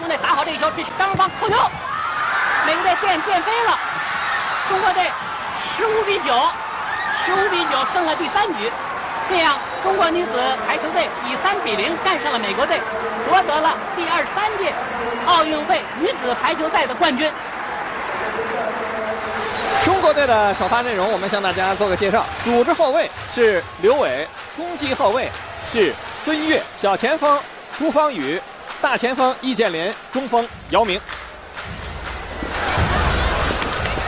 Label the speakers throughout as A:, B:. A: 这一球，这当防扣球，美国队垫垫飞了，中国队十五比九，十五比九胜了第三局，这样中国女子排球队以三比零战胜了美国队，夺得了第二十三届奥运会女子排球赛的冠军。
B: 中国队的首发阵容，我们向大家做个介绍：组织后卫是刘伟，攻击后卫是孙悦，小前锋朱芳雨，大前锋易建联，中锋姚明。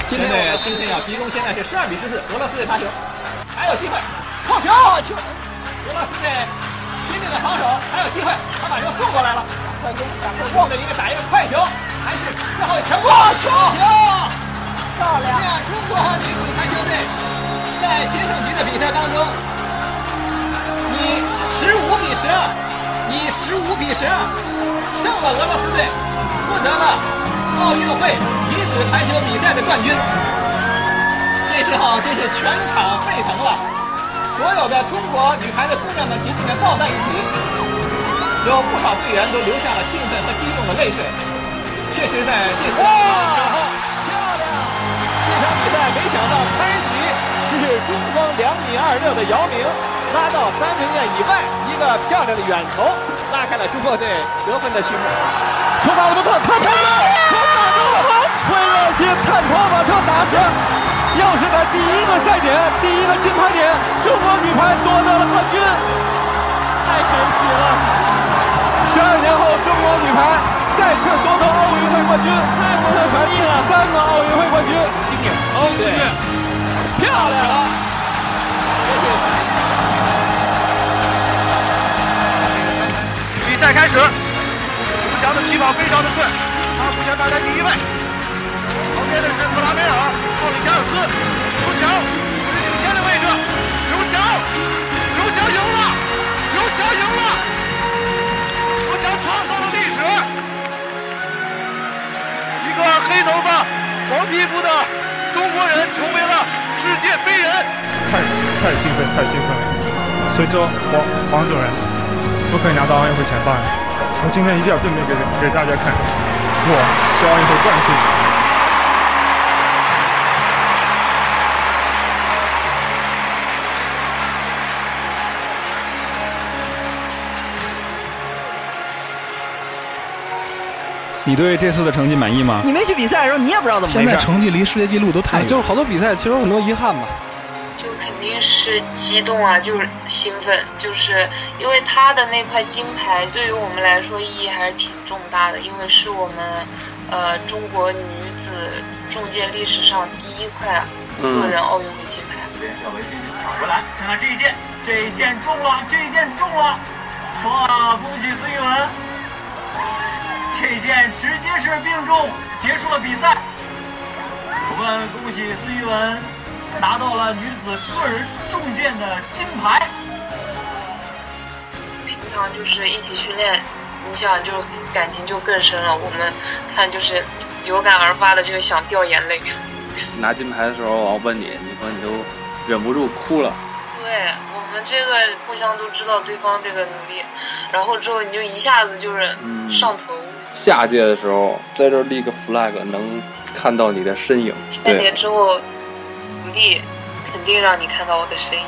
B: 今
C: 今
B: 天我
C: 天我
B: 们
C: 们今天啊，集中现在是十二比十四，俄罗斯队发球，还有机会，扣球，球，俄罗斯队拼命的防守，还有机会，他把球送过来了，快攻，打破后面一个打一个快球，还是四后卫强攻，球，球，漂亮！这样，中国女子排球队在决胜局的比赛当中，以十五比十二，以十五比十二胜了俄罗斯队，获得了奥运会女子排球比赛的冠军。这时候真是全场沸腾了，所有的中国女排的姑娘们紧紧地抱在一起，有不少队员都流下了兴奋和激动的泪水。确实，在这次
B: 这场比赛没想到开局是中锋两米二六的姚明拉到三分线以外一个漂亮的远投，拉开了中国队得分的序幕。
D: 球把我们看，看看了，球打中了，会热心探头把球打响。要是在第一个赛点、第一个金牌点，中国女排夺得了冠军，太神奇了！十二年后，中国女排再次夺得奥运会冠军，太不可思议了！三个奥运会冠军，
B: 哦，对，漂亮啊！
E: 比赛开始，吴翔的起跑非常的顺，他吴翔大概第一位，旁边的是特拉梅尔、奥里加尔斯，刘翔是领先的位置，刘翔，刘翔赢了，刘翔赢了，刘翔创造了历史，一个黑头发、黄皮肤的中国人成为了世界飞人。
F: 太太兴奋，太兴奋了！谁说黄黄种人不可以拿到奥运会前八名？我今天一定要证明给给大家看，我是奥运会冠军。
D: 你对这次的成绩满意吗？
G: 你没去比赛的时候，你也不知道怎么
H: 现
G: 回
H: 在
G: 事。啊
H: 成绩离世界纪录都太远，
D: 就是好多比赛其实有很多遗憾吧。
I: 就肯定是激动啊，就是兴奋，就是因为他的那块金牌对于我们来说意义还是挺重大的，因为是我们呃中国女子重剑历史上第一块个人奥运会金牌。
C: 小维进去抢回来，看看这一箭，这一箭中了，这一箭中了！哇，恭喜孙一文，这一箭直接是命中，结束了比赛。我们恭喜孙一文拿到了女子个人重剑的金牌。
I: 平常就是一起训练，你想就感情就更深了。我们看就是有感而发的，就是想掉眼泪。
E: 拿金牌的时候，我要问你，你说你都忍不住哭了。
I: 对我们这个互相都知道对方这个努力，然后之后你就一下子就是
E: 嗯
I: 上头。
E: 下届的时候，在这儿立个 flag，能看到你的身影。
I: 三年之后努力，肯定让你看到我的身影。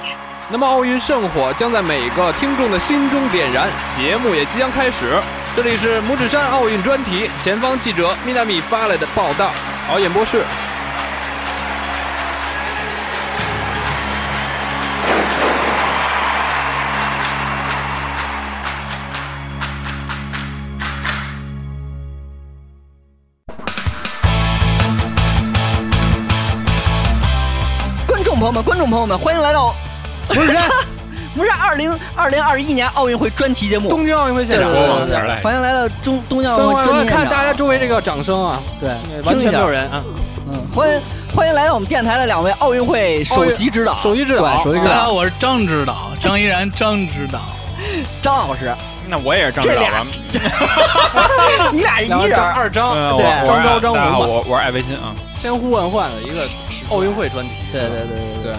D: 那么奥运圣火将在每个听众的心中点燃，节目也即将开始。这里是拇指山奥运专题，前方记者米娜米发来的报道，敖演播室。
G: 观众朋友们，观众朋友们，欢迎来到
D: 不是，
G: 不是二零二零二一年奥运会专题节目。
D: 东京奥运会现
G: 对对
D: 场，
G: 对
B: 忘
G: 对
B: 词儿
G: 对
B: 来，
G: 欢迎来到中东京奥运会专
D: 我
G: 题现
D: 看
G: 场
D: 大家周围这个掌声啊，
G: 对，
D: 完
G: 听一
D: 全
G: 下
D: 没有。人啊。
G: 嗯，欢迎欢迎来到我们电台的两位奥运会首席指导，
D: 首席指导
G: 对，首席指
H: 大家
G: 导
H: 好，我是张指导，张依然，张指导。
G: 张老师，
F: 那我也是张
G: 这俩，你
C: 哎
G: 俩是一人儿，
D: 二张，
F: 嗯，
G: 对
F: 我
D: 张昭张
F: 大家好，
D: 文嘛，
F: 我我是艾维新啊。
D: 千呼万唤的一个奥运会专题。
G: 对对对对
D: 对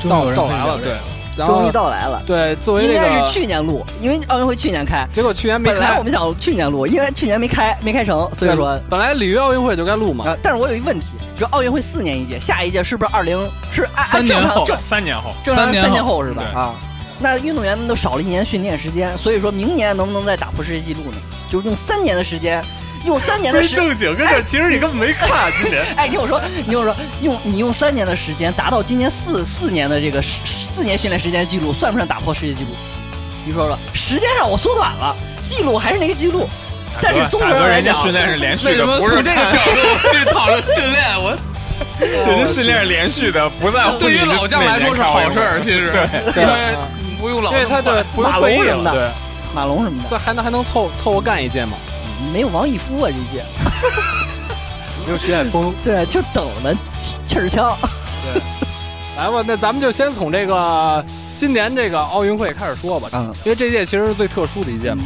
G: 对，
H: 终于有
D: 到
H: 人可以
D: 到
J: 嗯
D: 来
H: 聊
D: 了，
H: 这
D: 对
H: 个，
J: 然后
C: 终于到来了。
J: 对，作为
C: 应
J: 这
C: 该是
J: 个，
C: 去年录，因为奥运会去年开，
J: 结果去年没
C: 本来
J: 开
C: 我，们想去年录，因为去年没开没开成，所以说
J: 本来里约奥运会就该录嘛，
C: 啊，但是我有一个问题，这奥运会四年一届，下一届是不是二零是按
F: 三
C: 按正
F: 年
C: 常
F: 后
C: 正，
D: 三年后，
C: 正常
F: 三
C: 是
F: 年
C: 三
F: 后
C: 年后是吧？
D: 对
C: 啊，那运动员们都少了一年训练时间，所以说明年能不能再打破世界纪录呢？就是用三年的时间，用三年
D: 不
C: 的
D: 是
C: 时。
D: 正经，跟这其实你根本没看今天。
C: 哎，你听我说，你听我说，用你用三年的时间达到今年四四年的这个十四年训练时间记录，算不算打破世界纪录？你说说，时间上我缩短了，记录还是那个记录，但是综合
D: 大
C: 上
D: 哥
C: 来
D: 人家
C: 讲，
D: 训练是连
F: 为
D: 续
F: 什
D: 的，
F: 么
D: 不是
F: 从这个角度去讨论训练？我
D: 人家训练是连续的，不在乎
F: 对于
D: 你
F: 老将
D: 哪
F: 来
D: 年
F: 说是
D: 看
F: 好
D: 我
F: 事儿，其实
J: 对
F: 因为你不用老
J: 对，他
F: 那么
J: 对
F: 快
J: 不用
C: 马
J: 退役
C: 龙什么
J: 了，
C: 的
J: 对，
C: 马龙什么的，
J: 这还能还能凑凑合干一届嘛？
C: 没有王义夫啊这一届，
J: 没有徐海峰，
C: 对，就等着气气儿枪。
J: 来吧，那咱们就先从这个今年这个奥运会开始说吧，
C: 嗯
J: 因为这届其实是最特殊的一届嘛，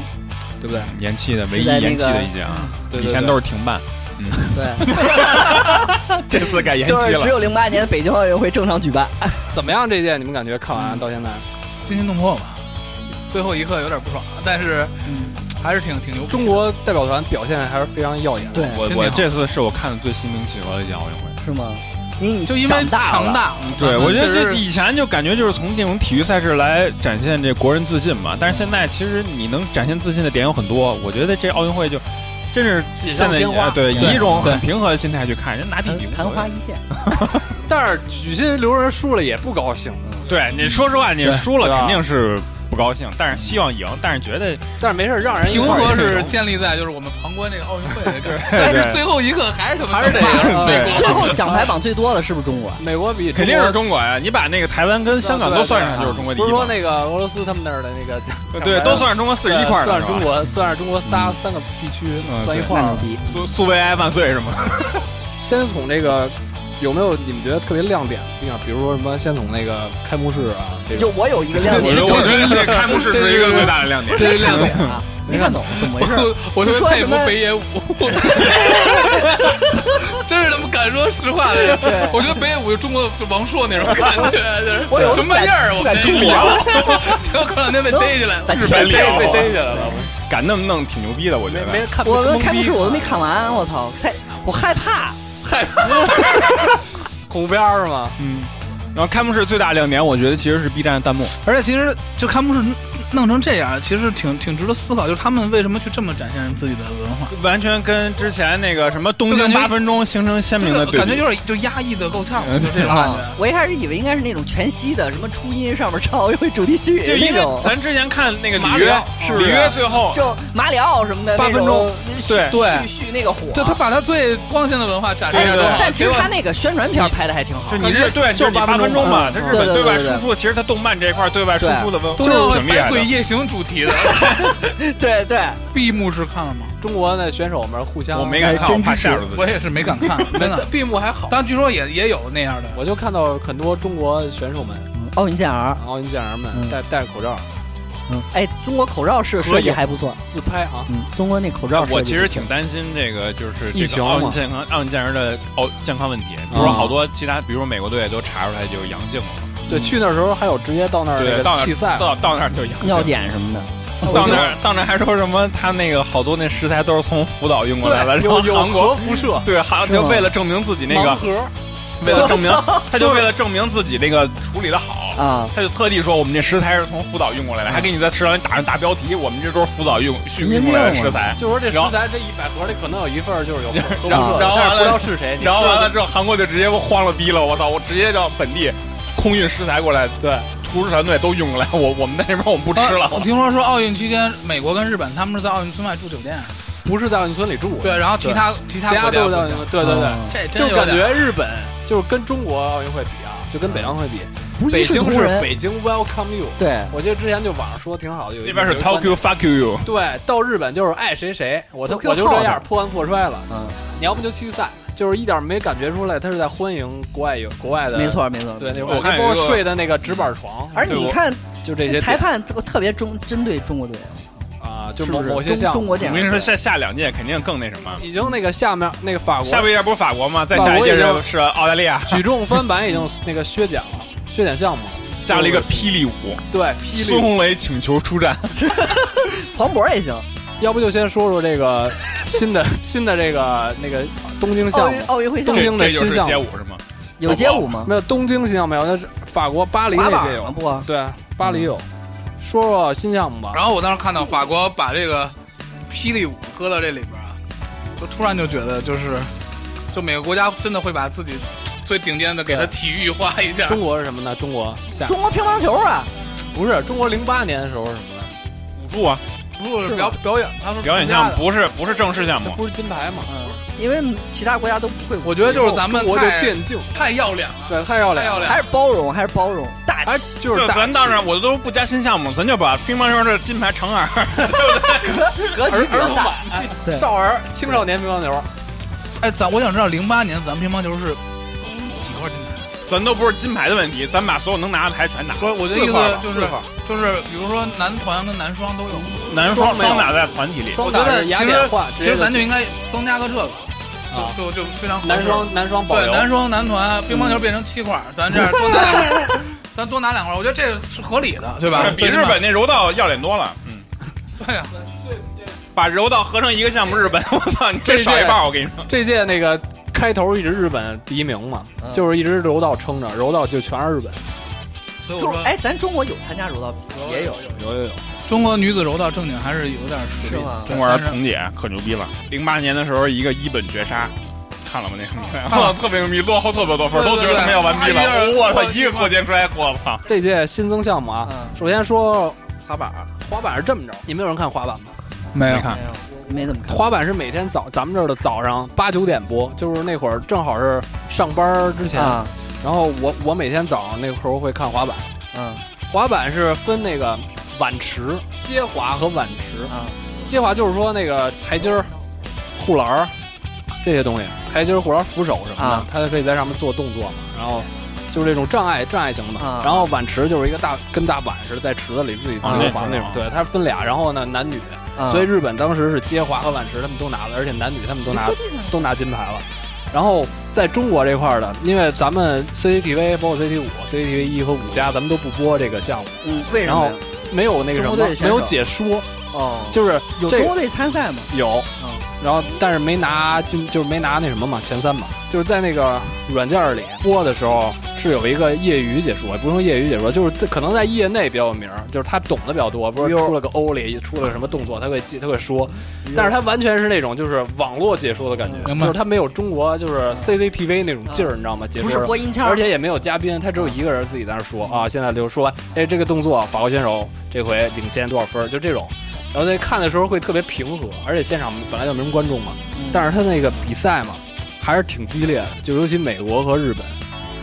J: 对不对？
D: 延期的唯
C: 是
D: 一
C: 在那
D: 延期
C: 个
D: 的一届啊，
J: 对对
D: 以前都是停办，
C: 对，
D: 这次改延
C: 就是
D: 期
C: 只
D: 了。
C: 有零八年北京奥运会正常举办。
J: 怎么样？这届你们感觉看完到现在，
F: 惊心动魄吧。最后一刻有点不爽，但是还是挺挺牛。
J: 中国代表团表现还是非常耀眼。
C: 对，
D: 我
F: 真的
D: 我
F: 好
D: 这次是我看的最心平气和的一届奥运会。
C: 是吗？因为你
F: 就因为
C: 长大
F: 强
C: 了，
F: 大，
D: 对，
F: 咱们
D: 我觉得
F: 确
D: 这
F: 实
D: 以前就感觉就是从那种体育赛事来展现这国人自信嘛，但是现在其实你能展现自信的点有很多，我觉得这奥运会就真是现
J: 锦上
D: 在
J: 添花
D: 呃对以
F: 对
D: 一种很
F: 对
D: 平和的心态去看，人家拿第几
C: 昙
D: 无
C: 昙
D: 所谓
C: 花 一现。
J: 但是举心留人输了也不高兴，
D: 对，你说实话，你
F: 对
D: 输
J: 对
D: 了
J: 吧
D: 肯定是不高兴，但是希望赢，但是觉得
J: 但是没事儿让人
F: 平和是建立在就是我们旁观这个奥运会的感觉，但是最后一刻还是他们
J: 还是得
F: 强大
J: 赢
F: 美国
C: 最后奖牌榜最多的是不是 中国？
J: 美国比
D: 肯定是中国呀。你把那个台湾跟
J: 国
D: 香港都算上，就是中国第一嘛。
J: 不是说那个俄罗斯他们那儿的那个奖牌
D: 对，都算上中国四十一块儿呢
J: 算
D: 是吧
J: 是中国，算是中国仨三个地区
D: 嗯
J: 算一
D: 对
J: 块儿。
C: 逼！
D: 苏苏维埃万岁是吗？
J: 先从这个有没有你们觉得特别亮点的地方？比如说什么？先从那个开幕式啊，这
C: 就
J: 个
C: 我有一个亮
D: 我
F: 这
C: 点
D: 觉得
F: 这
D: 我觉得这开幕式是一个最大的亮点。
F: 这是亮点。
C: 啊，没看懂怎么回事？
F: 我我特
C: 就说
F: 别佩
C: 什
F: 服
C: 么
F: 北野武， 真是他们敢说实话的人。我觉得北野武就中国就王朔那种感 觉，
C: 我
F: 就
C: 有
F: 是什么样儿，啊
C: 不
F: 我
C: 敢
F: 们
C: 出
F: 这个 结果过两天被逮起来了。
C: 把
D: 日
C: 钱
D: 本里
J: 被逮起来了，
D: 敢那么弄挺牛逼的，我觉得。
J: 没没看
C: 我
J: 没
C: 们开幕式
J: 懵逼
C: 我都没看完，我操！太我害怕，
J: 恐怖片儿是吗？
D: 嗯。然后开幕式最大亮点，我觉得其实是 B 站的弹幕。
F: 而且其实就开幕式弄成这样，其实挺挺值得思考，就是他们为什么去这么展现自己的文化。
D: 完全跟之前那个什么东
F: 就
D: 京
F: 感觉
D: 八分钟形成鲜明
F: 这
D: 的
F: 个
D: 对比，
F: 感觉有点就压抑的够呛，就这种感
C: 啊
F: 觉。！
C: 我一开始以为应该是那种全息的，什么初音上面唱奥运会主题曲
D: 就
C: 那
D: 因为
C: 种，
D: 咱之前看那个
F: 马
D: 里
F: 里
D: 约
F: 奥，
D: 是里约最后
C: 就马里奥什么的
D: 八
C: 那种
D: 分钟，对
F: 对
C: 续续那个火。
F: 就他把他最光鲜的文化展现出来多好，
C: 但其实
F: 结果
C: 他那个宣传片拍的还挺好
D: 就。你这对
J: 就是
D: 你
J: 八分
D: 八分
J: 钟
D: 钟嘛，
J: 嗯
D: 它日
C: 对
D: 本
C: 对对
D: 对外
C: 对
D: 输出，其实它动漫这一块对外输出的文
F: 都
D: 就是
F: 是
D: 挺厉害
F: 百鬼
D: 的。
F: 夜行主题的
C: 对对，
F: 闭幕式看了吗？
J: 中国的选手们互相哎
D: 我没敢看，我怕吓着自
F: 我
D: 己。
F: 也是没敢看， 真的。
J: 闭幕 还好，
F: 但据说也也有那样的，
J: 我就看到很多中国选手们、
C: 奥运健儿，
J: 奥运健儿们
C: 嗯
J: 戴戴着口罩
C: 哎，中国口罩设设计还不错，
J: 自拍啊，
C: 嗯，中国那口罩设计不错，
D: 我其实挺担心这个，就是
J: 疫
D: 这
J: 情
D: 个奥
J: 嘛嗯
D: 运健康、奥运健儿的奥健康问题。比如说好多其他，比如说美国队都查出来就阳性了，
J: 对，去那时候还有直接到那儿那
D: 对，
J: 个
D: 到那
J: 弃赛
D: 儿，到到那儿就阳性
C: 尿
D: 了。
C: 检什么的。
D: 到那儿到那儿还说什么？他那个好多那食材都是从福岛运过来的，
J: 对，
D: 然
J: 有
D: 后
J: 有
D: 韩国
J: 核辐射，
D: 对韩
C: 是吗
D: 就为了证明自己那
J: 盲
D: 个，
J: 盒，
D: 为了证明他就为了证明自己那个处理的好
C: 啊
D: 他就特地说我们这食材是从福岛运过来的，
J: 啊
D: 还给你在食堂里打上大标题，我们这都是福岛运
C: 神经
D: 运过来的
C: 病啊
D: 食材。
J: 就说这
D: 然
J: 食
D: 后
J: 材这一百盒里可能有一份儿就是有核辐射
C: 然后
J: 的，
D: 然后
J: 但是不知
D: 完
J: 道
D: 了
J: 是谁，你
D: 然后
J: 吃
D: 完了之后，韩国就直接慌了逼了，我操！我直接让本地空运食材过来，对，厨师团队都运过来，我我们在那边我们不吃了
F: 啊。我听说说奥运期间，美国跟日本他们是在奥运村外住酒店，
J: 不是在奥运村里住，
F: 对，然后其他其他
J: 其他
F: 国家
J: 都
F: 不
J: 是在奥运
F: 行
J: 村，对对
D: 哦
J: 对。
F: 嗯这
J: 就
F: 真有
J: 感
F: 点
J: 觉日本就是跟中国奥运会比啊，就跟北京奥运会比，
C: 不
J: 北
C: 一视
J: 京
C: 同
J: 是
C: 仁。
J: 北京 welcome you。
C: 对，
J: 我记得之前就网上说挺好的，有一
D: 那边是
J: 有一观
D: Tokyo
J: 点
D: fuck you，
J: 对，到日本就是爱谁谁，我他
C: Tokyo
J: 我就这
C: Hall
J: 样破罐破摔了。
C: 嗯，
J: 你要不就弃赛，就是一点没感觉出来他是在欢迎国外有国外的，
C: 没，错没错。
J: 对那
D: 我
J: 种感
D: 看
J: 觉，
D: 有
J: 包
D: 一
J: 括
D: 个
J: 睡的那个直板床，
C: 而
D: 对
C: 你
D: 我
C: 看
J: 就这些
C: 裁
J: 点
C: 判特别中针对中国队，
J: 啊，就是某
C: 不是？
J: 某些
C: 中
J: 项
C: 中
J: 目
C: 国
D: 我
C: 健
D: 跟你
C: 儿，
D: 说，下下两届肯定更那什么。
J: 已经那个下面那个法
D: 下
J: 国
D: 一届不是法国吗？再
J: 法
D: 下一
J: 国
D: 届
J: 也
D: 是是澳大利亚。
J: 举重翻板已经那个削减了，削减项目了。
D: 加了一个霹雳舞，
B: 对，
D: 孙红雷请求出战。
C: 黄渤也行，
J: 要不就先说说这个新的新的这个那个东京
C: 奥
J: 项
C: 运
J: 目，
C: 奥运会项
J: 东
C: 目
D: 这
J: 京的
D: 这就是
J: 新项目
D: 街舞是吗？
C: 有街舞吗？
J: 没有东京新项目没有，那是法国巴黎
C: 滑
J: 那
C: 板
J: 届
C: 吗
J: 有，
C: 不啊，
J: 对，巴黎有。说说新项目吧，
F: 然后我当时看到法国把这个霹雳舞搁到这里边儿啊，就突然就觉得就是，就每个国家真的会把自己最顶尖的给它
J: 对
F: 体育化一 下。
J: 中国是什么呢？中国下
C: 中国乒乓球啊，
J: 不是中国零八年的时候是什么呢？
D: 武术啊，
F: 不是表表演，他说
D: 表演
F: 是国
D: 项目
F: 家的。
D: 不是不是正式项
J: 这
D: 目，
J: 不是金牌吗？
C: 因为其他国家都不会，
F: 我觉得就是咱们
J: 中国就
F: 太
J: 电竞，
F: 太要脸了，
J: 对，太要脸
F: 太要
J: 了，
F: 脸
C: 还是包容，还是包容，大
J: 哎
C: 气，，
J: 就是大
D: 咱
J: 气
D: 当然我都不加新项目，咱就把乒乓球的金牌乘二。
C: 格局比较大。对
J: 少儿青少年乒乓球，
F: 哎，咱我想知道零八年咱们乒乓球是几块金牌？
D: 咱都不是金牌的问题，咱把所有能拿的牌全拿。
F: 我我的意
J: 四块
F: 思
J: 吧
F: 就
J: 四
F: 是
J: 块
F: 就是，比如说男团跟男双都有。
D: 男
J: 双
D: 双
J: 没有
D: 双打在团体里，
J: 双
F: 我觉
J: 打
F: 得
J: 是
F: 其
J: 雅
F: 实
J: 典化，
F: 其实咱就
J: 直接
F: 应该增加个这个，
J: 啊
F: 就就就非常合适
J: 男双男双保
F: 对
J: 留，
F: 男双男团乒乓球变成七块儿，咱这样多拿 两，咱多拿两块儿，我觉得这是合理的，对吧？
D: 比
F: 最起
D: 日
F: 码
D: 本那柔道要脸多了。嗯，
F: 对呀，
D: 把柔道合成一个项目，日本， 我操，你这
J: 这
D: 少一
J: 届
D: 半，我跟你说。
J: 这届那个开头一直日本第一名嘛，
C: 嗯
J: 就是一直柔道撑着，柔道就全是日本，
F: 所以我
C: 就
F: 说
C: 是，哎，咱中国有参加柔道比赛，也有
J: 有有有，
F: 中国女子柔道正经还是有点实力
C: 是吗
F: 的。对
D: 中国人
F: 但是
D: 彤姐可牛逼了，零八年的时候一个一本绝杀。看了吗？那个比赛，哇，特别牛逼，落后特别多分，
F: 对
D: 都
F: 对
D: 觉得他们要完逼了
F: 对对。对
D: 哎我操
F: 哇，
D: 一个过肩摔，我操！
J: 这届新增项目啊，
C: 嗯
J: 首先说
C: 滑板儿，
J: 滑板是这么着，你们有人看滑板吗？
F: 没有
D: 你看
C: 没有，没怎么看。
J: 滑板是每天早咱们这儿的早上八九点播，就是那会儿正好是上班儿之前，
C: 啊，
J: 然后我我每天早上那时候会看滑板，
C: 嗯
J: 滑板是分那个碗池、接滑和碗池。
C: 啊，
J: 接滑就是说那个台阶儿、护栏儿这些东西，台阶儿、护栏儿、扶手什么的，
C: 啊
J: 它可以在上面做动作嘛。然后就是这种障碍障碍型的嘛。
C: 啊
J: 然后碗池就是一个大跟大碗似的，在池子里自己自
C: 啊
J: 由滑那种。对，它分俩，然后呢男女，
C: 啊
J: 所以日本当时是接滑和碗池他们都拿了，而且男女他们都拿
C: 你坐地上
J: 都拿金牌了。然后在中国这块儿的，因为咱们 CCTV 包括 CCTV 五、CCTV 一和五加，咱们都不播这个项目，
C: 嗯，为什
J: 然
C: 么
J: 后
C: 呀？
J: 没有那个什
C: 中国
J: 么
C: 队的，选
J: 没有
C: 手
J: 解说，
C: 哦，
J: 就是
C: 有
J: 这
C: 中
J: 个
C: 国队参赛吗？
J: 有
C: 嗯，
J: 然后但是没拿进，就是没拿那什么嘛，前三嘛，就是在那个软件里播的时候是有一个业余解说，也不是说业余解说，就是在可能在业内比较有名儿，就是他懂得比较多，不是
C: 哟
J: 出了个欧里，出了什么动作，他会记，他会说，
C: 哟
J: 但是他完全是那种就是网络解说的感觉，
F: 明白
J: 就是他没有中国就是 CCTV 那种劲儿，你知道吗？解
C: 啊不是
J: 说
C: 播音腔儿，
J: 而且也没有嘉宾，他只有一个人自己在那说啊。现在就说完，哎，这个动作法国选手这回领先多少分儿，就这种。然后在看的时候会特别平和，而且现场本来就没什么观众嘛，
C: 嗯
J: 但是他那个比赛嘛，还是挺激烈的，就尤其美国和日本。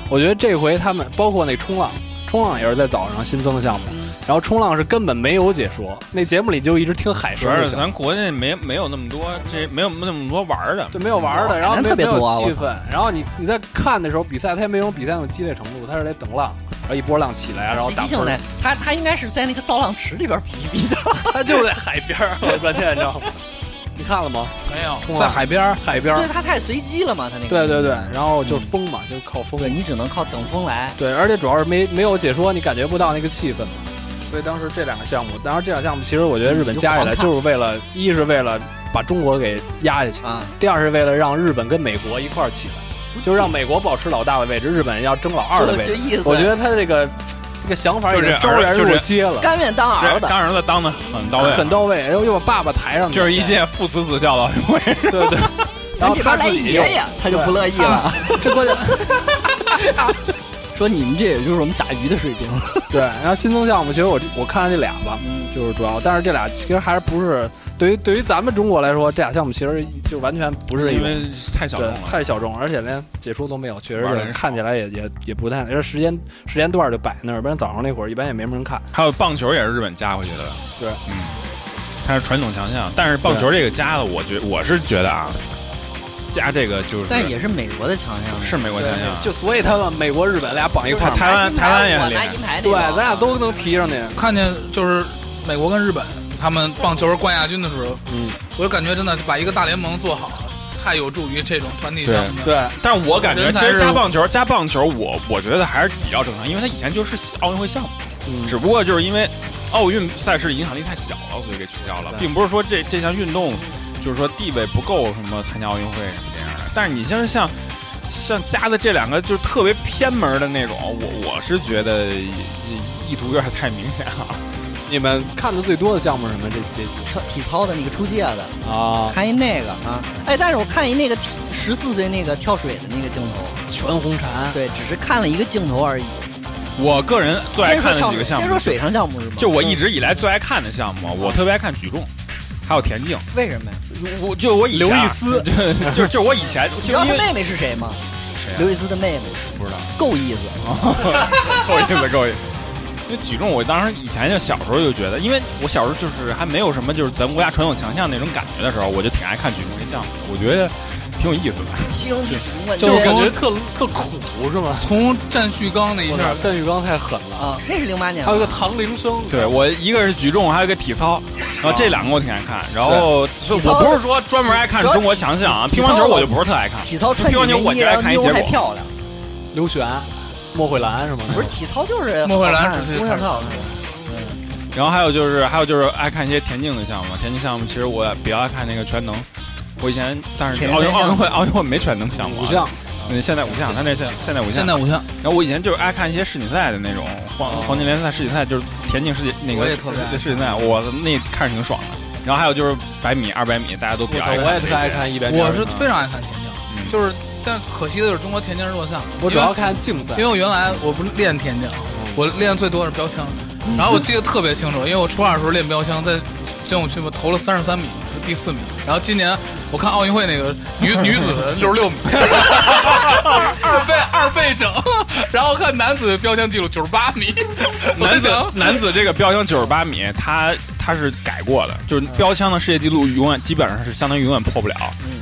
J: 我觉得这回他们包括那冲浪，冲浪也是在早上新增的项目，
C: 嗯
J: 然后冲浪是根本没有解说，那节目里就一直听海
D: 主
J: 声
D: 要
J: 就是行了。
D: 咱国内没没有那么多，这没有那么多玩儿的。
J: 对，没有玩儿的，然后
C: 海
J: 没
C: 南特别多啊
J: 没有气
C: 我
J: 氛，然后你你在看的时候，比赛它也没有比赛那种激烈程度，它是得等浪，然后一波浪起来，然后
C: 随机
J: 打分
C: 性
J: 儿
C: 的，他他应该是在那个造浪池里边比一比的。
J: 他 就在海边儿，我关键你知道吗？你看了吗？
F: 没有
J: 冲
F: 在
J: 浪
F: 海边儿，
J: 海边
C: 对
J: 儿，
C: 他太随机了嘛，他那个。
J: 对对对，然后就是风嘛，就是靠风
C: 嗯对，。你只能靠等风来。
J: 对，而且主要是没没有解说，你感觉不到那个气氛嘛。所以当时这两个项目，当然这两个项目其实我觉得日本加起来就是为了，一是为了把中国给压下去，
C: 啊，
J: 第二是为了让日本跟美国一块儿起来，就是让美国保持老大的位置，日本要争老二的位
C: 就
J: 置。
C: 意思。
J: 我觉得他这个这个想法已
D: 就
J: 经
D: 这
J: 昭然
D: 就
J: 若
D: 这
J: 揭了，
C: 甘愿当儿
D: 这
C: 子，
D: 当儿子当的很到位，
J: 很到位，又又把爸爸抬上去，
D: 哦就是一届父慈子孝的奥运会。
J: 对对。然后
C: 这
J: 他
C: 边来
J: 自己
C: 爷
J: 又
C: 爷，他就不乐意了。
J: 这关键
C: 说你们这也就是我们打鱼的水平。 嗯
J: 对，然后新增项目，其实我这我看了这俩吧，就是主要，但是这俩其实还是不是对于对于咱们中国来说，这俩项目其实就完全不是一
D: 因
J: 种
D: 为太小众
J: 对
D: 了。
J: 太小众，而且连解说都没有，确实
D: 玩儿
J: 是
D: 得少
J: 看起来也也也不太，这时间时间段就摆那儿，不然早上那会儿一般也没什么人看。
D: 还有棒球也是日本加回去的，
J: 对，
D: 嗯，它是传统强项。但是棒球这个加的，我觉我是觉得啊，加这个就是
C: 但也是美国的强项。啊哎
D: 是美国强项。
J: 就所以他们美国、日本俩绑一
D: 块
J: 块儿
D: 儿，台湾台湾也很厉害
C: 我拿银牌那啊
J: 对，
C: 种
J: 咱俩都能提上去。
F: 看见就是美
J: 嗯
F: 国跟日本他们棒球冠亚军的时候，我就感觉真的把一个大联盟做好了。太有助于这种团体项
D: 对
F: 目。
D: 对，但是我感觉
F: 人才
D: 其实
F: 是
D: 加棒球加棒球我，我觉得还是比较正常，因为它以前就是奥运会项目，
C: 嗯
D: 只不过就是因为奥运赛事影响力太小了，所以给取消了，
J: 对
D: 并不是说这这项运动就是说地位不够什么参加奥运会什么这样的。但是你像是像像加的这两个就是特别偏门的那种，我我是觉得意意图有点太明 显了。
J: 你们看的最多的项目是什么？这这几
C: 跳体操的那个出界的，
J: 啊，
C: 看一那个啊，哎，但是我看一那个十四岁那个跳水的那个镜头，
J: 全红婵，
C: 对，只是看了一个镜头而已。
D: 我个人最爱
C: 先说
D: 看的
C: 跳
D: 几
C: 水，
D: 个项目，
C: 先说水上项目是吗？
D: 就我一直以来最爱看的项目，我特别爱看举重，还有田径。
C: 为什么呀？
D: 我就我以前啊
J: 刘易斯
D: 就就就我以前
C: 你
D: 就
C: 知道
D: 是因
C: 他
D: 为
C: 妹 妹是谁吗？
D: 谁啊
C: 刘易斯的妹妹，
D: 不知道，
C: 够意思。啊
D: 够意思够意思。 因为举重，我当时以前就小时候就觉得，因为我小时候就是还没有什么就是咱们国家传统强项那种感觉的时候，我就挺爱看举重这项目的，我觉得挺有意思的。
C: 形容词嘛，
J: 就
C: 对
J: 感觉特特苦是吗？
F: 从战旭刚那一
J: 我
F: 下
J: 操，，邓玉刚太狠了。
C: 啊，那是零八年吧，
J: 还有一个唐铃声，
D: 对我一个是举重，还有一个体操，然后这两个我挺爱看。然后就
C: 体操
D: 我不是说专门爱看
C: 主要
D: 中国强项啊，
C: 体
D: 乒
C: 体
D: 乓球
C: 操
D: 我就不是特爱看。
C: 体操穿
D: 乒乓
C: 紧
D: 球我
C: 身衣，
D: 就爱
C: 然后
D: 看一
C: 妞
D: 结
C: 还
D: 果
C: 漂亮。
J: 刘璇、莫慧兰什么的，
C: 不是体操就是
F: 莫慧兰
C: 好看
F: 是谁
C: 姑娘特好
D: 然后还有就是，还有就是爱看一些田径的项目。田径项目其实我也比较爱看那个全能。我以前但是
C: 全能
D: 奥运
C: 项目
D: 奥运会奥运会没全能项目啊，
J: 五项，
D: 嗯，现在五项，他那现现在五项。
F: 现在五项，
D: 然后我以前就是爱看一些世锦赛的那种黄黄金联赛、世锦赛，就是田径世锦那
F: 我
D: 个
F: 也特别爱
D: 世锦赛，我那看着挺爽的。然后还有就是百米、二百米，大家都比
J: 我
D: 较
J: 操，
D: 爱看。
J: 我也特爱。看一百米。
F: 我是非常爱看田
D: 嗯
F: 径，就是但可惜的就是中国田径是弱项，
J: 我主
F: 因为
J: 要看嗯竞赛
F: 因为，我原来我不是练田径，我练的最多的是标枪，
J: 嗯
F: 然后我记得特别清楚，因为我初二的时候练标枪，在军泳区我投了三十三米，第四名。然后今年我看奥运会那个女女子六十六 米，二二倍二倍整，然后看男子标枪记录九十八米， 我
D: 男
F: 就
D: 子
F: 想
D: 男子这个标枪九十八米，他他是改过的，就是标枪的世界纪录永远基本上是相当于永远破不了，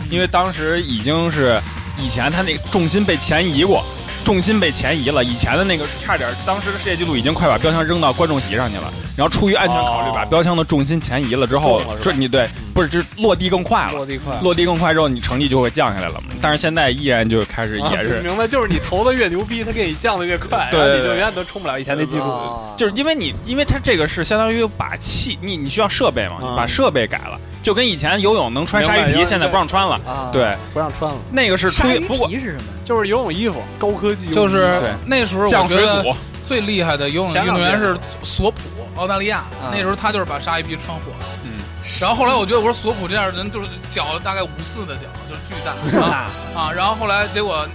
D: 因为当时已经是以前他那个重心被前移过，重心被前移了，以前的那个差点，当时的世界纪录已经快把标枪扔到观众席上去了，然后出于安全考虑，
J: 哦
D: 把标枪的重心前移了之后
J: 中了，是
D: 这
J: 吧
D: 你对不是就是落地更快
J: 落
D: 了。
J: 地快，
D: 落地更快之后，你成绩就会降下来了嘛。但是现在依然就开始
J: 啊
D: 也是，
J: 明白，就是你投的越牛逼，他给你降的越快，
D: 对
J: 然
D: 对
J: 后你就
D: 对
J: 永远都冲不了以前那记
C: 的。
J: 录。
C: 啊
D: 就是因为你，因为它这个是相当于把气，你你需要设备嘛，
J: 嗯
D: 你把设备改了，就跟以前游泳能穿鲨
J: 明白
D: 鱼
J: 因
D: 皮，
J: 为
D: 现在不让穿了。
C: 啊，，
D: 对，
J: 不让穿了，
D: 那个是出
C: 鲨
D: 于
C: 鱼
D: 不过
C: 皮是什么？
J: 就是游泳衣服，高科技游泳
F: 就
J: 衣服，
F: 是
D: 对
F: 那时候我
D: 降
F: 觉
D: 水
F: 得
D: 阻，
F: 最厉害的游泳运动员是索普，澳大利亚
C: 啊。
F: 那时候他就是把鲨鱼皮穿火了。
D: 嗯。
F: 然后后来我觉得我说索普这样的人就是脚大概五四的脚，就是巨大。啊啊！然后后来结果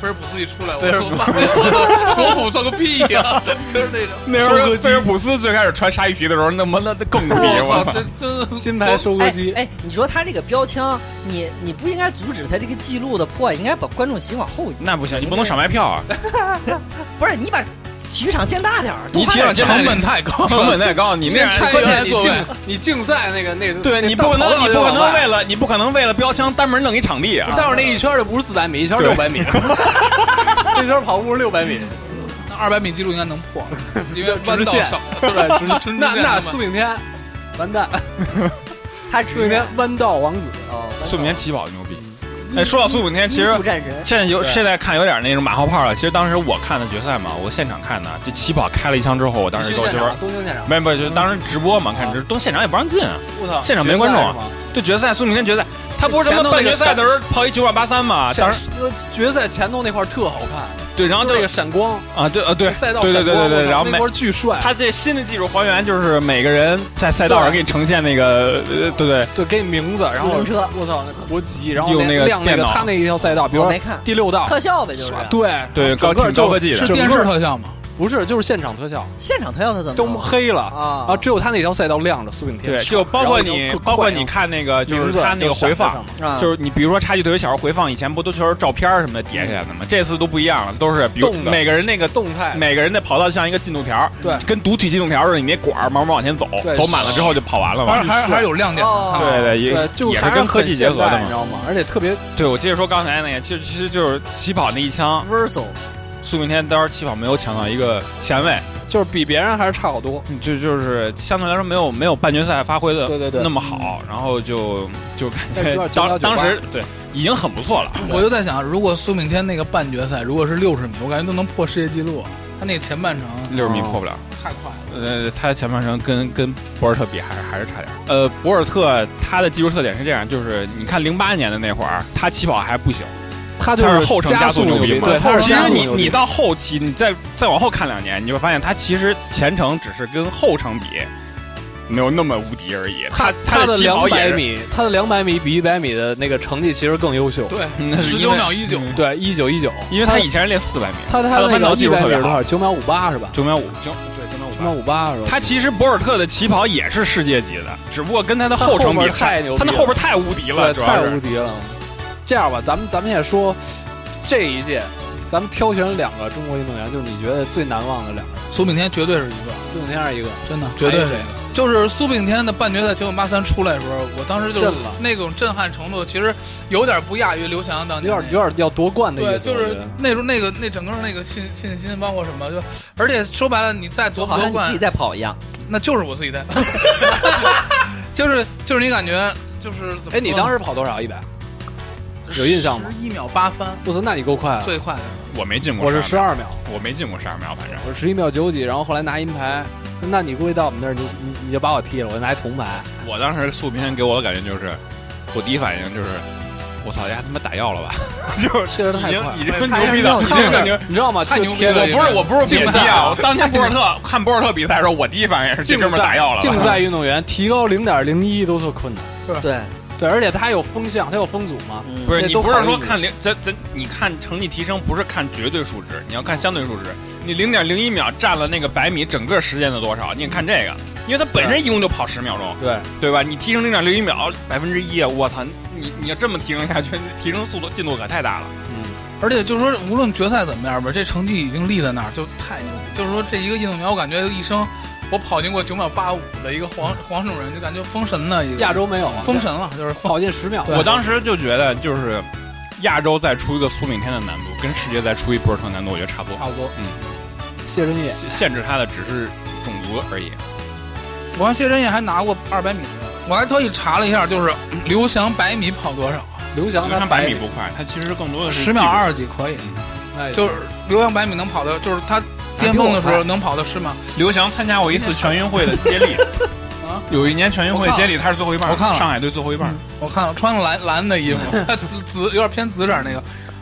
F: 菲尔普斯一出来，我说妈呀，我操索普算个屁呀！就是那种。
D: 那时候菲尔普斯最开始穿鲨鱼皮的时候，那么那那 更牛逼，
F: 我
D: 我
F: 操，
D: 操！
F: 这这
J: 金牌收割
C: 哎
J: 机。
C: 哎，你说他这个标枪，你你不应该阻止他这个记录的破，应该把观众席往后移。
D: 那不行，你不能少卖票 啊！
C: 不是你把体育场建大点儿，多
D: 你体
C: 花
D: 育
C: 点
D: 场 建
C: 钱。
F: 成本太高，
D: 成本太高，你那
F: 先
D: 样
F: 拆原
J: 关键
F: 来
J: 你
F: 座位。
J: 竞你竞赛那个那个，
D: 对
J: 那
D: 你不可能
J: 道跑，
D: 你
J: 就
D: 不可
J: 往
D: 能
J: 外
D: 为了你不可能为了标枪单门弄一场地啊！
J: 但是那一圈儿就不是四百米，一圈儿
D: 对
J: 六百米，这圈儿跑步是六百米，
F: 那二百米记录应该能破，因为弯
J: 直
F: 道
J: 线
F: 少，
J: 是吧？直
F: 直
J: 那
F: 线
J: 那
F: 是吧
J: 苏炳添，完 蛋，
C: 他
J: 苏炳
C: 只
J: 添弯道王子，
C: 哦，
D: 苏炳添起跑牛逼。
J: 嗯
D: 哎，说到苏炳添，其实
C: 音速战神
D: 现在有现在看有点那种马后炮了。其实当时我看的决赛嘛，我现场看的，这起跑开了一枪之后，我当时
J: 你去
D: 都
J: 现
D: 觉得
J: 场，，东京现场，
D: 没有没有，就是当时直播嘛，看直都现场也不让进啊。
J: 我操，
D: 现场没观众啊对决赛，苏炳添决赛，他不是他
J: 前
D: 妈
J: 头
D: 半
J: 那个
D: 决赛的时候跑一九秒八三嘛？
J: 决
D: 啊当
J: 赛是吗，当
D: 时
J: 时决赛前头那块儿特好看，
D: 对，然后
J: 就
D: 这
J: 那个
D: 个
J: 闪光，
D: 啊对啊对
J: 赛道
D: 对对对对
J: 闪光我
D: 对，
J: 操
D: 然后
J: 那
D: 每
J: 波巨帅，
D: 他这新的技术还原就是每个人在赛道上
J: 对
D: 给你呈现那个呃对对
J: 对，给你名字，然后
C: 自行车
J: 我操，那国籍，然后
D: 用那个
J: 亮那
D: 电
J: 个
D: 脑
J: 他那一条赛道，比如
C: 我
J: 说
C: 没看
J: 第六道，
C: 特效呗，就是
J: 对
D: 对高
J: 整个
D: 挺
J: 就
D: 高科技的
F: 是
J: 整
F: 电
J: 个
F: 视特效吗？
J: 不是就是现场特效，
C: 现场特效他怎么
J: 都
C: 弄
J: 黑了
C: 啊
J: 啊，只有他那条赛道亮着，苏炳添
D: 对，
J: 扯
D: 就包括
J: 然后一
D: 你
J: 条
D: 包括
J: 快
D: 你看那个就
J: 名
D: 是
J: 字
D: 他那个
J: 就
D: 回
J: 闪在
D: 放
J: 上。面
C: 啊，
D: 就是你，比如说差距特别小时候回放，以前不都是照片儿什么的叠起来的吗？这次都不一样了，都是比如
J: 动的
D: 每个人那个
J: 动态
D: 每个人的跑道像一个进度条儿，
J: 对
D: 跟读取进度条儿似的，你那管儿慢慢往前走，
J: 对
D: 走满了之后就跑完了
F: 还
D: 嘛。
F: 是还是还是有亮点的。
C: 哦
D: 对对，也
J: 对，就
D: 也
J: 还
D: 跟科
J: 很
D: 技结合
J: 现代
D: 的
J: 你知
D: 嘛。
J: 道吗？而且特别
D: 对，我接着说刚才那个，其实其实就是起跑那一枪，
C: Versal
D: 苏炳添当时起跑没有抢到一个前位，
J: 就是比别人还是差好多。
D: 嗯就就是相对来说没有没有半决赛发挥的
J: 对对对
D: 那么好，然后就就感
J: 但
D: 觉
J: 主要
D: 当
J: 998
D: 当时对已经很不错了。
F: 我就在想，如果苏炳添那个半决赛如果是六十米，我感觉都能破世界纪录。啊他那个前半程
D: 六十
J: 哦
D: 米破不了，
F: 太快了，
D: 呃，他前半程跟跟博尔特比还是还是差点儿。呃，博尔特他的技术特点是这样，就是你看零八年的那会儿，他起跑还不行，
J: 他
D: 他
J: 就是
D: 后程
J: 加
D: 速牛
J: 逼，
D: 嘛。
J: 对，他是
D: 其
J: 加
D: 实
J: 速
D: 你
J: 牛逼
D: 你到后期，你再再往后看两年，你就会发现他其实前程只是跟后程比没有那么无敌而已。
J: 他
D: 他
J: 的
D: 起
J: 两
D: 跑
J: 百
D: 也是，
J: 米，他的两百米比一百米的那个成绩其实更优秀。
D: 那
F: 对，
D: 是
F: 十
D: 因
F: 九
D: 为
F: 秒一九，
J: 对，一九一九，
D: 因为他以前是练四百米，
J: 他他
D: 他的
J: 那
D: 弯道
J: 个
D: 技
J: 一
D: 术
J: 百
D: 特
J: 米
D: 别
J: 是多
D: 好，
J: 少？九秒五八是吧？
D: 九秒五，九对九秒五
J: 九秒五八是吧？
D: 他其实博尔特的起跑也是世界级的，只不过跟他的后程比
J: 他后边太牛逼了
D: 他那后边太无敌了，主
J: 对，太
D: 要
J: 无
D: 是
J: 敌了。这样吧，咱们咱们现在说这一届，咱们挑选两个中国运动员，就是你觉得最难忘的两个，
F: 苏炳添绝对是一个，
J: 孙永天是一个，
F: 真的绝对
J: 还有
F: 是
J: 谁。
F: 就是苏炳添的半决赛九秒八三出来的时候，我当时就是
J: 震了
F: 那种震撼程度，其实有点不亚于刘翔当
J: 有
F: 年
D: 哎
F: 那个。
J: 点有点要夺冠的意
F: 对，
J: 思。
F: 就
J: 我觉
F: 是
J: 得
F: 那时候那个那整个那个信信心，包括什么，就而且说白了，你再夺不
C: 好像
F: 夺
C: 你自己
F: 冠，
C: 在跑一样。
F: 那就是我自己 在，就是就是你感觉就是怎么说呢
J: 哎，你当时跑多少？一百？有印象吗？
F: 一秒八三，
J: 不错，那你够快啊！
F: 最快的。
D: 我没进过
J: 我
D: 十二秒，
J: 是十二秒，
D: 我没进过十二秒，反正
J: 我是十一秒九几，然后后来拿银牌。那你估计到我们那儿，你你你就把我踢了，我拿一铜牌。
D: 我当时苏炳添给我的感觉就是，我第一反应就是，我操，丫他妈打药了吧， 就是
J: 确实太
D: 已
J: 快了
D: 经已经
C: 他
D: 牛逼
C: 他
D: 的，已经感觉。
J: 你知道吗？
F: 太
J: 就
F: 牛逼
J: 贴
F: 了
J: 着
D: 我不是我不是
F: 竞
D: 贬低
F: 赛
D: 啊！我当年博尔特看博尔特比赛的时候，我第一反应也是这
J: 竞
D: 哥们儿打
J: 赛
D: 药了吧。
J: 竞赛运动员提高零点零一都特困难。
C: 对，
J: 对，而且他有风向，他有风阻嘛。
C: 嗯
D: 不是
J: 这
D: 你
J: 都
D: 不是
J: 考
D: 说
J: 虑
D: 看零，咱咱你看成绩提升不是看绝对数值，你要看相对数值。你零点零一秒占了那个百米整个时间的多少？你也看这个，因为它本身一共就跑十秒钟，
J: 对，
D: 对吧？你提升零点零一秒百分之一，啊我操！你你要这么提升下去，提升速度进度可太大了。
F: 而且就是说，无论决赛怎么样吧，这成绩已经立在那儿，就太牛逼。就是说，这一个运动员，我感觉一生，我跑进过九秒八五的一个黄黄种人，就感觉封神了。一个
J: 亚洲没有啊，
F: 封神了，就是封。
J: 跑进十秒。
D: 我当时就觉得，就是亚洲再出一个苏炳添的难度，跟世界再出一博尔特难度，我觉得差不多
J: 差。不多。
D: 嗯，
J: 谢震业
D: 限限制他的只是种族而已。
F: 我看谢震业还拿过二百米的，我还特意查了一下，就是嗯刘翔百米跑多少，
J: 刘翔
D: 他
J: 他
D: 百米不快，他其实更多的是
F: 十秒
D: 技术
F: 二十几可以，
J: 那也
F: 就是刘翔百米能跑到，就是他巅峰的时
J: 嗯哎还比我
F: 候
J: 快
F: 能跑到十秒。
D: 刘翔参加过一次全运会的接力，
F: 啊
D: 有一年全运会接力他是最后一棒，
F: 我看了嗯
D: 上海队最后一棒。
F: 我看了，穿了蓝蓝的衣服，紫紫有点偏紫色那个。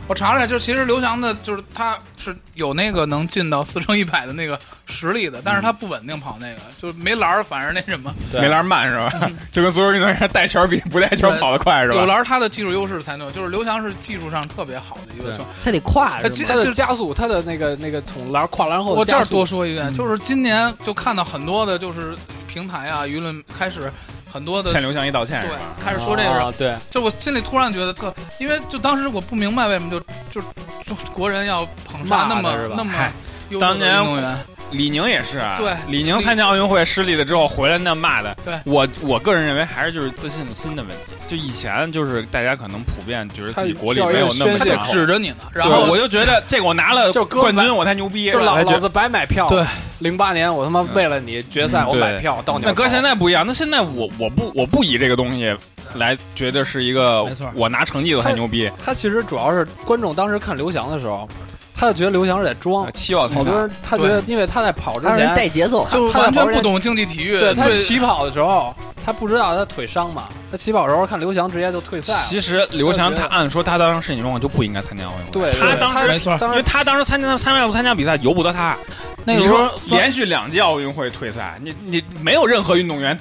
F: 我查了一下，就其实刘翔的，就是他是有那个能进到四乘一百的那个实力的，但是他不稳定跑那个，就是没栏儿，反而那什么，
D: 梅兰慢是吧？就跟足球运动员带球比不带球跑得快是
F: 有
D: 吧？
F: 栏儿他的技术优势才能有，就是刘翔是技术上特别好的一个球员。
C: 他得
J: 呃
C: 跨
F: 哎
C: 是
F: 这
C: 吗
J: 他
F: 就
J: 的加速，他的那个那个从栏跨栏后
F: 我
J: 的
F: 这
J: 加
F: 儿
J: 速
F: 多说一遍，就是今年就看到很多的，就是平台啊、舆论开始很多 的
D: 欠。刘翔一道歉
F: 对
D: 是吧？，
F: 开始说这个，
J: 啊对，
F: 就我心里突然觉得特，因为就当时我不明白为什么就就就国人要捧杀
J: 骂他
F: 那么
J: 是吧
F: 那么
D: 嗨
F: 优秀的
D: 当年
F: 运动员，
D: 李宁也是啊，
F: 对
D: 李宁参加奥运会失利了之后回来那骂的，
F: 对
D: 我我个人认为还是就是自信心的问题。就以前就是大家可能普遍觉得自己国力没有那么
J: 他需要
D: 强
J: 一个宣，
F: 指着你呢，然
D: 对
F: 后
D: 我就觉得这个我拿了
J: 就是哥们
D: 冠军我才牛逼，
J: 就是老
D: 我才觉得
J: 老子白买票。
F: 哎对，
J: 零八年我他妈为了你决赛
D: 嗯
J: 我买
D: 对
J: 票到你
D: 那哥现
J: 在
D: 在不一样，那现在我我不我不以这个东西来觉得是一个
F: 没错
D: 我拿成绩我才牛逼，
J: 他其实主要是观众当时看刘翔的时候，他就觉得刘翔是哦在装，
D: 期望太
J: 好多
D: 大。
J: 人他觉得因啊为他在跑之
C: 让人
J: 前，
C: 带节奏。
F: 就完全不懂竞技体育，
J: 对他
F: 对
J: 起跑的时候他不知道他腿伤嘛，他起跑的时候看刘翔直接就退赛了。
D: 其实刘翔
J: 我
D: 他
J: 觉得
D: 按说他当时身体状况就不应该参加奥运会，
J: 对，
D: 他
J: 对
D: 当
J: 他
D: 时
F: 没错
D: 因
J: 当时
D: 为他当时参加参加不参加比赛由不得他。
F: 那
D: 你
F: 个时
D: 说
F: 候
D: 连续两届奥运会退赛，你你没有任何运动员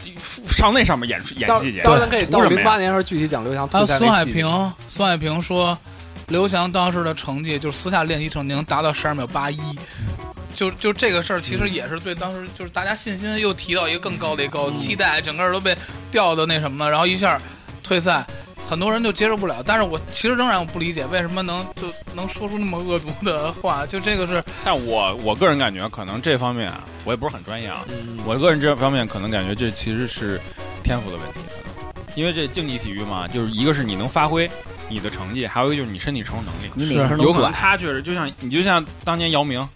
D: 上那上面演演
J: 到
D: 戏去，
J: 当然可以
D: 图
J: 到
D: 什么
J: 零
D: 呀
J: 八？年时候具体讲刘翔
F: 还
J: 退
F: 有
J: 赛
F: 孙
J: 那
F: 海
J: 细节
F: 平，孙海平说，刘翔当时的成绩就是私下练习成绩能达到十二秒八一，就就这个事儿，其实也是对当时就是大家信心又提到一个更高的一个高，期待整个人都被吊的那什么了，然后一下退赛。很多人就接受不了，但是我其实仍然我不理解为什么能就能说出那么恶毒的话，就这个是
D: 但我我个人感觉，可能这方面啊，我也不是很专业啊。
J: 嗯
D: 我个人这方面可能感觉这其实是天赋的问题，可能因为这竞技体育嘛，就是一个是你能发挥你的成绩，还有一个就是你身体承受能力。
C: 你哪
F: 是
C: 根
D: 有
C: 能
D: 可能
C: 转？
D: 他确实就像你就像当年姚明，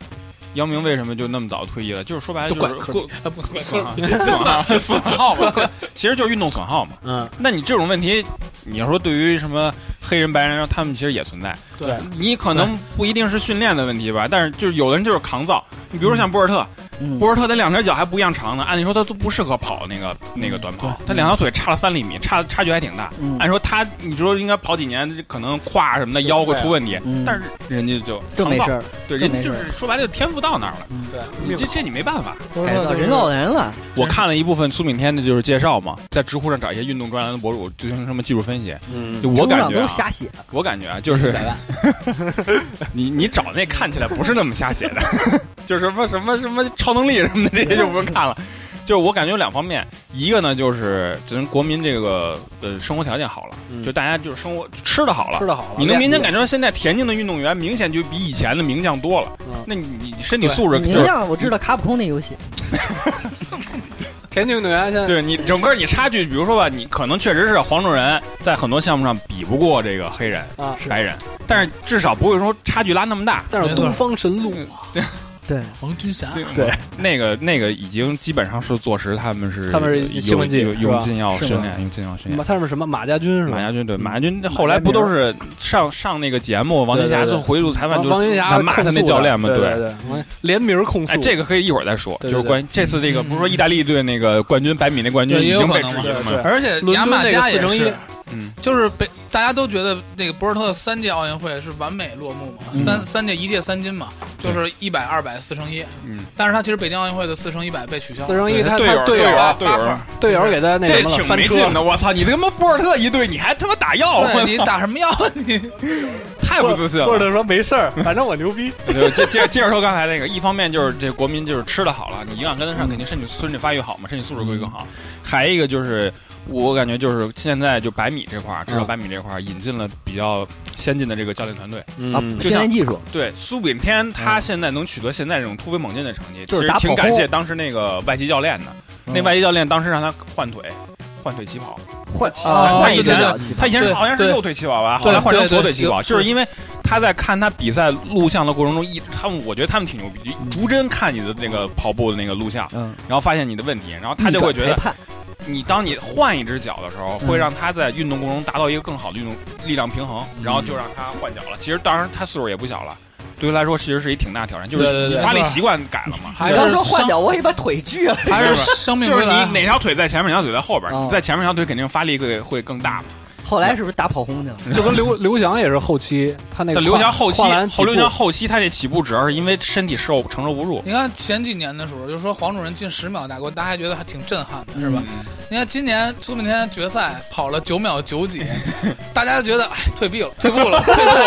D: 姚明为什么就那么早退役了？就是说白了
F: 都
D: 就
F: 怪
D: 是
F: 科
D: 过
F: 比，啊不怪科
D: 损
F: 比
D: 耗啊 损耗损耗嘛，其实就是运动损耗嘛。
J: 嗯，
D: 那你这种问题，你要说对于什么黑人、白人，他们其实也存在。
F: 对，
D: 你可能不一定是训练的问题吧，但是就是有的人就是抗造。你比如说像博尔特，
C: 嗯
D: 博尔特他两条脚还不一样长呢，按理说他都不适合跑那个那个短跑，他两条腿差了三厘米，差差距还挺大。
C: 嗯
D: 按说他，你说应该跑几年，可能胯什么的腰会出问题，
C: 嗯
D: 但是人家就
C: 更没
D: 抗
C: 事
D: 造
C: 儿，
D: 对，
C: 这
D: 人
C: 没事
D: 就
C: 儿
D: 是说白了，就天赋到那儿了。
C: 嗯
D: 你这这你没办法。
F: 博尔
C: 改
F: 特
C: 造
F: 就是
C: 人造人了，
D: 我看了一部分苏炳添的就是介绍嘛，在知乎上找一些运动专栏的博主进行什么技术分析。
J: 嗯
D: 就我
C: 知乎
D: 感
C: 上
D: 觉、
C: 都
D: 啊
C: 是，瞎写，
D: 我感觉啊，就是
C: 百万
D: 你你找那看起来不是那么瞎写的， 就是什么什么什么超能力什么的这些就不用看了。就是我感觉有两方面，一个呢就是咱国民这个呃生活条件好了，
J: 嗯
D: 就大家就是生活吃的好了，
J: 吃的好了，
D: 你能明显感觉到现在田径的运动员明显就比以前的名将多了。
J: 嗯
D: 那你你身体素质
C: 你
D: 就
C: 这
D: 是
C: 样我知道卡普空那游戏，
J: 田径运动员现 在
D: 对你整个你差距，比如说吧，你可能确实是黄种人在很多项目上比不过这个黑人、
J: 啊
D: 白人，但是至少不会说差距拉那么大。
J: 但是
F: 没错
J: 东方神鹿
C: 对，
F: 王军霞，
J: 对，
D: 那个那个已经基本上是坐实他们是
J: 他们是
D: 有
J: 兴奋剂
D: 有
J: 是吧
D: 用禁药
C: 是吗
D: 训练，用禁药训
J: 马，
D: 练。
J: 他们什么马家军是
D: 马
J: 吧？
D: 家军对马家军后来不都是上上那个节目，王金霞
J: 对对对
D: 就回录采访就
J: 王金霞
D: 他骂他
J: 控
D: 那
J: 诉
D: 教
J: 的
D: 练嘛，
J: 对对，王联名控
D: 哎
J: 诉，
D: 这个可以一会儿再说，
J: 对对
D: 就是
J: 对
D: 关于这次这个
F: 嗯
D: 不是说意大利队那个冠军百米那冠军
F: 对
D: 已
F: 也有
D: 经被
F: 可能
D: 质疑了
J: 对
D: 吗？
J: 对
F: 而且
J: 伦敦
F: 牙买
J: 那个
F: 加也
J: 4-1
F: 是，
D: 嗯，
F: 就是被大家都觉得那个博尔特三届奥运会是完美落幕嘛，三三届一届三金嘛，就是一百、二百、四乘一。
D: 嗯，
F: 但是他其实北京奥运会的四乘一百被取消
J: 四
F: 了，
J: 乘一，他
D: 队友
J: 他队
D: 队
J: 友啊
D: 友
F: 八
D: 队友啊
F: 八块
J: 队友给他那
D: 这
J: 什么了，
D: 挺
J: 翻
D: 没
J: 车
D: 劲的，我操！你他妈博尔特一队，你还他妈打药，啊
F: 对
D: 我
F: 你
D: 操
F: 打什么药？啊你
D: 太不自信
J: 或
D: 了。
J: 者说没事儿，反正我牛逼。
D: 对接接接着说刚才那个，一方面就是这国民就是吃的好了，你营养跟得
J: 嗯
D: 上，肯定身体身体发育好嘛，身体素质会更好。还一个就是我感觉就是现在就百米这块儿，至少
J: 嗯
D: 百米这块儿引进了比较先进的这个教练团队。
C: 啊， 训练技术，
D: 对，苏炳添
J: 嗯
D: 他现在能取得现在这种突飞猛进的成绩，
C: 就是
D: 其
C: 打
D: 实挺
C: 跑
D: 感
C: 轰
D: 谢当时那个外籍教练的。那
J: 嗯
D: 外籍教练当时让他换腿，换腿起跑。
C: 换
D: 啊
F: 哦
D: 他以前
F: 对
D: 他以前是
F: 对
D: 好像是
F: 对
D: 右腿起跑吧，
F: 对
D: 后来换成
F: 对
D: 左
F: 对
D: 腿起
F: 对
D: 跑，就是
F: 是
D: 因为他在看他比赛录像的过程中，一他们我觉得他们挺牛逼，
F: 嗯
D: 逐帧看你的那个跑步的那个录像，
C: 嗯，
D: 然后发现你的问题，然后他就会觉
C: 逆转
D: 得
C: 裁判
D: 你当你换一只脚的时候，
C: 嗯
D: 会让他在运动过程中达到一个更好的运动力量平衡，
F: 嗯
D: 然后就让他换脚了。其实当然他岁数也不小了，对他来说其实是一挺大挑战，就
F: 对对
D: 是
F: 对
D: 你发力习惯改了嘛。
J: 哎
F: 还
C: 你
F: 是
C: 刚说换
F: 伤
C: 脚，我也把腿锯了，
F: 还是生命
D: 就
F: 归
D: 是你
F: 来？啊
D: 哪条腿在前面，哪条腿在后边，
C: 哦
D: 你在前面那条腿肯定发力会会更大嘛。
C: 后来是不是打跑轰去了？
J: 就跟刘刘翔也是后期，他那个
D: 但刘翔后期，
J: 哎跨栏起
D: 后
J: 步
D: 刘翔后期他这起步主要是因为身体受承受不住，
F: 你看前几年的时候，就说黄种人进十秒大关，大家还觉得还挺震撼的，是吧？你看今年苏炳添决赛跑了九秒九几，大家就觉得哎退避了，退步了，退步了，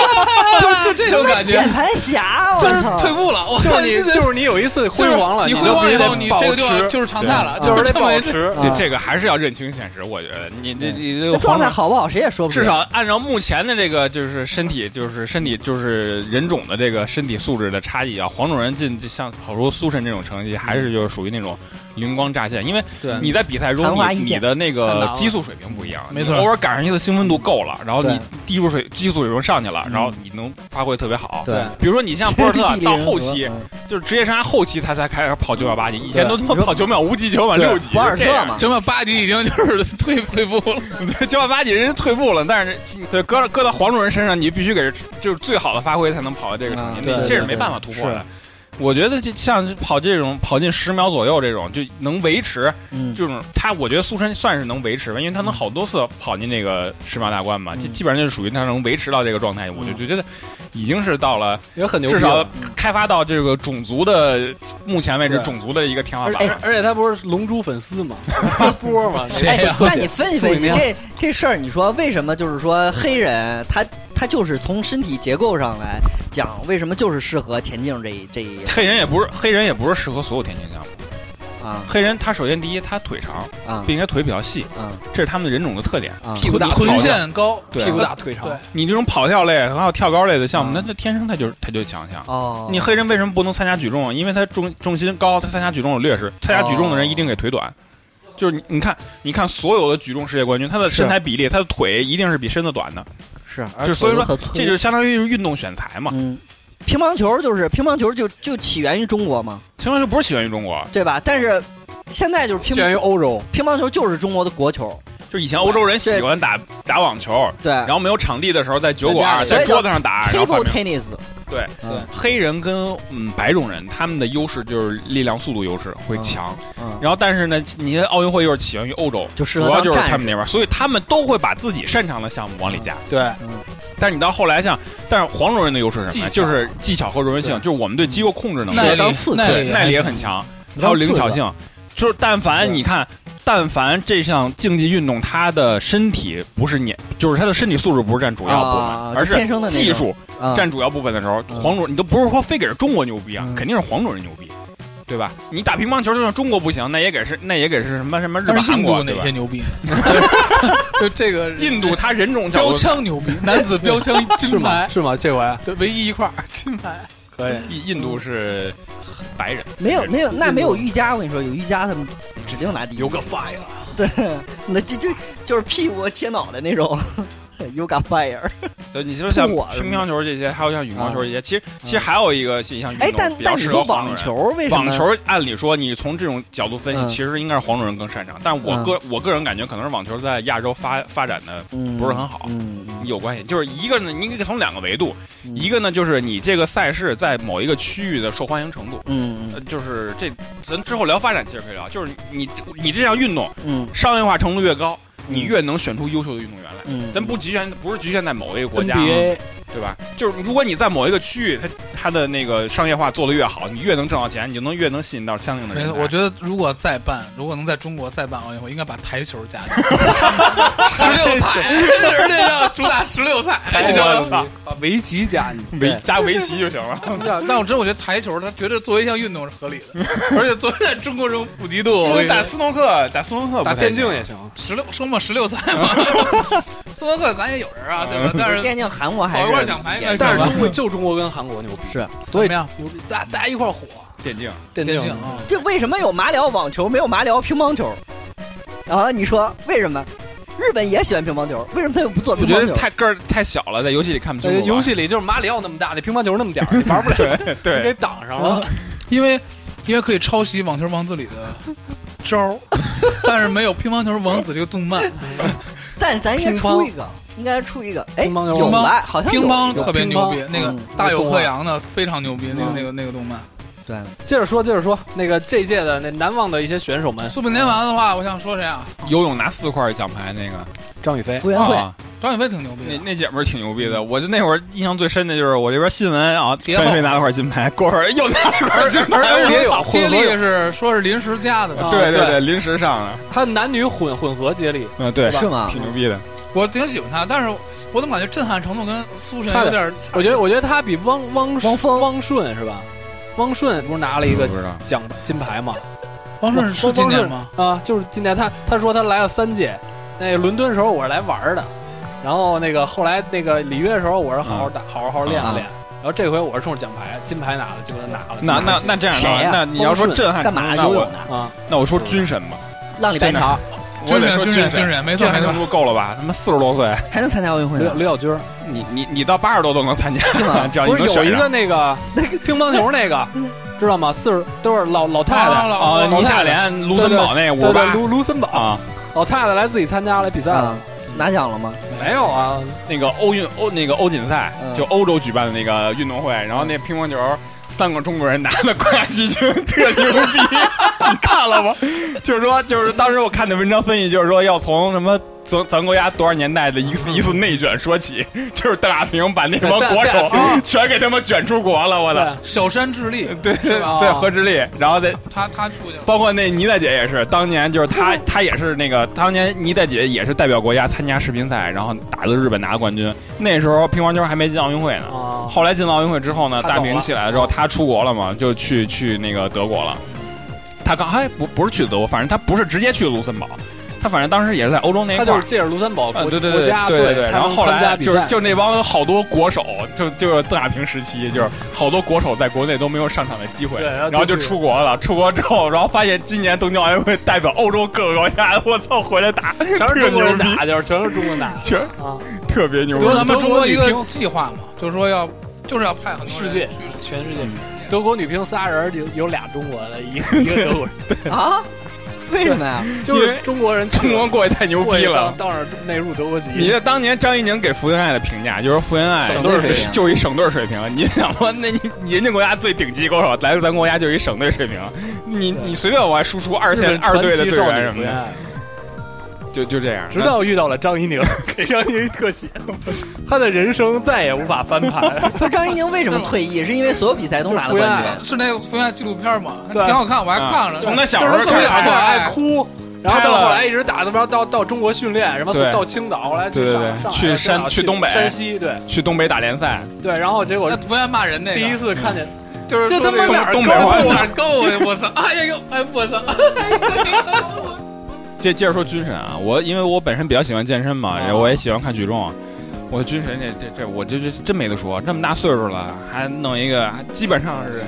F: 就就这种感 觉
C: 键，盘侠， 我
F: 就是
C: 操
F: 退步了。我
J: 就是你
F: 这
J: 就是你有一次
F: 就
J: 辉
F: 是
J: 煌了，
F: 你
J: 就
F: 辉煌以
J: 必须
F: 后，
J: 得
F: 你
J: 保
F: 这个就
J: 持
F: 要就是常态了，
J: 就是得
F: 这么
J: 保
F: 一
J: 持。
D: 这
C: 啊
D: 这个还是要认清现实。我觉得你
J: 嗯
D: 这你这
C: 那
D: 个
C: 状
D: 黄
C: 态
D: 种，
C: 好不好谁也说不
D: 至
C: 定
D: 少按照目前的这个就是身体就是身体就是人种的这个身体素质的差异啊，黄种人进像跑出苏神这种成绩，还是就是属于那种灵光乍现，因为
J: 对
D: 你在比赛中
C: 昙花一
D: 你
C: 现
D: 你的那
F: 看到
D: 个
F: 了
D: 激素水平不一样，
F: 没错
D: 你偶尔赶上一次兴奋度够了，然后你
C: 对
D: 低速水激素水平上去了，然后你能发挥特别好。
C: 对，
D: 比如说你像博尔特
C: 地理
D: 到
C: 人
D: 后
C: 格
D: 期。
C: 嗯
D: 就是职业生涯后期他才开始跑九秒八级，以前都
C: 对
D: 他妈跑九秒五级、九秒六级，
C: 博尔特嘛，
F: 九秒八级已经就是 退退步了。
D: 九秒八级人家退步了，但是对搁到搁到黄种人身上，你必须给人就是最好的发挥才能跑到这个成绩，
C: 嗯
D: 那这
J: 对
D: 是
J: 对
D: 没
J: 对
D: 办法突破的。我觉得这像跑这种跑进十秒左右这种就能维持
C: 嗯，
D: 这种，他我觉得苏珊算是能维持吧，因为他
J: 嗯
D: 能好多次跑进这个十秒大关嘛，
C: 嗯
D: 就基本上就是属于他能维持到这个状态，我就就觉得已经是到了
J: 也很嗯牛逼
D: 至
J: 了，
D: 少开发到这个种族的目前为止
J: 对
D: 种族的一个天花
J: 而
D: 板。
J: 而而且他不是龙珠粉丝嘛，发波嘛，
F: 谁
C: 哎
F: 呀，
C: 那你分析分析
J: 苏炳
C: 这这事儿，你说为什么就是说黑人他他就是从身体结构上来讲，为什么就是适合田径这一这一
D: 黑人也不是黑人也不是适合所有田径项目。
C: 啊
D: 黑人他首先第一，他腿长，
C: 啊
D: 并且腿比较细，
C: 啊
D: 这是他们人种的特点。
C: 啊！
J: 屁股大
F: 臀线高，
D: 对
J: 屁股大腿长
F: 对，
D: 你这种跑跳类还有跳高类的项目，
C: 嗯
D: 那他天生他就是他就强项。
C: 哦，
D: 你黑人为什么不能参加举重？啊因为他重重心高，他参加举重有劣势。参加举重的
C: 哦
D: 人一定给腿短，就是你你看你看所有的举重世界冠军，他的身材比例，他的腿一定是比身子短的，
C: 是，
D: 就所以说
C: 而腿和
D: 这就是相当于是运动选材嘛。
C: 嗯，乒乓球就是乒乓球就就起源于中国嘛，
D: 乒乓球不是起源于中国，
C: 对吧？但是现在就是乒
J: 居然于欧洲，
C: 乒乓球就是中国的国球，
D: 就以前欧洲人喜欢打打网球，
C: 对
D: 然后没有场地的时候在酒馆
C: 所以
D: 在
C: 叫
D: 桌子上打，然后发
C: table
D: 明
C: tennis，
D: 对
C: 嗯
D: 对，黑人跟嗯白种人他们的优势就是力量、速度优势会强。
C: 嗯，
D: 然后，但是呢，你的奥运会又是起源于欧洲，
C: 就适
D: 主
C: 合
D: 要
C: 当
D: 就是
C: 战
D: 他
C: 士。
D: 们那边，所以他们都会把自己擅长的项目往里加。
J: 对，
C: 嗯
D: 但是你到后来像，但是黄种人的优势是什么呀？
F: 技巧
D: 就是技巧和柔韧性，就是我们对肌肉控制能
F: 耐
D: 力、
F: 力
C: 当刺客
F: 耐
D: 对
F: 力
D: 耐力也
F: 还
D: 很强，
C: 你
D: 还有
C: 当
D: 灵
C: 刺
D: 巧
C: 客
D: 性。就是但凡你看，但凡这项竞技运动，它的身体不是你，就是他的身体素质不是占主要部分，
C: 啊
D: 而
C: 就天生的
D: 是
C: 那种
D: 技术
C: 啊
D: 占主要部分的时候，
C: 嗯
D: 黄种你都不是说非给人中国牛逼啊，
C: 嗯
D: 肯定是黄种人牛逼，对吧？你打乒乓球就算中国不行，那也给是那也给是什么什么日
F: 但
D: 本、
F: 是
D: 韩
F: 印
D: 国
F: 度
D: 对
F: 哪
D: 吧
F: 些？牛逼？ 就这 个
D: 印度它人种角
F: 标
D: 度
F: 枪 牛逼，男子标枪
J: 是
F: 金
J: 吗？
F: 牌，
J: 是吗？这
D: 啊
J: 回
F: 对，唯一一块儿 金牌。
J: 可以。
D: 印印度是白人，
C: 没有没有，那没有瑜伽，我跟你说，有瑜伽他们指定拿第一。
D: 个 fire。
C: 对，那这这就是屁股贴脑袋那种 ，yoga fire。
D: 对，你说像
C: 吐啊什
D: 乒
C: 么的
D: 乓球这些，还有像羽毛球这些，其实其实还有一个一项运
C: 哎，但
D: 动比较
C: 但你
D: 适合
C: 说
D: 黄
C: 网
D: 种人。
C: 球为什么？
D: 网球按理说，你从这种角度分析，
C: 嗯
D: 其实应该是黄种人更擅长。但我个我个人感觉，可能是网球在亚洲发发展的
C: 嗯
D: 不是很好
C: 嗯，嗯
D: 有关系。就是一个呢，你可以从两个维度，
C: 嗯
D: 一个呢就是你这个赛事在某一个区域的受欢迎程度。
C: 嗯
D: 呃就是这，咱之后聊发展其实可以聊。就是你你这项运动
C: 嗯
D: 商业化程度越高，你越能选出优秀的运动员来。
C: 嗯，
D: 咱不局限，不是局限在某一个国家啊，
J: NBA
D: 对吧？就是如果你在某一个区域，它它的那个商业化做得越好，你越能挣到钱，你就能越能吸引到相应的
F: 没
D: 人
F: 错，
D: 才。
F: 我觉得如果再办，如果能在中国再办奥运会，应该把台球加进去， 十六 彩，而且要主打十六彩，你知道吗？
J: 操！把围棋加你，
D: 哎围加围棋就行了。
F: 啊但我真我觉得台球，它绝对作为一项运动是合理的，而且作为在中国这种普及度，我跟你说
D: 打斯诺克，打斯诺克，
J: 打电竞也行。
F: 十六说嘛，十六赛嘛， 斯诺克咱也有人啊，对吧？但是
C: 电竞韩国还
F: 跑一块
C: 是
F: 奖牌应该
C: 也
F: 是
J: 但是
F: 吧
J: 中国就中国跟韩国牛逼，
C: 是
J: 所
F: 怎
J: 以
F: 么样？
J: 牛逼
F: 咱大家一块儿火，
D: 电竞，
J: 电
F: 电
J: 竞
F: 竞啊，
C: 这为什么有麻聊网球没有麻聊乒乓球？啊，你说为什么？日本也喜欢乒乓球，为什么他又不做
D: 我
C: 乒
D: 觉
C: 乓
D: 得
C: 球？
D: 太个儿太小了，在游戏里看不
J: 呃
D: 清楚吧。
J: 游戏里就是马里奥那么大，那乒乓球那么 点儿，你玩不了，你给
D: 对，
J: 挡上了。
F: 因为因为可以抄袭《网球王子》里的招儿，但是没有《乒乓球王子》这个动漫。
C: 但咱应该
J: 乒
C: 出
J: 乓
C: 一个，应该出一个。哎，
J: 乒乓球
C: 有
F: 乒乓
C: 了，好像有
F: 乒乓特别
J: 乒
F: 牛
J: 乓
F: 逼，那个
C: 嗯
F: 大有
J: 动
F: 克
J: 漫
F: 洋的非常牛逼，那个那个那个动漫。
C: 对，
J: 接着说，接着说，那个这届的那难忘的一些选手们，
F: 说本田完的话，我想说谁啊？
D: 游泳拿四块奖牌那个，
J: 张雨霏
C: 福原会
D: 啊，
F: 张雨霏挺牛逼
D: 那
F: 的。
D: 那姐们儿挺牛逼的。我就那会儿印象最深的就是我这边新闻啊，
F: 别
D: 张雨
F: 后
D: 霏拿了块金牌，过会儿又拿了块金
F: 而
D: 牌，
F: 而
D: 我
F: 且
D: 操
F: 接力是说是临时加的，
J: 啊
D: 对
J: 对
D: 对，临时上的，
J: 他男女混混合接力，
D: 嗯，对，
C: 是吗？
D: 挺牛逼的。
F: 我挺喜欢他，但是我怎么感觉震撼程度跟苏神
J: 差
F: 有
J: 点
F: 点儿差？
J: 我觉得，我觉得他比汪汪
C: 汪峰
J: 汪顺是吧？汪顺不是拿了一个
D: 不知道，
J: 奖金牌吗？
F: 王顺是
J: 汪
F: 今
J: 汪
F: 年
J: 顺
F: 吗？
J: 啊，就是今年他他说他来了三届，那伦敦时候我是来玩儿的，然后那个后来那个里约的时候我是好好打，好好好练了练，然后这回我是冲着奖牌金牌拿的，结果他拿了。
D: 那那那这样
C: 谁
D: 的
C: 呀
D: 话，那你要说震撼
C: 干
D: 程度，
C: 嘛
D: 那
C: 游
D: 我
C: 泳呢？
J: 啊，
D: 那我说军神吧，
C: 浪里白条
F: 军
D: 我得
F: 人，
D: 说
F: 军
D: 神，
F: 人，军人，没
D: 没
F: 错，没错
D: 程。度够了吧？他妈四十多岁，
C: 还能参加奥运会
J: 刘
C: 呢？
J: 刘小军儿
D: 你你你到八十多都能参加
C: 是吗，
D: 只要你
J: 不是
D: 能
J: 有
D: 选
J: 一个
D: 上。
J: 那个 乒乓球那个
C: 嗯，
J: 知道吗？四十都是老老太
F: 啊
J: 太，
F: 老
D: 啊，
F: 老
D: 倪
F: 太
D: 夏
F: 太
D: 莲、卢森堡那五
J: 对
D: 十
J: 对，
D: 八
J: 卢卢森堡
D: 啊，
J: 老太太来自己参加来比赛
C: 啊
J: 了，，
C: 拿奖了吗？
J: 没有啊？
D: 那个欧运欧那个欧锦赛，
C: 嗯
D: 就欧洲举办的那个运动会，然后那乒乓球。三个中国人拿了冠亚季军，特牛逼！你看了吗？就是说，就是当时我看的文章分析，就是说要从什么咱咱国家多少年代的一次一次内卷说起，就是邓亚萍把那帮
J: 对
D: 国手
J: 邓亚萍
D: 全给他们卷出国了，我的。
F: 小山智利，
D: 对
F: 是吧
D: 对，何志力，然后再
F: 他他出去了。
D: 包括那倪大姐也是，当年就是 她，她也是那个当年倪大姐也是代表国家参加世乒赛，然后打的日本拿的冠军。那时候乒乓球还没进奥运会呢，
J: 啊，
D: 后来进了奥运会之后呢，
J: 她走了哦
D: 大平起来了之后，她出国了嘛，就去去那个德国了。她刚还不不是去德国，反正她不是直接去卢森堡，她反正当时也是在欧洲那一
J: 他
D: 块
J: 就是
D: 儿。
J: 借着卢森堡
D: 啊，
J: 国
D: 对对
J: 国
D: 对
J: 家
D: 对
J: 队，
D: 对，
J: 他
D: 然后
J: 们
D: 后
J: 参加
D: 来
J: 比
D: 就是
J: 赛，
D: 就那帮好多国手，就就是邓亚萍时期，就是好多国手在国内都没有上场的机会，
J: 对然后
D: 然
J: 就
D: 后就
J: 去
D: 出国了。出国之后，然后发现今年东京奥运会代表欧洲各个国家， 我操，回来打，
J: 全是
D: 特
J: 中国
D: 牛
J: 人
D: 逼，
J: 打，就是全是中国 人打
D: 全
J: 啊，
D: 特别牛
F: 不是咱
D: 逼。
F: 们中国一
J: 德
F: 个
J: 国女
F: 计划嘛，就是说要就是要派很多人
J: 世界
F: 去
D: 嗯
J: 全世界。
F: 世界
J: 德国女乒仨人有有俩中国的，一个一个德国人，
C: 啊，为什么呀？
J: 就是中国人
D: 中国过也太牛逼了。
J: 到那儿内入德国籍。
D: 你这当年张怡宁给福原爱的评价，就是福原爱
C: 省队水平
D: 就是一省队水平。你想说，那你你人家国家最顶级高手来咱国家就是一省队水平，你你随便我还输出二
J: 日
D: 线
J: 本
D: 二队的
J: 传奇
D: 队
J: 少
D: 员
J: 女
D: 什
J: 不
D: 么
J: 愿
D: 的，
J: 爱
D: 就就这样。
J: 直到遇到了张怡 宁，给张怡宁特写，他的人生再也无法翻盘。
C: 不是张怡宁为什么退役？是因为所有比赛都拿了
J: 就是啊
C: 冠
J: 不愿
C: 军
J: 意。
F: 是那个福原爱纪录片嘛，还
J: 对
F: 挺好看，我还看
D: 啊
F: 了。
D: 从他小
J: 就
D: 时
J: 是
D: 候
J: 他从
D: 开始
J: 小
F: 开始
J: 爱哭，然后
D: 开
J: 到
D: 了
J: 后来一直打他妈到到中国训练，什么
D: 对
J: 到青岛，后来
D: 对对
J: 上
D: 对
J: 上海
D: 去山
J: 青岛
D: 去东北
J: 山西，对
D: 去东北打联赛，
J: 对，然后结果
F: 那福原爱骂人那个，
J: 第一次 看见
F: 就是
J: 这
F: 说
J: 他妈
F: 那个
J: 哪儿
D: 东
J: 高
D: 北话
J: 啊
F: 哪儿够呀！我操！哎呀呦！哎我操！
D: 接接着说军神啊，我因为我本身比较喜欢健身嘛，
J: 啊
D: 我也喜欢看举重。我军神这这这，我这这真没得说，这么大岁数了还弄一个，还基本上是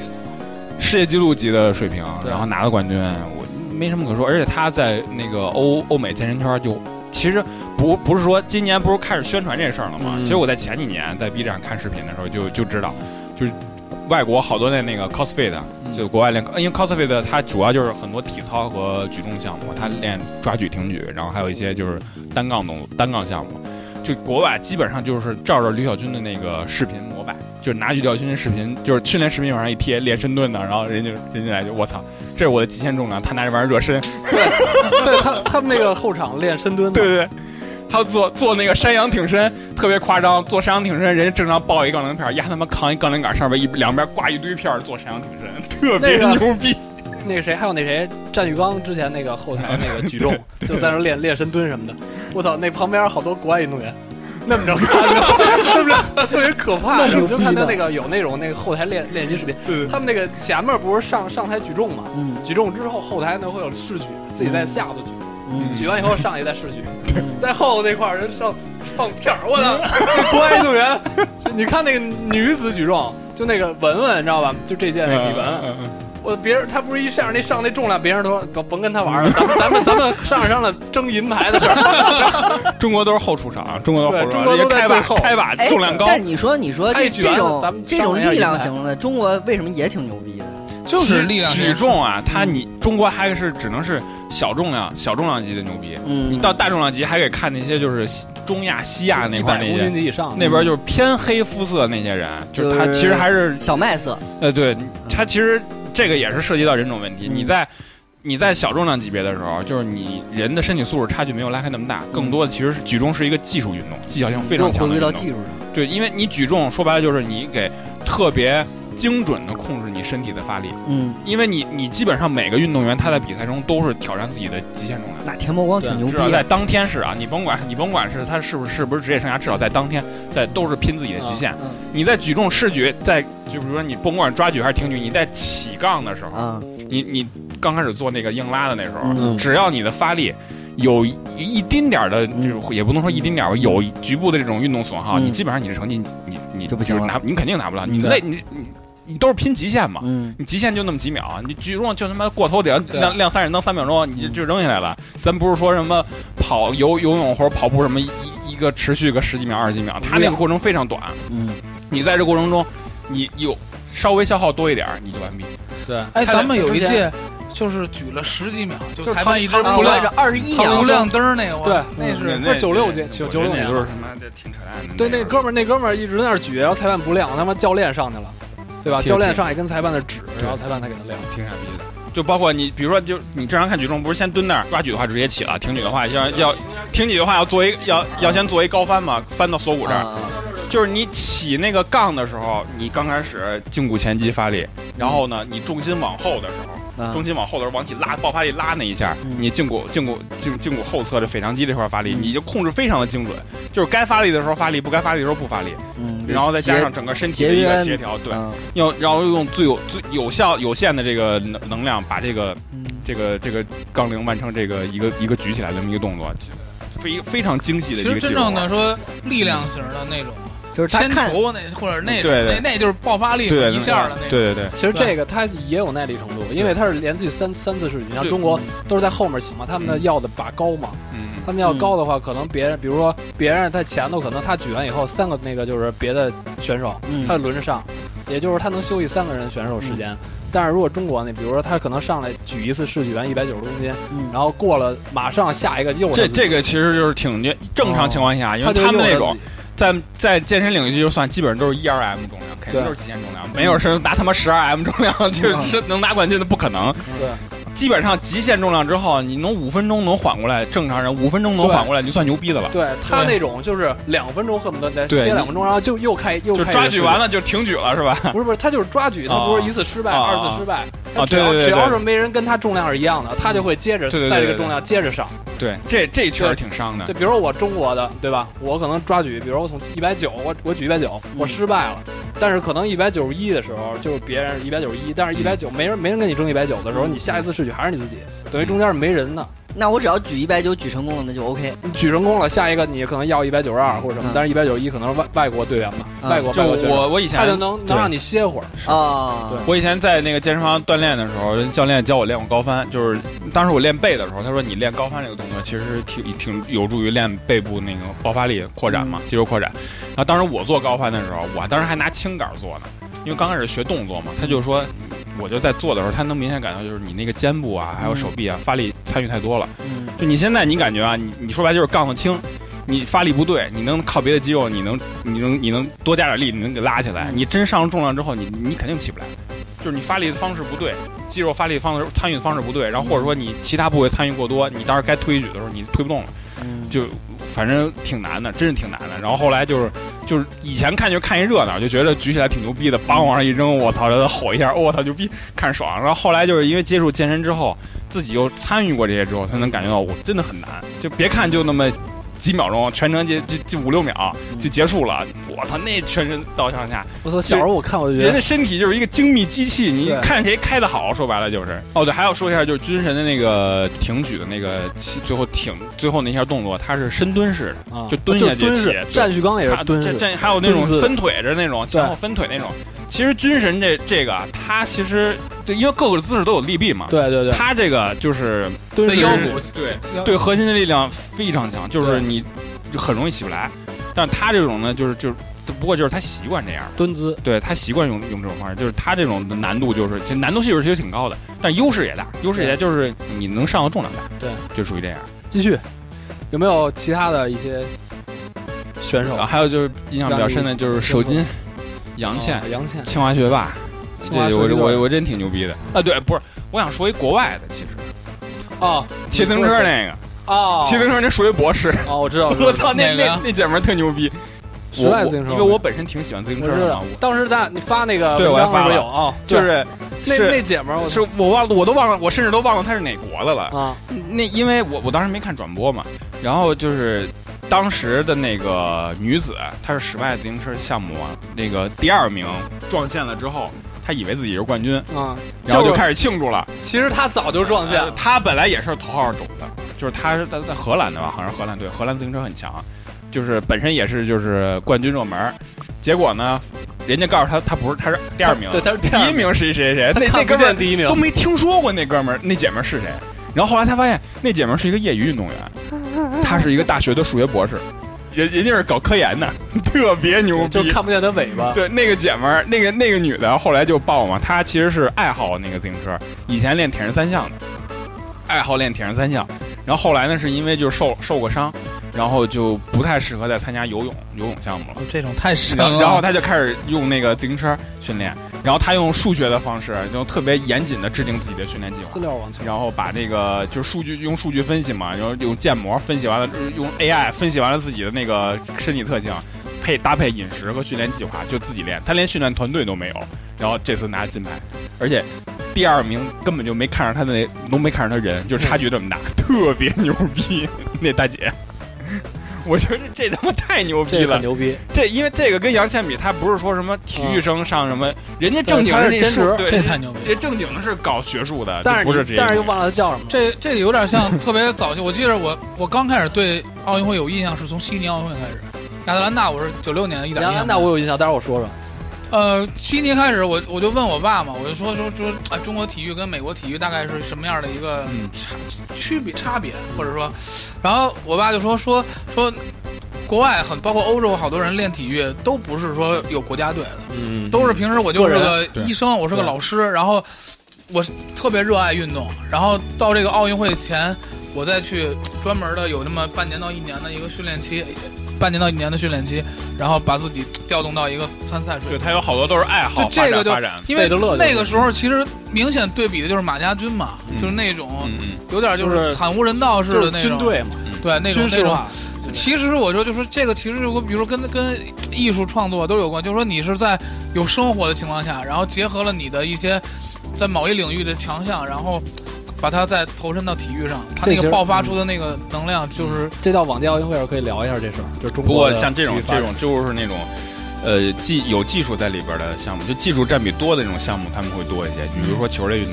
D: 世界纪录级的水平，
J: 对
D: 然后拿了冠军，我没什么可说。而且他在那个欧欧美健身圈就其实不不是说今年不是开始宣传这事儿了吗？
J: 嗯
D: 其实我在前几年在 B 站看视频的时候就就知道，就是外国好多那那个 cosfit，就啊
J: 嗯
D: 国外练，因为 cosfit 它主要就是很多体操和举重项目，它练抓举、挺举，然后还有一些就是单杠动单杠项目。就国外基本上就是照着吕小军的那个视频膜拜，就是拿吕小军的视频，就是训练视频往上一贴，练深蹲呢，然后人家人家来就我操，这是我的极限重量，他拿这玩意儿热 身，
J: 对他他们那个后场练深蹲，
D: 对，对对，他做做那个山羊挺身特别夸张，做山羊挺身，人家正常抱一杠铃片儿，丫他妈扛一杠铃杆儿上边一两边挂一堆片儿做山羊挺身， 特别
J: 那个
D: 牛 逼。
J: 那个谁还有那谁战玉刚之前那个后台那个 举重，就在那儿练练深蹲什么的，我操，那旁边好多国外运动员。那么着看着，是不是特别可怕？
C: 那牛
J: 我
C: 逼
J: 就
C: 的
J: 看他那个有那种那个后台练练习视频，他们那个前面不是上上台举重嘛，
C: 嗯
J: 举重之后，后台呢会有试举，自己在下头举，
C: 嗯
J: 举完以后上去再试举， 在后头那块儿人上放片儿，我操！ 那国外运动员， 你看那个女子举重，就那个文文，你知道吧？就这届
C: 嗯
J: 那李文文，我别人他不是一上那上那重量，别人都说甭甭跟他玩了，咱们咱们咱们上上了争银牌的事儿，
D: 中国都是后出场，中国都是后出场，
J: 对中国都在
D: 人家开把
J: 最后
D: 开把
C: 哎
D: 重量高，
C: 但是你说，你说这
J: 哎举完
C: 这
J: 了
C: 种
J: 咱们
C: 这
J: 商
C: 种
J: 量一下
C: 力量
J: 比赛
C: 型的，中国为什么也挺牛逼的？
F: 就是力量
D: 举重啊，它你中国还是只能是小重量小重量级的牛逼，
C: 嗯，
D: 你到大重量级还得看那些就是西中亚、西亚那块儿那
J: 公斤
D: 些。
J: 级以上
D: 那
C: 嗯
D: 边就是偏黑肤色那些人，就是他
C: 就是
D: 其实还是
C: 小麦色，
D: 呃，对，它其实这个也是涉及到人种问题。
C: 嗯
D: 你在你在小重量级别的时候，就是你人的身体素质差距没有拉开那么大，更多的其实是举重是一个技术运动，技巧性非
C: 嗯
D: 常
C: 又
D: 强
C: 回归
D: 的运
C: 到
D: 动。
C: 技术上。
D: 对，因为你举重说白了就是你给特别精准的控制你身体的发力，
C: 嗯，
D: 因为你你基本上每个运动员他在比赛中都是挑战自己的极限重量。
C: 那田伯光挺牛
D: 至少
C: 逼
D: 在
C: 的，
D: 当天是啊，你甭管 你甭管是他是不是是不是职业生涯，至少在当天在都是拼自己的极限。
C: 嗯
D: 你在举重、试举，在就比如说你甭管抓举还是挺举，你在起杠的时候，
C: 啊，
D: 你你刚开始做那个硬拉的那时候，
C: 嗯
D: 只要你的发力有一一丁点儿的，
C: 嗯
D: 就是也不能说一丁点儿吧，有局部的这种运动损耗，
C: 嗯
D: 你基本上你的成绩你你你
C: 就不行
D: 是
C: 了嗯
D: 拿你肯定拿不了，你
C: 对
D: 累你你你都是拼极限嘛。
C: 嗯，
D: 你极限就那么几秒，啊你举重就他妈过头顶
J: 对啊
D: 亮
J: 嗯
D: 亮三人灯三秒钟，你就就扔下来了。咱不是说什么跑游游泳或者跑步什么一一一个持续个十几秒二十几秒，他那个过程非常短。
C: 嗯，
D: 你在这过程中，你有稍微消耗多一点儿，你就完毕。
J: 对，
F: 哎，
D: 他在
F: 咱们有一
J: 之
F: 届就是举了十几秒，就
J: 就是
F: 裁
J: 唐
F: 判一直
J: 唐
F: 不
J: 老
C: 来
F: 亮
J: 师
C: 着二十一
F: 唐
C: 秒
F: 不，亮灯儿那个，我
J: 对
F: 那
D: 嗯
F: 是
J: 不是96届96
D: 九
J: 年
D: 都是什么这挺扯淡的。
J: 对，那哥们儿那哥们儿一直在那儿举，然后裁判不亮，他妈教练上去了，对吧？
D: 对
J: 教练上去跟裁判那儿指，
D: 对
J: 然后裁判才给他亮。
D: 挺傻逼的。就包括你，比如说，就你正常看举重，不是先蹲那儿抓举的话直接起了，挺举的话
C: 嗯
D: 要要挺举的话要做一要要先做一高翻嘛，翻到锁骨这儿。
C: 啊
D: 就是你起那个杠的时候，你刚开始胫骨前肌发力，然后
C: 嗯
D: 呢，你重心往后的时候，
C: 啊
D: 重心往后的时候往起拉，爆发力拉那一下
C: 嗯，
D: 你胫骨胫骨胫胫骨后侧的腓肠肌这块发力，你就控制非常的精准，就是该发力的时候发力，不该发力的时候不发力，
C: 嗯，
D: 然后再加上
C: 节
D: 整个身体的一
C: 节
D: 个
C: 约
D: 协调，对，
C: 啊
D: 要然后用最有最有效有限的这个能能量把这个
C: 嗯
D: 这个这个杠铃完成这个一个一个举起来的这么一个动作，非非常精细
F: 其
D: 的一个
F: 实
D: 技
F: 真
D: 术
F: 正
D: 活
F: 的
D: 儿
F: 说力量型的那种，
C: 就是他
F: 铅
C: 看
F: 球那或者那种，
D: 对对
F: 那那就是爆发力
D: 对
F: 一下的那种。
D: 对对对。
J: 其实这个他也有耐力程度，因为他是连续三三次试举，像中国都是在后面起嘛，他们的要的把高嘛，
D: 嗯，
J: 他们要高的话，可能别人，比如说别人在前头，可能他举完以后，三个那个就是别的选手，
C: 嗯
J: 他就轮着上，也就是他能休息三个人选手时间。但是如果中国呢，比如说他可能上来举一次试举完一百九十公斤，
C: 嗯
J: 然后过了马上下一个又是
D: 嗯这
J: 自己
D: 这个其实就是挺正常情况下，因
J: 哦
D: 为
J: 他就
D: 他们
J: 又是
D: 那
J: 自
D: 种
J: 己
D: 在在健身领域就算基本上都是 1RM 重量，肯定
J: 对
D: 都是极限重量，没有是拿他妈 10RM 重量就是能拿冠军的不可能。对，基本上极限重量之后，你能五分钟能缓过来，正常人五分钟能
J: 对
D: 缓过来你就算牛逼的了。
J: 对他
F: 对
J: 那种就是两分钟恨不得再
D: 对
J: 歇两分钟，然后就又开又
D: 就
J: 开
D: 抓举完
J: 了。
D: 了就停举了是吧？
J: 不是不是，他就是抓举，他
D: 哦
J: 不是一次失败，
D: 哦
J: 二次失败，他
D: 哦
J: 只要
D: 对对对对
J: 只要是没人跟他重量是一样的，他就会接着
D: 对对对
J: 在这
D: 对
J: 个
D: 对
J: 重量接着上。
D: 对，这这确实挺伤的
J: 对，。比如说我中国的，对吧？我可能抓举，比如说我从一百九，我我举一百九，
D: 嗯
J: 我失败了。但是可能一百九十一的时候，就是别人一百九十一，但是一百九没人没人跟你争一百九的时候，你下一次试举还是你自己，等于中间是没人呢。
C: 那我只要举一百九举成功了，那就 OK。
J: 你举成功了，下一个你可能要一百九十二或者什么
C: 嗯，
J: 但是一百九十一可能是外外国队员嘛，
C: 嗯
J: 外国
D: 就
J: 外国选手
D: 我我以
J: 他就
D: 前
J: 能
D: 对
J: 能让你歇会儿。
C: 啊，
J: 对
D: 我以前在那个健身房锻炼的时候，人教练教我练过高翻，就是当时我练背的时候，他说你练高翻这个动作其实挺挺有助于练背部那个爆发力扩展嘛，肌肉扩展。然后当时我做高翻的时候，我当时还拿轻杆做呢，因为刚开始学动作嘛，他就说。我就在做的时候，他能明显感到就是你那个肩部啊，还有手臂啊，发力参与太多了。
C: 嗯
D: 就你现在你感觉啊，你你说白就是杠子轻，你发力不对，你能靠别的肌肉，你能你能你能多加点力，你能给拉起来。你真上了重量之后，你你肯定起不来，就是你发力的方式不对，肌肉发力方式参与的方式不对，然后或者说你其他部位参与过多，你当时该推举的时候你推不动了，
C: 嗯
D: 就反正挺难的，真是挺难的。然后后来就是就是以前看就看一热闹，就觉得举起来挺牛逼的，梆往上一扔，我操，然后吼一下，我操牛逼，看着爽。然后后来就是因为接触健身之后，自己又参与过这些之后，才能感觉到我真的很难。就别看就那么几秒钟，全程就就就五六秒就结束了，我操，那全身到上下，
J: 我操，小时候我看我就觉
D: 人
J: 得
D: 的身体就是一个精密机器，你
J: 对
D: 看谁开的好，说白了就是。哦，对，还要说一下，就是军神的那个挺举的那个起，最后挺最后那下动作，他是深蹲式的，
J: 啊
D: 就蹲下去
J: 蹲
D: 起
J: 式，战旭刚也
D: 他
J: 是哎蹲
D: 这
J: 式，
D: 这还有那种
J: 蹲姿
D: 分腿着那种前后分腿那种。其实军神这这个啊，他其实对，因为各个姿势都有利弊嘛。
J: 对对对，
D: 他这个就是
J: 蹲
F: 对
J: 式
F: 腰
J: 是
F: 腹
D: 对
F: 腰
D: 对核心的力量非常强，就是
J: 对
D: 你就很容易起不来。但是他这种呢，就是就是，不过就是他习惯这样。
J: 蹲姿，
D: 对他习惯用用这种方式，就是他这种的难度就是，这难度系数其实挺高的，但优势也大，优势也大，就是你能上的重量大，
J: 对，
D: 就属于这样。
J: 继续，有没有其他的一些选手
D: 然
J: 啊
D: 后？还有就是印象比较深的就是手
J: 让
D: 筋，杨倩
J: 啊，杨倩，
D: 清华学霸，
J: 清华
D: 这
J: 射
D: 我
J: 击队
D: 我我真挺牛逼的啊！对，不是，我想说一国外的，其实
J: 哦，
D: 骑自行车那个，
J: 哦，
D: 骑自行车那属于博士，
J: 哦，我知道，我知道
D: 我操，那
F: 哪个
D: 那
F: 呀
D: 那姐们儿特牛逼，
J: 时
D: 我
J: 代
D: 我
J: 自行车，
D: 因为我本身挺喜欢自行
J: 我
D: 车
J: 知
D: 的嘛
J: 道，，
D: 我
J: 当时咱你发那个
D: 对我还
J: 文章
D: 发
J: 里边
D: 了
J: 有啊，
D: 就是
J: 那
D: 是
J: 那姐们儿，我
D: 是我忘了，我都忘了，我甚至都忘了他是哪国的了。
J: 啊，
D: 那因为我我当时没看转播嘛，然后就是当时的那个女子，她是室外自行车项目啊，那个第二名撞线了之后，她以为自己是冠军，
J: 啊，哎
D: 然后
J: 就
D: 就是开始庆祝了。
J: 其实他早就撞线
D: 呃
J: 了，
D: 她本来也是头号种子，就是她是在在荷兰的吧，好像是荷兰队，荷兰自行车很强，就是本身也是就是冠军热门儿，结果呢，人家告诉她她不是，她是第二名，
J: 对，他是第
D: 第
J: 二
D: 一，名谁谁谁，
J: 他
D: 那那
J: 看
D: 哥
J: 不
D: 们儿
J: 见第一名
D: 都，没听说过那哥们儿那姐们儿是谁。然后后来才发现，那姐们儿是一个业余运动员，她是一个大学的数学博士，人人家是搞科研的， 特别牛
J: 就
D: 逼。
J: 看不见他尾巴，
D: 对，那个姐们儿，那个那个女的，后来就爆嘛，她其实是爱好那个自行车，以前练铁人三项的，爱好练铁人三项。然后后来呢，是因为就受受过伤，然后就不太适合再参加游泳游泳项目了。
F: 这种太深
D: 然后
F: 了。
D: 然后他就开始用那个自行车训练，然后他用数学的方式，就特别严谨的制定自己的训练计
J: 四
D: 划，
J: 六网球，
D: 然后把那个就是数据用数据分析嘛，然后用建模分析完了，就是用 AI 分析完了自己的那个身体特性，配搭配饮食和训练计划，就自己练。他连训练团队都没有，然后这次拿金牌，而且。第二名根本就没看上他的那，都没看上他人，就差距这么 大，特别牛逼。那大姐， 我觉得这他妈太牛逼
J: 这个
D: 了
J: 很，牛逼，
D: 这因为这个跟杨倩比，她不是说什么体育生上什么，人家正经
J: 嗯对她是
D: 那
J: 兼
D: 术
J: 职
D: 对，
F: 这
D: 人
F: 太牛逼了！
D: 人正经的是搞学术的，
J: 但是
D: 就不是职业
J: 你但是又
D: 运动
J: 忘了他叫什么了，
F: 这这有点像特别早期，我记得我我刚开始对奥运会有印象是从悉尼奥运会开始，亚特兰大我是九六年一点印象
J: 杨
F: 没有。
J: 安娜我有印象，待会儿我说说，
F: 呃，悉尼开始我我就问我爸嘛，我就说说说啊、中国体育跟美国体育大概是什么样的一个
D: 嗯
F: 差、区别差别，或者说，然后我爸就说说说。国外很包括欧洲，好多人练体育都不是说有国家队的，
D: 嗯，啊
F: 都是平时我就是个
D: 对
F: 医生，我是个老师，然后我是特别热爱运动，然后到这个奥运会前，我再去专门的有那么半年到一年的一个训练期，半年到一年的训练期，然后把自己调动到一个参赛水
D: 对
F: 平。
D: 他有好多都是爱好
F: 就
D: 发
F: 这个
D: 展
F: 就
D: 发展，
F: 因为
J: 费德勒就是
F: 那个时候其实明显对比的就是马家军嘛，
D: 嗯
F: 就是那种
D: 嗯嗯，
F: 有点就
J: 就是
F: 是惨无人道似
J: 就
F: 的
J: 是
F: 那
J: 军
F: 种，
J: 队嘛，
F: 对那种
J: 军
F: 那
J: 事
F: 种
J: 化，
F: 其实我说，就说这个其实我比如说跟跟艺术创作都有关，就是说你是在有生活的情况下，然后结合了你的一些在某一领域的强项，然后把它再投身到体育上，它
J: 这
F: 那
J: 其实嗯
F: 个爆发出的那个能量就是
J: 这到往届奥运会上可以聊一下这事儿，就是中
D: 不
J: 国
D: 过
J: 的
D: 像这
J: 体
D: 种
J: 育发
D: 这
J: 展
D: 种就是那种。呃，技有技术在里边的项目，就技术占比多的这种项目，他们会多一些。比如说球类运动，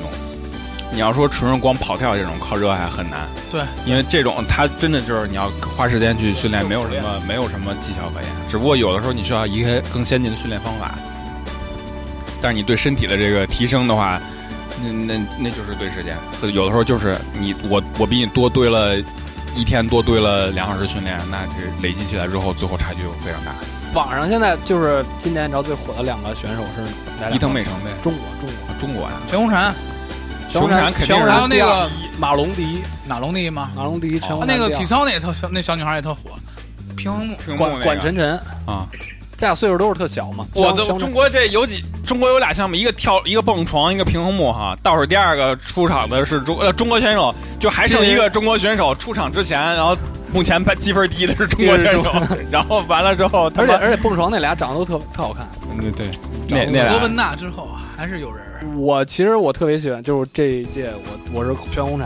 D: 你要说纯是光跑跳这种，靠热爱很难。
F: 对，
D: 因为这种它真的就是你要花时间去训练，没有什么没有什么技巧可言。只不过有的时候你需要一些更先进的训练方法，但是你对身体的这个提升的话，那那那就是对时间。所以有的时候就是你我我比你多堆了一天，多堆了两小时训练，那这累积起来之后，最后差距就非常大。
J: 网上现在就是今年你知道最火的两个选手是哪两个？
D: 伊藤美诚呗，
J: 中国中国
D: 中国呀、啊
F: 全红
D: 熊
F: 婵，
J: 然
D: 然肯定是
F: 还有那个
J: 马龙第一，
F: 哪龙第一嘛，
J: 马龙第一全
F: 啊
J: 国
F: 那个
J: 男第
F: 体
J: 二
F: 操那也特小，那小女孩也特火，平衡木
D: 屏幕
J: 管
D: 那
J: 管
D: 个
J: 晨晨
D: 啊，
J: 这俩岁数都是特小嘛。
D: 我的
J: 的
D: 中国这有几中国有俩项目，一个跳，一个蹦床，一个平衡木哈。倒数第二个出场的是中呃中国选手，就还剩一个中国选手出场之前，然后目前排积分第一的是中国 选手，然后完了之后他
J: 而且
D: 妈
J: 而且蹦床那俩长得都特特好看。
D: 嗯对
J: 哎那
D: 那
F: 罗
D: 那
F: 文娜之后啊还是有人儿。
J: 我其实我特别喜欢，就是这一届我我是全红婵，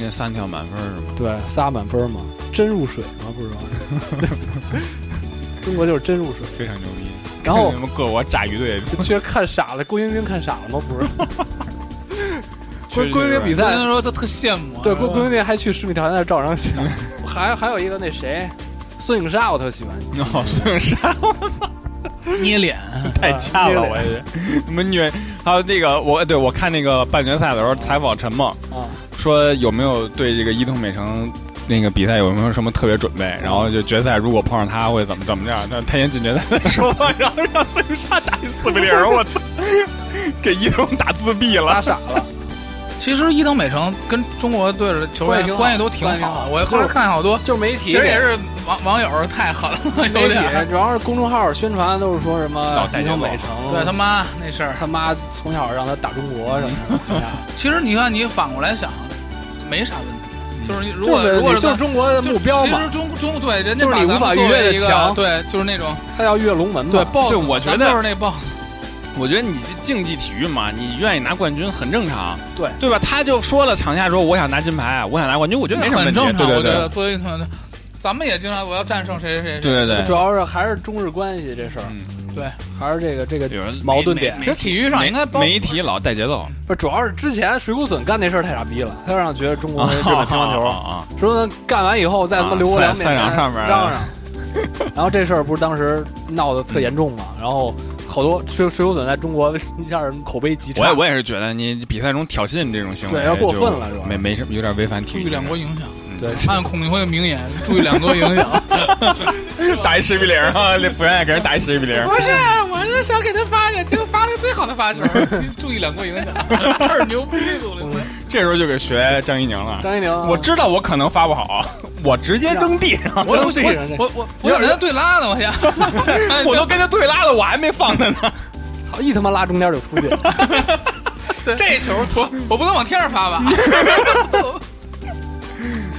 D: 那三跳满分是吗？
J: 对，仨满分嘛，真入水嘛，不知道。 中国就是真入水，
D: 非常牛逼。
J: 然 后
D: 什么各国炸鱼 队，
J: 其实看傻了，郭晶晶看傻了吗？不是，郭郭晶晶比
F: 我跟
J: 赛
F: 你说，她特羡慕啊。
J: 对，郭郭晶晶还去十米跳台那儿照张相，还还有一个那谁，孙颖莎，我特喜欢，
D: 哦，孙莎
F: 捏脸，
D: 太掐了，我也是。你们虐，还有那个我对我看那个半决赛的时候采访陈梦，
J: 啊，
D: 说有没有对这个伊藤美诚那个比赛有没有什么特别准备？然后就决赛如果碰上他会怎么怎么样？那他先进决赛再说吧。然后让孙颖莎打一四比零，我操， 给伊藤打自闭了
J: 打。傻了。
F: 其实伊藤美诚跟中国队的球
J: 关
F: 员
J: 系挺好
F: 关系都挺
J: 关系挺
F: 好
J: 好
F: 的。我后来看好多，
J: 就是媒体，
F: 其实也是网网友太狠了， 有
J: 媒
F: 点儿。
J: 体，主要是公众号宣传都是说什么
D: 老带
J: 伊藤
D: 节奏
J: 美诚，
F: 对他妈那事儿，
J: 他妈从小让他打中国什么的，
F: 其实你看，你反过来想，没啥问题。就是 如
J: 这
F: 果
J: 个
F: 如果
J: 嗯就是是中国的
F: 就
J: 目标
F: 其
J: 嘛
F: 实，中中对人家
J: 就是
F: 把
J: 你
F: 咱
J: 无法
F: 们作
J: 逾越的
F: 为一个
J: 墙嗯
F: 对，就是那种
J: 他要跃龙门嘛。
F: 对 boss，
D: 对我觉得
F: 咱们就是那 boss。
D: 我觉得你这竞技体育嘛，你愿意拿冠军很正常，
J: 对
D: 对吧？他就说了场下说我想拿金牌，我想拿冠军，我觉得没什么问
F: 很
D: 题。
F: 正常，
D: 对
F: 我
D: 对
F: 觉
D: 对
F: 得，作为一个，咱们也经常我要战胜谁谁谁。
D: 对对
J: 主
D: 对。
J: 要是还是中日关系这事儿，
F: 对，
J: 还是这个这个
D: 有人
J: 矛盾点
D: 媒
F: 其实体育上应该包括
D: 媒体老带节奏，
J: 不是，主要是之前水谷隼干那事儿太傻逼了，他让觉 得中国跟日本乒乓
D: 啊
J: 球，
D: 啊啊
J: 水谷隼干完以后再他妈
D: 啊
J: 留过两
D: 赛
J: 面
D: 赛场上面儿
J: 嚷嚷，然后这事儿不是当时闹得特严重嘛，然后好多水水谷隼在中国一下口碑极差，
D: 我也我也是觉得你比赛中挑衅这种行为，
J: 对有点过分了是吧
D: 没没什么，有点违反体
F: 注
D: 育
F: 意
D: 精神。
F: 两国影响，
J: 对
F: 按孔令辉的名言，注意两国影响。
D: 打一十比零啊，不愿意给人打一十比零。
F: 不是，我是想给他发的，结果发了最好的发球， 注意两国影响， 这儿牛逼，我跟你说
D: 这时候就给学张怡宁 了。
J: 张怡宁啊，
D: 我知道我可能发不好， 我直接扔地上，
F: 我我我我我有人家对拉呢，我 先，
D: 我都跟他对拉了，我还没放他呢。
J: 操一他妈拉中间就出去，
F: 这球错， 我不能往天上 发吧？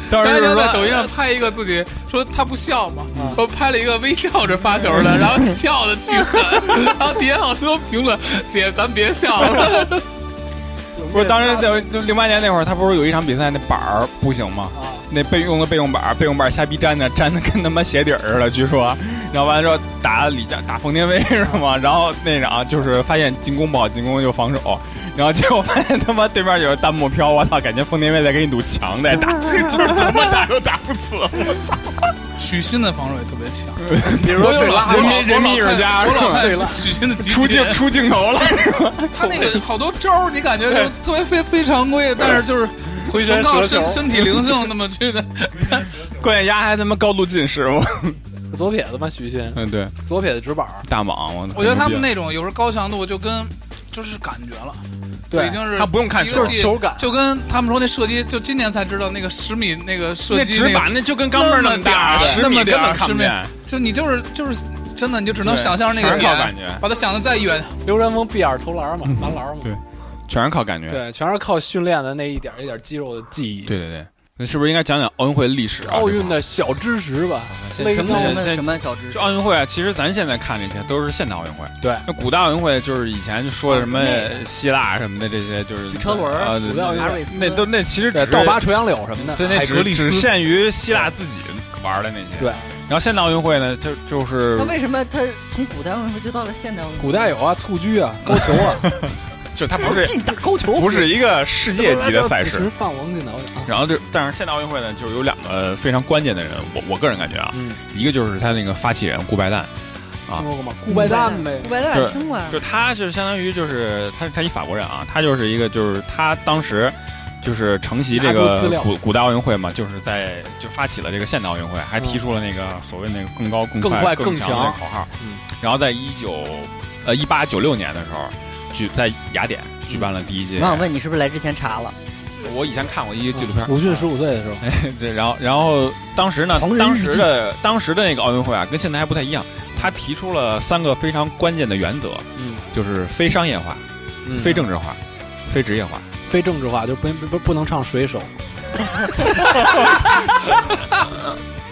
D: 当
F: 张
D: 时
F: 怡
D: 就
F: 宁
D: 是
F: 在
D: 说
F: 抖音上拍一个自己说他不笑嘛，我拍了一个微笑着发球 的，然后笑的巨 狠，然后底下好多评论，姐咱别笑 了，
D: 不是当时就就零八年那会儿，他不是有一场比赛那板儿不行吗？那备用的备用板儿，备用板儿瞎逼粘的，粘的跟他妈鞋底儿似的，据说。然后完了之后打李佳打冯天薇是吗？然后那场就是发现进攻不好，进攻就防守，然后结果发现他妈对面有弹幕飘，我操，感觉冯天薇在跟你堵墙在 打，就是怎么打都打不 死。
F: 许昕的防守也特别强，
D: 你
F: 我有老
D: 人民人民艺术家
F: 我
D: 是
F: 老
D: 吧？
F: 看许昕的集
D: 出
F: 结
D: 镜出镜头了是吧？哎
F: 他那个好多招儿，你感觉就特别非非常规，但是就是
J: 回
F: 纯靠身身体灵性那么 去的，
D: 关键丫还他妈高度近视，我
J: 左撇子嘛，徐新，
D: 嗯对，
J: 左撇子直板儿，
D: 大莽，我
F: 我觉得他们那种有时候高强度就跟就是感觉了。
J: 对
F: 已经是
D: 他不用看
F: 一
D: 球
F: 个
J: 就是
F: 技
J: 球感
F: 就跟他们说那射击，就今年才知道那个十米那个射
D: 那
F: 击，
D: 直板那就跟钢镚儿
F: 那
D: 么大，
F: 对
D: 十
F: 那
D: 米
F: 么
D: 根
F: 点儿
D: 本看不见，
F: 就你就是就是真的，你就只能
D: 对
F: 想象那个
D: 全是靠
F: 点，
D: 感觉
F: 把它想的再远。
J: 刘占峰闭眼投篮嘛，拿篮嘛，
D: 嗯对全是靠感觉。
J: 对，全是靠训练的那一点儿一点儿肌肉的记忆。
D: 对对对，那是不是应该讲讲奥运会历史啊？
J: 奥运的小知识吧，
D: 这
J: 勒
D: 个什么
J: 个
C: 什
D: 什
C: 么
D: 么
C: 什么小知识
D: 就？奥运会啊，其实咱现在看这些都是现代奥运会。
J: 对，
D: 那古代奥运会就是以前就说的什么
C: 啊那
D: 希腊什么的这些，就是
C: 举车轮儿
D: 啊，对
J: 古代奥运
C: 阿
J: 会
C: 瑞斯
D: 那都那其实只
J: 对，
D: 是
J: 倒拔垂杨柳什么的，
D: 对，那
J: 海
D: 只
J: 格力
D: 只
J: 斯
D: 限于希腊自己玩的那些。
J: 对，
D: 然后现代奥运会呢，就就是
C: 那为什么他从古代奥运会就到了现代奥运会？
J: 古代有啊，蹴鞠 啊，高球啊，
D: 就是它不是
C: 进打高球，
D: 不是一个世界级的 赛
J: 此时
D: 事。
J: 放王进脑奖啊，
D: 然后就，但是现代奥运会呢，就是有两个非常关键的人，我我个人感觉啊，
J: 嗯，
D: 一个就是他那个发起人顾拜旦，
J: 听说过吗？顾拜旦呗
C: 古，白蛋
D: 就是
C: 听过啊
D: 就，他就是相当于就是他他一法国人啊，他就是一个就是他当时就是承袭这
J: 拿出资
D: 个
J: 料
D: 古古代奥运会嘛，就是在就发起了这个现代奥运会，还提出了那个所谓那个更高、更
J: 更
D: 快、
J: 快
D: 更
J: 更
D: 的
J: 强
D: 口号。
J: 嗯
D: 然后在一九呃一八九六年的时候，举在雅典举办了第一届。
C: 我想问你是不是来之前查了？
D: 我以前看过一个纪录片，哎
J: 鲁迅十五岁的时候，
D: 这然后然后当时呢
C: 狂，人
D: 当
C: 日
D: 时
C: 记
D: 的当时的那个奥运会啊，跟现在还不太一样，他提出了三个非常关键的原则，
J: 嗯，
D: 就是非商业化、
J: 嗯
D: 非政治化、非职业化。
J: 非政治化，就不不不能唱水手，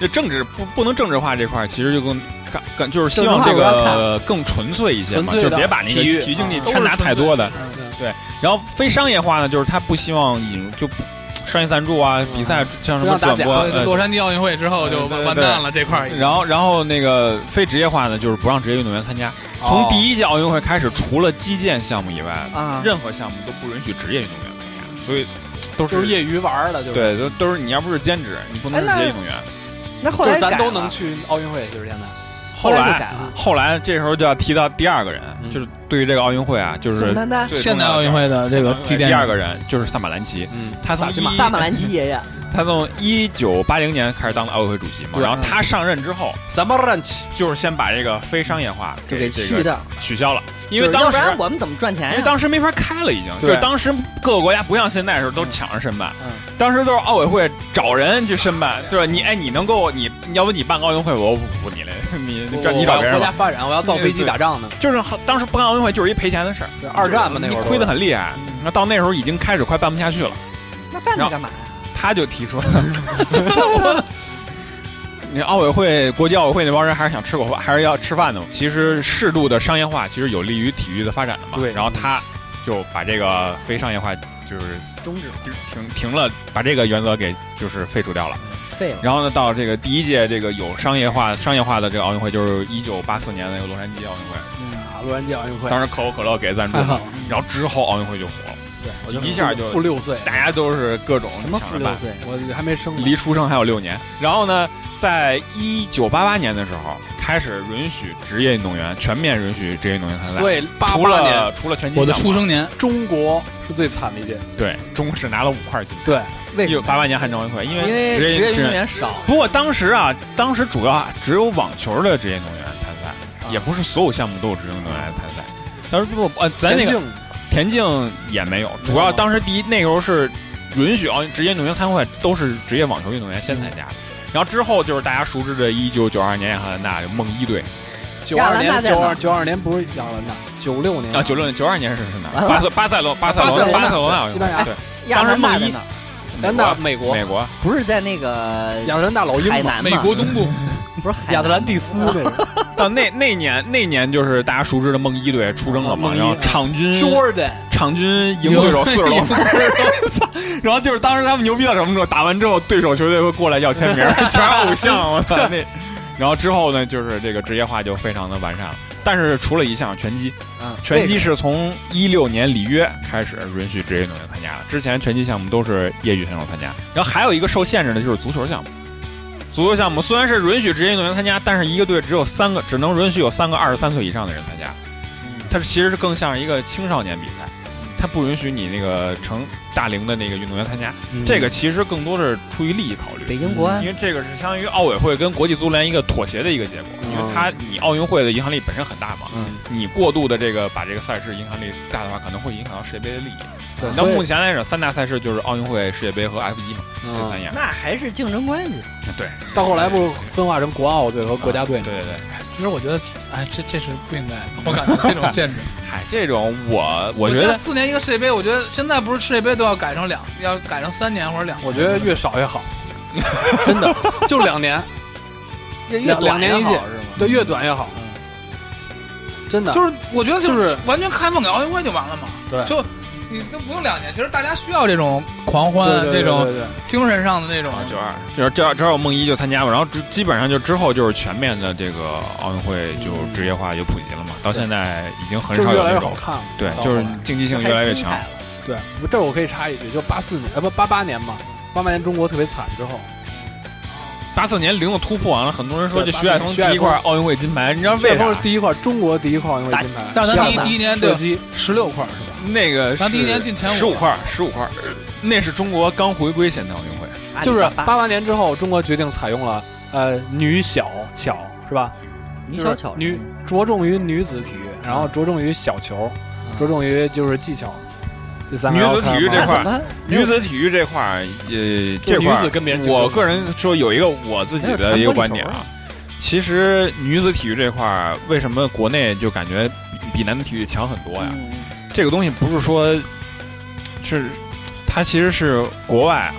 D: 就政治不不能政治化这块，儿，其实就更干干，就是希望这
J: 政治化我要
D: 个更纯粹一些嘛，
J: 纯
D: 就
J: 粹的
D: 别把那个
J: 体育
D: 体育竞技
J: 啊
D: 掺杂太多的。
J: 嗯
D: 然后非商业化呢，就是他不希望引入就不商业赞助啊，比赛像什么
J: 嗯不让打
D: 转
J: 假
D: 播。
F: 所以
D: 呃
F: 洛杉矶奥运会之后就
D: 对
F: 完
D: 对
F: 完蛋了这块儿。
D: 然后，然后那个非职业化呢，就是不让职业运动员参加。从第一届奥运会开始，除了击剑项目以外，
C: 啊，
D: 任何项目都不允许职业运动员参加，所以都
J: 就是
D: 是
J: 业余玩儿的，就是
D: 对，都都是你要不是兼职，你不能是
C: 哎那
D: 职业运动员。
C: 那后
J: 就
C: 来
J: 是咱
C: 改
J: 都
C: 了
J: 能，去奥运会，就是现在
D: 后
C: 来就
D: 来
C: 改了。
D: 后来这时候就要提到第二个人，
J: 嗯
D: 就是对于这个奥运会啊，就是
C: 宋丹丹、
D: 最重
F: 现
D: 要的
F: 代奥运会的这个祭奠
D: 第二个人就是萨马兰奇，
J: 嗯，
D: 他从一
C: 萨马兰奇爷爷，
D: 他从一九八零年开始当的奥运会主席嘛，
J: 对
D: 然后他上任之后，
J: 萨马兰奇，
D: 就是先把这个非商业化
C: 就给
D: 给这
C: 去
D: 个
C: 掉，
D: 取消了，因为
C: 就是
D: 当
C: 要
D: 时
C: 不然我们怎么赚钱
D: 因为
C: 呀？
D: 当时没法开了，已经就
J: 对
D: 是当时各个国家不像现在的时候都抢着申办
J: 嗯，
D: 当时都是奥委会找人去申办，对吧？你哎，你能够你要不你办个奥运会，我不你来， 你你找你找别人
J: 国家
D: 吧。
J: 发展，我要造飞机打仗呢，
D: 就是好当时办奥运会就是一赔钱的事儿，
J: 对二战嘛那会儿
D: 你亏得很厉害。那到那时候已经开始快办不下去了，
C: 那办
D: 然
C: 它
D: 后
C: 干嘛呀？
D: 他就提出了。 你奥委会、国际奥委会那帮人还是想吃口饭，还是要吃饭的嘛。其实适度的商业化，其实有利于体育的发展的嘛。
J: 对
D: 然后他就把这个非商业化就是
C: 终止了，
D: 就停停了，把这个原则给就是废除掉了。
C: 废了。
D: 然后呢，到这个第一届这个有商业化、商业化的这个奥运会，就是一九八四年的那个洛杉矶奥运会，
J: 啊，洛杉矶奥运会
D: 当时可口可乐给赞助
J: 太
D: 嘛
J: 好了，
D: 然后之后奥运会就火了，
J: 对，我就
D: 一下就
J: 负六岁，
D: 大家都是各种
C: 什么
D: 抢
C: 负
D: 着
C: 六
D: 办，
C: 岁？
J: 我还没生呢，
D: 离出生还有六年。然后呢，在一九八八年的时候开始允许职业运动员全面允许职业运动员参赛，
J: 所以八
D: 除
J: 八年
D: 了除了拳击
F: 我的
D: 项目
F: 出生年，
J: 中国是最惨的一届，
D: 对，中国是拿了五块金。
J: 对，
D: 一九八八年汉城奥运会，因为
C: 因为职业运动
D: 员。
C: 员少，
D: 不过当时啊，当时主要只有网球的职业运动员参赛，也不是所有项目都有职业运动员参赛。当时不呃，咱那
J: 田
D: 个
J: 径
D: 田径也没有，主要当时第一那时候是允许奥运职业运动员参会，都是职业网球运动员先参加的。
J: 嗯
D: 然后之后就是大家熟知的1992年亚特兰大有梦一队
J: 九
C: 亚
J: 二
C: 兰大
J: 年，
C: 在
J: 九
C: 哪
J: 二
C: 儿
J: 九二年不是亚特兰大，九六年
D: 啊，九六年、九二年是是哪儿？
C: 完了
D: 巴塞巴塞罗巴塞
J: 嗯巴塞
D: 罗
J: 罗那
D: 巴塞罗那奥运
J: 西班牙
D: 会对，
C: 亚
D: 当时
C: 兰大
D: 梦
C: 在
D: 一
C: 哪儿？
J: 亚特兰大美国
D: 美国
C: 不是在那个
J: 亚特兰大老鹰
C: 海
J: 嘛，
C: 南
F: 美
C: 吗？
F: 国东部，
C: 不是海南
J: 亚特兰
C: 吗
J: 蒂斯这个
D: 到那那年那年就是大家熟知的梦一队出征了嘛，
J: 梦一啊
D: 然后场
C: 嗯
D: 均
J: Jordan
D: 场均赢对手四十多分儿，操 然后就是当时他们牛逼到什么时候？打完之后，对手球队会过来要签名儿，全是偶像，我操那。然后之后呢，就是这个职业化就非常的完善了。但是除了一项拳击，
J: 嗯
D: 拳击是从一六年里约开始允许职业运动员参加的，之前拳击项目都是业余选手参加。然后还有一个受限制的就是足球项目，足球项目虽然是允许职业运动员参加，但是一个队只有三个，只能允许有三个二十三岁以上的人参加。它是其实是更像一个青少年比赛。他不允许你那个成大龄的那个运动员参加。
J: 嗯
D: 这个其实更多是出于利益考虑。
C: 北京国安
D: 因为这个是相当于奥委会跟国际足联一个妥协的一个结果，因为它你奥运会的影响力本身很大嘛，你过度的这个把这个赛事影响力大的话，可能会影响到世界杯的利益。
J: 对
D: 那
J: 所以
D: 目前来讲，三大赛事就是奥运会、世界杯和 F 一嘛，这三样。
C: 那还是竞争关系。
D: 对，
J: 嗯到后来不是分化成国奥队和国家队
D: 对
J: 吗？
D: 对对。
F: 其实我觉得，哎，这这是不应该的，我感觉这种限制。
D: 嗨，这种我 我觉
F: 觉
D: 得
F: 四年一个世界杯，我觉得现在不是世界杯都要改成两，要改成三年或者两年。
J: 我觉得越少越好， 真的，就两 年，两两年一届，对，越短越好，真的。
F: 就是我觉得就
J: 嗯就是
F: 是完全开放给奥运会就完了嘛。
J: 对
F: 就你都不用两年，其实大家需要这种狂欢，啊
J: 对对对
F: 这种
J: 对对对
F: 精神上的那种。
D: 啊九二，就是这这有梦一就参加嘛，然后之基本上就之后就是全面的这个奥运会就职业化就普及了嘛，到现在已经很
J: 就是
D: 少
J: 越
D: 有
J: 来
D: 那
J: 越好
D: 种
J: 看了。
D: 对
J: 到，后
D: 就是
J: 来
D: 竞技性越来越强。
J: 对，我这儿我可以插一句，就八四年，呃不八八年嘛，八八年中国特别惨之后，
D: 八四年零的突破完了，很多人说
J: 对
D: 这徐海峰
J: 徐
D: 第
J: 海峰
D: 一块奥运会金牌，你知道
J: 魏
D: 为啥
J: 峰是？第一块中国第一块奥运会金牌，
F: 但是咱第一
C: 像
F: 第一年
J: 射
F: 得
J: 击
F: 十六块是吧？
D: 那个
F: 咱第一年进前五
D: 十五块，十五块，那是中国刚回归现代奥运会。
J: 就是
C: 阿里巴巴
J: 八八年之后，中国决定采用了呃女小巧是吧？
C: 你
J: 就是
C: 小巧嗯
J: 女着重于女子体育，然后着重于小球，着重于就是技巧。这三个
D: 女子
J: 要看
D: 体育
J: 吗
D: 这
C: 那
D: 块儿
C: 怎么
D: 女子体育这块儿，呃，
J: 就
D: 这块
J: 女子
D: 儿
J: 跟别人竞争
D: 我个人说有一个我自己的一个观点啊，其实女子体育这块儿为什么国内就感觉比比男子体育强很多呀？这个东西不是说是它其实是国外，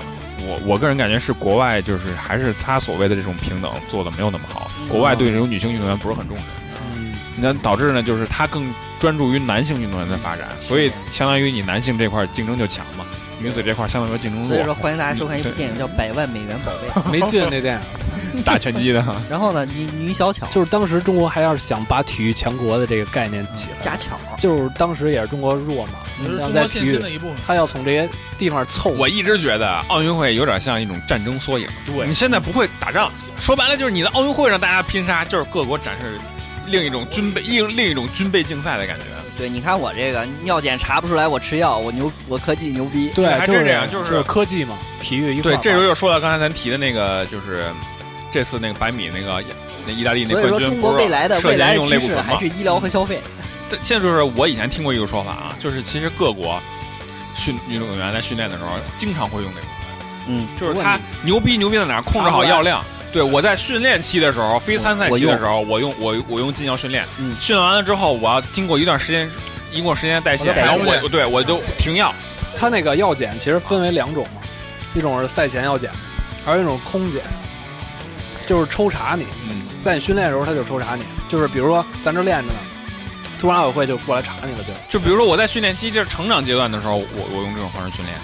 D: 我我个人感觉是国外就是还是它所谓的这种平等做的没有那么好，国外对这种女性运动员不是很重视。那导致呢，就是他更专注于男性运动员的发展，所以相当于你男性这块儿竞争就强嘛，女子这块儿相对来说竞争弱。
C: 所以说，欢迎大家收看一部电影叫《百万美元宝 贝》。
J: 嗯没劲那电影，
D: 打 拳击的哈，
C: 然后呢，女女小巧
J: 就是当时中国还要是想把体育强国的这个概念起来，
C: 加巧，
J: 就是当时也是中国弱嘛，
D: 嗯
F: 就是
J: 然后
F: 中
J: 在
F: 国
J: 体
F: 献身
J: 育
F: 的，一部分。
J: 他要从这些地方凑。
D: 我一直觉得啊奥运会有点像一种战争缩影。
J: 对
D: 你现在不会打仗，说白了就是你的奥运会让大家拼杀，就是各国展示另一种军备另另一种军备竞赛的感觉。
C: 对，你看我这个尿检查不出来，我吃药，我牛，我科技牛逼。
J: 对，
D: 还
J: 就
D: 真
J: 是
D: 这样
J: 就
D: 就是
J: 科技嘛，体育一块
D: 对
J: 儿，嘛
D: 这时候又说到刚才咱提的那个，就是这次那个百米那个那意大利那
C: 所以说，
D: 冠
C: 中
D: 军
C: 国
D: 不是
C: 未来的
D: 射
C: 未
D: 箭
C: 来的
D: 用类
C: 趋
D: 固
C: 势
D: 醇
C: 还
D: 吗
C: 是？医疗和消费。
D: 这现在就是我以前听过一个说法啊，就是其实各国训运动员在训练的时候，经常会用那个，
C: 嗯，
D: 就是
C: 如果
D: 他
C: 你啊
D: 牛逼牛逼在哪儿，控制好药量。对，我在训练期的时候，非参赛期的时候，我用我我用禁药训练，
C: 嗯
D: 训练完了之后，我要经过一段时间，经过时间代谢，
F: 我再
D: 然后
F: 改训
D: 我对我就停药。
J: 它那个药检其实分为两种嘛，一种是赛前药检，还有一种空检，就是抽查你，
D: 嗯，
J: 在你训练的时候他就抽查你，就是比如说咱这练着呢，突然奥委会就过来查你了就，
D: 就比如说我在训练期就是成长阶段的时候，我我用这种方式训练，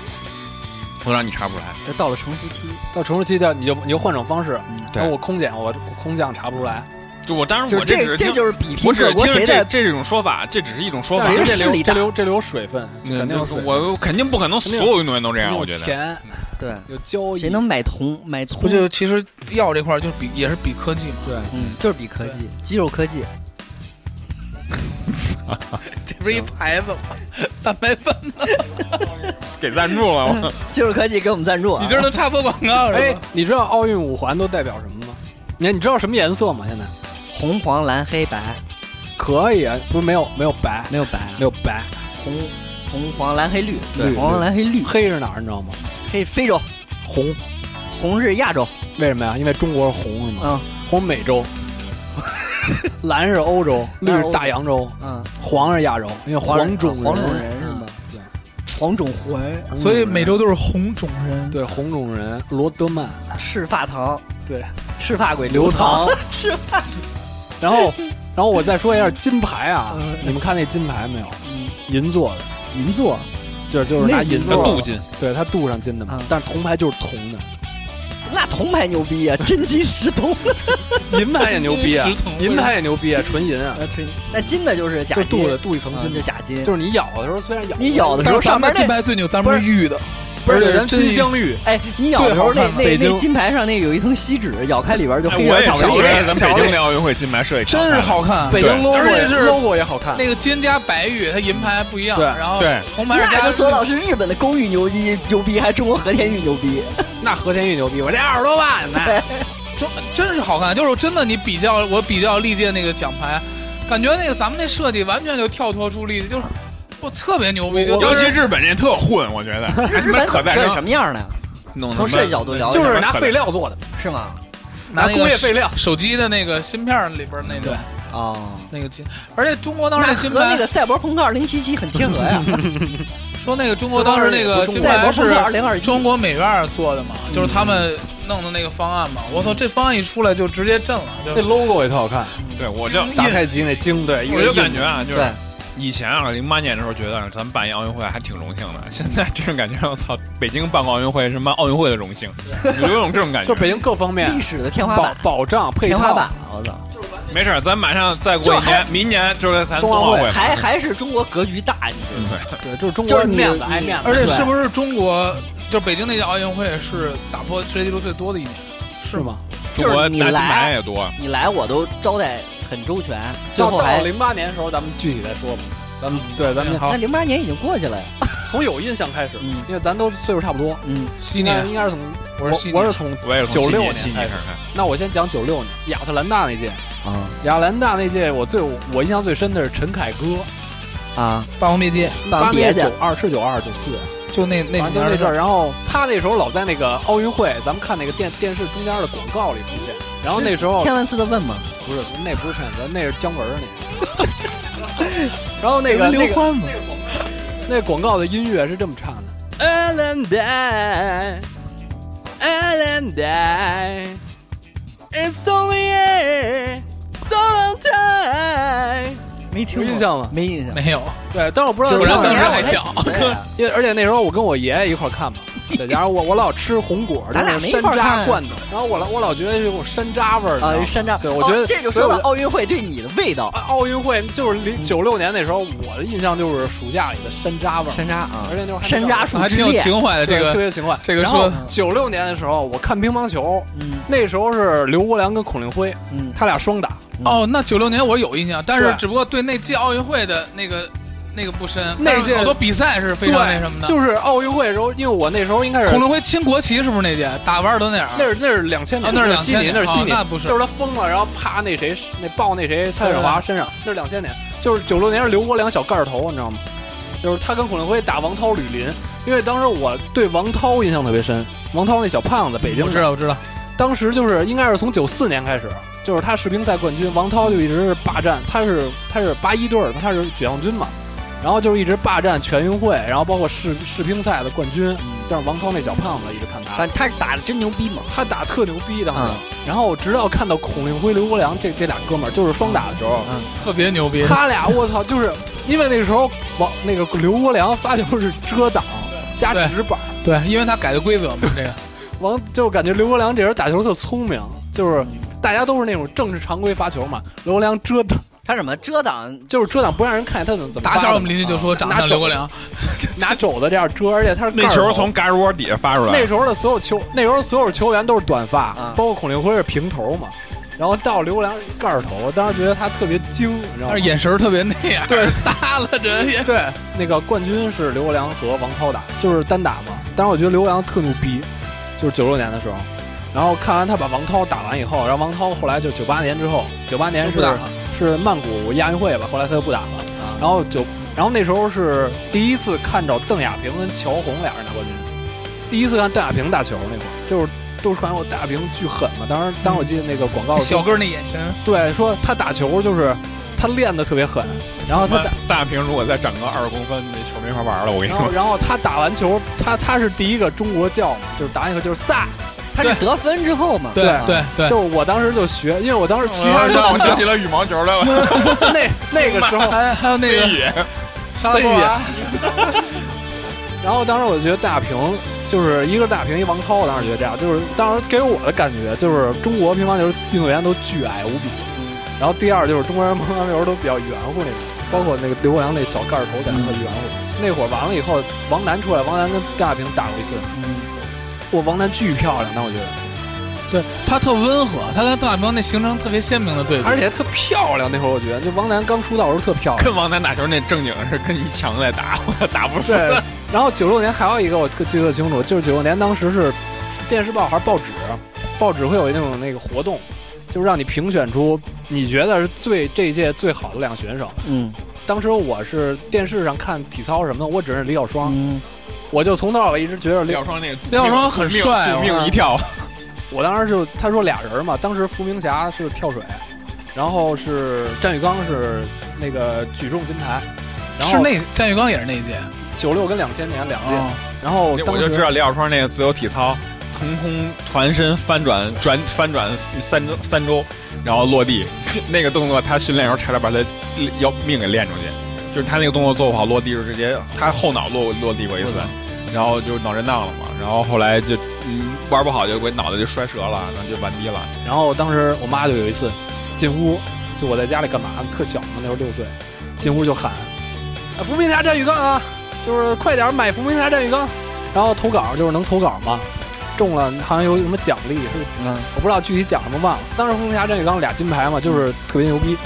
D: 我让你查不出来。
C: 这到了成熟期，
J: 到成熟期的你就你就换种方式，
D: 嗯对
J: 然后我空检我空降查不出来，
D: 就我当然
C: 就
D: 我
C: 是
D: 只是
C: 这
D: 听
C: 这，就是比拼
D: 我只
C: 各
D: 是
C: 国
D: 听
C: 谁
D: 这
C: 在
D: 这种说法，这只是一种说法
J: 但。
C: 谁
J: 是
C: 的
J: 这
C: 势力
J: 里有
C: 大
J: 这里有这里有水分，肯定有水分，
D: 呃我肯定不可能所有运动员都这
J: 肯
D: 样，
J: 定
D: 我
J: 有
D: 觉得。
J: 钱
C: 对
J: 有交易，
C: 谁能买通买通
F: 不，就其实药这块儿就是比也是比科技嘛。
J: 对。
C: 嗯，就是比科技，肌肉科技。
F: 这不是一牌子吗？蛋白粉，
D: 给赞助了，我
C: 肌肉科技给我们赞助啊
F: 你！今儿能插播广告是
J: 哎
F: 吧？，
J: 你知道奥运五环都代表什么吗？你看你知道什么颜色吗？现在
C: 红黄蓝黑白
J: 可以啊，不是没有没有白，
C: 没有白啊，
J: 没有白，
C: 红红黄蓝黑绿，
J: 绿
C: 对，黄
J: 绿
C: 黄蓝黑绿，
J: 黑是哪儿你知道吗？
C: 黑非洲，
J: 红，
C: 红是亚洲，
J: 为什么呀？因为中国是红是吗？
C: 嗯
J: 红美洲， 蓝是欧洲，绿
C: 蓝是欧洲
J: 是大洋洲，
C: 嗯，
J: 黄是亚洲，因为
C: 黄人啊
J: 种
C: 黄种人是吗？
J: 对，
C: 黄种魂，
J: 红种人
K: 所以每周都是红种人。
J: 对红种人罗德曼，
C: 赤发堂，
J: 对，
C: 赤发鬼
J: 刘
C: 唐
J: 唐， 然后。然后我再说一下金牌啊，
C: 嗯
J: 你们看那金牌没有？银做的，
C: 银座，
J: 就是就是
C: 嗯那
J: 拿银
C: 银
J: 做
C: 座
J: 的
D: 镀，金。
J: 对，它镀上金的嘛
C: 嗯。
J: 但是铜牌就是铜的，
C: 那铜牌牛逼啊，真金实铜。
J: 银牌也牛逼啊
F: 真金实，铜
J: 银牌也牛逼啊，纯银 啊，
C: 哎那金的就是假
J: 就
C: 金，
J: 是镀的镀一层
C: 嗯
J: 金
C: 就，假金，
J: 就是你咬的时候虽然咬，
C: 你咬的时
F: 但
C: 候
F: 是咱
C: 上面
F: 们
C: 那
F: 金牌最牛，咱们是玉的，
J: 不是
F: 而且
J: 咱
F: 真
J: 金镶玉，
C: 哎，你咬的时候
F: 最好
C: 那
F: 看的
C: 那
J: 北京
C: 那金牌上那有一层锡纸，咬开里边就
D: 哎
C: 黑
D: 我
C: 色
D: 也
C: 巧
D: 瞧
C: 克
D: 出
C: 力。
D: 来咱北
F: 巧克
D: 京
F: 力
D: 的奥运会金牌设计
F: 真是好看，
J: 北京 logo
F: 而且
J: 也
F: 是
J: logo 也好看。
F: 那个金加白玉，它银牌不一样，
J: 对
F: 然后
D: 对
F: 红牌是
C: 那
F: 加
C: 就说到是日本的公寓牛逼牛逼，还是中国和田玉牛逼？
J: 那和田玉牛逼，我这二十多万呢。
F: 真真是好看，就是真的，你比较我比较历届那个奖牌，感觉那个咱们那设计完全就跳脱出历届，就是我特别牛逼，就
D: 尤
F: 当
D: 其
F: 时
D: 日本这特混，我觉得还他
C: 日
D: 妈
C: 本
D: 可
C: 怎么
D: 在
C: 设计
D: 这
C: 什么样呢？
D: 弄他妈
C: 从设计角度聊一下
J: 就是拿废料做的，
C: 是吗？
F: 拿那
J: 拿工
F: 个
J: 业废料
F: 手机的那个芯片里边那种
C: 哦，
F: 那个金，而且中国当时
C: 那
F: 那金
C: 和那
F: 牌
C: 个赛博朋克二零七七很贴合呀。
F: 说那个中国当时那个金
C: 赛
F: 牌
C: 博朋
F: 是
C: 克二零二一，
F: 中国美院做的嘛，
J: 嗯
F: 就是他们弄的那个方案嘛，我操，这方案一出来就直接震了，就
J: 那 logo 也特好看，
D: 对我就
J: 打太极那精对，
D: 我就感觉啊，就是
C: 对
D: 以前啊，零八年的时候觉得咱们办一奥运会还挺荣幸的，现在这种感觉，我操，北京办个奥运会是办奥运会的荣幸，有一种这种感觉
J: 就是。北京各方面
C: 历史的天花
J: 保
C: 板，
J: 保障配
C: 天花
J: 套
C: 板，我操！
D: 没事儿，咱马上再过一年，明年就是咱冬奥会嘛。
C: 还还是中国格局大，你知道吗
D: 对，
J: 对，就是中
C: 就
J: 国
C: 是你
J: 面子爱哎
C: 你
J: 面子，
F: 而且
C: 对
F: 是不是中国就北京那届奥运会是打破世界纪录最多的一年？
J: 是吗？
D: 中国拿金牌也多，啊
C: 你来我都招待很周全，最
J: 到
C: 后
J: 到
C: 还
J: 零八年的时候，咱们具体再说吧。咱们对，咱们
C: 那零八年已经过去了呀。
J: 从有印象开始，
C: 嗯
J: 因为咱都岁数差不多，
C: 嗯，
F: 西年
J: 应该是从
F: 我是西
J: 我
F: 年
J: 我是从
D: 我也是从
J: 96
D: 悉尼
J: 年
D: 悉尼
J: 开
D: 开
J: 始
D: 始看。
J: 那我先讲九六年亚特兰大那届，
C: 啊
J: 亚特兰大那届我最我印象最深的是陈凯歌，
C: 啊，
F: 霸王别姬，
C: 当
J: 八
C: 别
J: 年
C: 的
J: 九二是九二九四，
F: 就那那
J: 反
F: 几
J: 正就那
F: 年
J: 阵儿。然后他那时候老在那个奥运会，咱们看那个电电视中间的广告里出现。然后那时候
C: 千万次的问嘛，
J: 不是那不是陈凯歌，那是姜文儿那个。 然后那个那
C: 刘
J: 个
C: 欢嘛，
J: 那广告的音乐是这么唱的：Island die, Island die, it's only a so long time。
C: 没听
J: 有
C: 过
J: 印象吗
C: 没印象。
F: 没有，
J: 对，但我不知道
C: 九
J: 为啥
C: 六
F: 当
C: 年
F: 时
C: 我
F: 还小
C: 几 岁啊
J: 因为而且那时候我跟我爷爷一块儿 看嘛，再加上我我老吃红果，
C: 咱俩
J: 那种
C: 没一
J: 山
C: 块儿看
J: 楂罐头，然后我老我老觉得有种山楂味儿你知道
C: 啊，
J: 吗
C: 山楂。
J: 对我
C: 哦
J: 觉得
C: 这就
J: 所以
C: 说到
J: 我就
C: 奥运会对你的味 道，
J: 啊奥运会就是零九六年那时候，我的印象就是暑假里的山楂味儿，
C: 山楂啊
J: 而，且那时候还
C: 山楂树
F: 还
C: 之
F: 挺有
C: 恋，
F: 情怀的这
J: 对特
F: 个
J: 别情怀。
F: 这个
J: 然后
F: 说
J: 九六年的时候，我看乒乓球，
C: 嗯
J: 那时候是刘国梁跟孔令辉，
C: 嗯，
J: 他俩双打，
F: 哦，那九六年我有印象，但是
J: 对
F: 只不过对那届奥运会的那个那个不深，
J: 那届
F: 但是好多比赛是非
J: 对，
F: 常那什么的。
J: 就是奥运会的时候，因为我那时候应该是
F: 孔令辉亲国旗是不是那届打瓦尔德内尔？
J: 那是那是两千
F: 啊
J: 年，
F: 那是
J: 悉尼，
F: 2000年
J: 那是悉尼，
F: 哦那不是啊
J: 就是他疯了，然后啪那谁那抱那谁蔡振华身上，那是两千年，就是九六年是刘国梁小盖儿头，你知道吗？就是他跟孔令辉打王涛、吕林，因为当时我对王涛印象特别深，王涛那小胖子，北京
F: 我
J: 人
F: 知道，我知道，
J: 当时就是应该是从九四年开始，就是他世乒赛冠军，王涛就一直是霸占，他是他是八一队儿，他是解放军嘛，然后就是一直霸占全运会，然后包括世世乒赛的冠军，但是王涛那小胖子一直看
C: 嗯
J: 他。
C: 但他是打的真牛逼嘛，
J: 他打特牛逼当时，
C: 嗯
J: 然后我直到看到孔令辉、刘国梁这这俩哥们儿就是双打的时候，
F: 特别牛
C: 嗯
F: 逼。
J: 嗯他俩我操，就是因为那时候王那个刘国梁发球是遮挡加
F: 对
J: 直板，
F: 对，因为他改的规则嘛， 这个。
J: 王就感觉刘国梁这人打球特聪明，就是大家都是那种正式常规发球嘛，刘国梁遮挡
C: 他怎么遮挡？
J: 就是遮挡不让人看见他怎么怎么发
F: 打
J: 的。啊
F: 小我们邻居就说长得
J: 拿
F: 像刘国
J: 肘
F: 梁，
J: 拿肘子这样遮，而且他是
D: 那
J: 盖儿
D: 球
J: 头
D: 从啊嘎吱窝底下发出来，
J: 那时候的所有球，那时候所有球员都是短发，
C: 啊
J: 包括孔令辉是平头嘛。然后到刘国梁是盖儿头，我当时觉得他特别精，你知道
F: 但
J: 吗
F: 是？眼神儿特别那样，
J: 对，
F: 耷拉着 也。
J: 对，那个冠军是刘国梁和王涛打，就是单打嘛。当时我觉得刘国梁特牛逼，就是九六年的时候。然后看完他把王涛打完以后，然后王涛后来就九八年之后，九八年
F: 不
J: 是
F: 打了啊
J: 是曼谷亚运会吧，后来他就不打了。然后九，然后那时候是第一次看着邓亚萍跟乔红俩人拿冠军，第一次看邓亚萍打球那会儿，就是都是传我邓亚萍巨狠嘛。当时当时我记得那个广告
F: 小
J: 说，
F: 哥那眼神，
J: 对，说他打球就是他练的特别狠，然后他打
D: 大大屏如果再长个二十公分，那球没法玩了。我跟你
J: 然后，
D: 说，
J: 然后他打完球，他他是第一个中国叫嘛，就是打完以后就是撒，
C: 他是得分之后嘛，
F: 对
C: 吧
F: 对对，
J: 啊就是我当时就学，因为我 当时其他人
D: 让我想起了羽毛球来了，
J: 那那个时候，
F: 哎还还有那
D: 飞
F: 个
D: 野
F: 沙拉波娃，
J: 啊 然后当时我就觉得大屏就是一个大屏，一王涛，我当时觉得这样，就是当时给我的感觉就是中国乒乓球运动员都巨矮无比，然后第二就是中国人乒乓球都比较圆乎那种，包括那个刘国梁那小盖儿头在特圆乎。那会儿完了以后，王楠出来，王楠跟邓亚萍打过一次，我王楠巨漂亮，那我觉得，
F: 嗯对他特温和，他跟邓亚萍那形成特别鲜明的对比，
J: 而且特漂亮。那会儿我觉得，那王楠刚出道的时候特漂亮。
D: 跟王楠打球那正经是跟一强在打，我打不死。
J: 对，然后九六年还有一个我特记得清楚，就是九六年当时是电视报还是报纸，啊报纸会有那种那个活动，就是让你评选出你觉得是最这一届最好的两个选手。
C: 嗯
J: 当时我是电视上看体操什么的，我只认识李小双，
C: 嗯，
J: 我就从头到尾一直觉得李
D: 廖双那个
F: 廖双很帅
D: 命
F: 我
D: 命一跳，
J: 我当时就他说俩人嘛，当时伏明霞是跳水，然后是战玉刚是那个举重金牌，然
F: 是
J: 后
F: 那战玉刚也是那一届，
J: 九六跟两千年两届，
F: 哦
J: 然后
D: 那
J: 当
D: 我就
J: 时
D: 知道廖双那个自由体操，腾空团身翻转转翻转三周三周，然后落地 那个动作，他训练时候差点把他要命给练出去，就是他那个动作做不好，落地就直接他后脑落落地过一次，然后就脑震荡了嘛，然后后来就嗯玩不好就给脑袋就摔折了，然后就完逼了。
J: 然后当时我妈就有一次进屋，就我在家里干嘛呢？特小嘛，那时候六岁，进屋就喊：“啊，伏明霞战浴缸啊，就是快点买伏明霞战浴缸。”然后投稿就是能投稿嘛，中了好像有什么奖励，是
C: 嗯，
J: 我不知道具体奖什么忘了。当时伏明霞战浴缸俩金牌嘛，就是特别牛逼。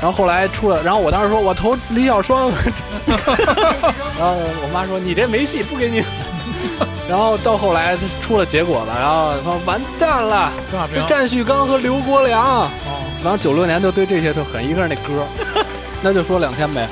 J: 然后后来出了，然后我当时说我投李小双， 然后我妈说你这没戏，不给你。 然后到后来出了结果了，然后说完蛋了。
F: 邓亚
J: 是
F: 萍
J: 战旭刚和刘国梁，
F: 哦，
J: 然后九六年就对这些特狠，一个是那 歌，那就说两千呗。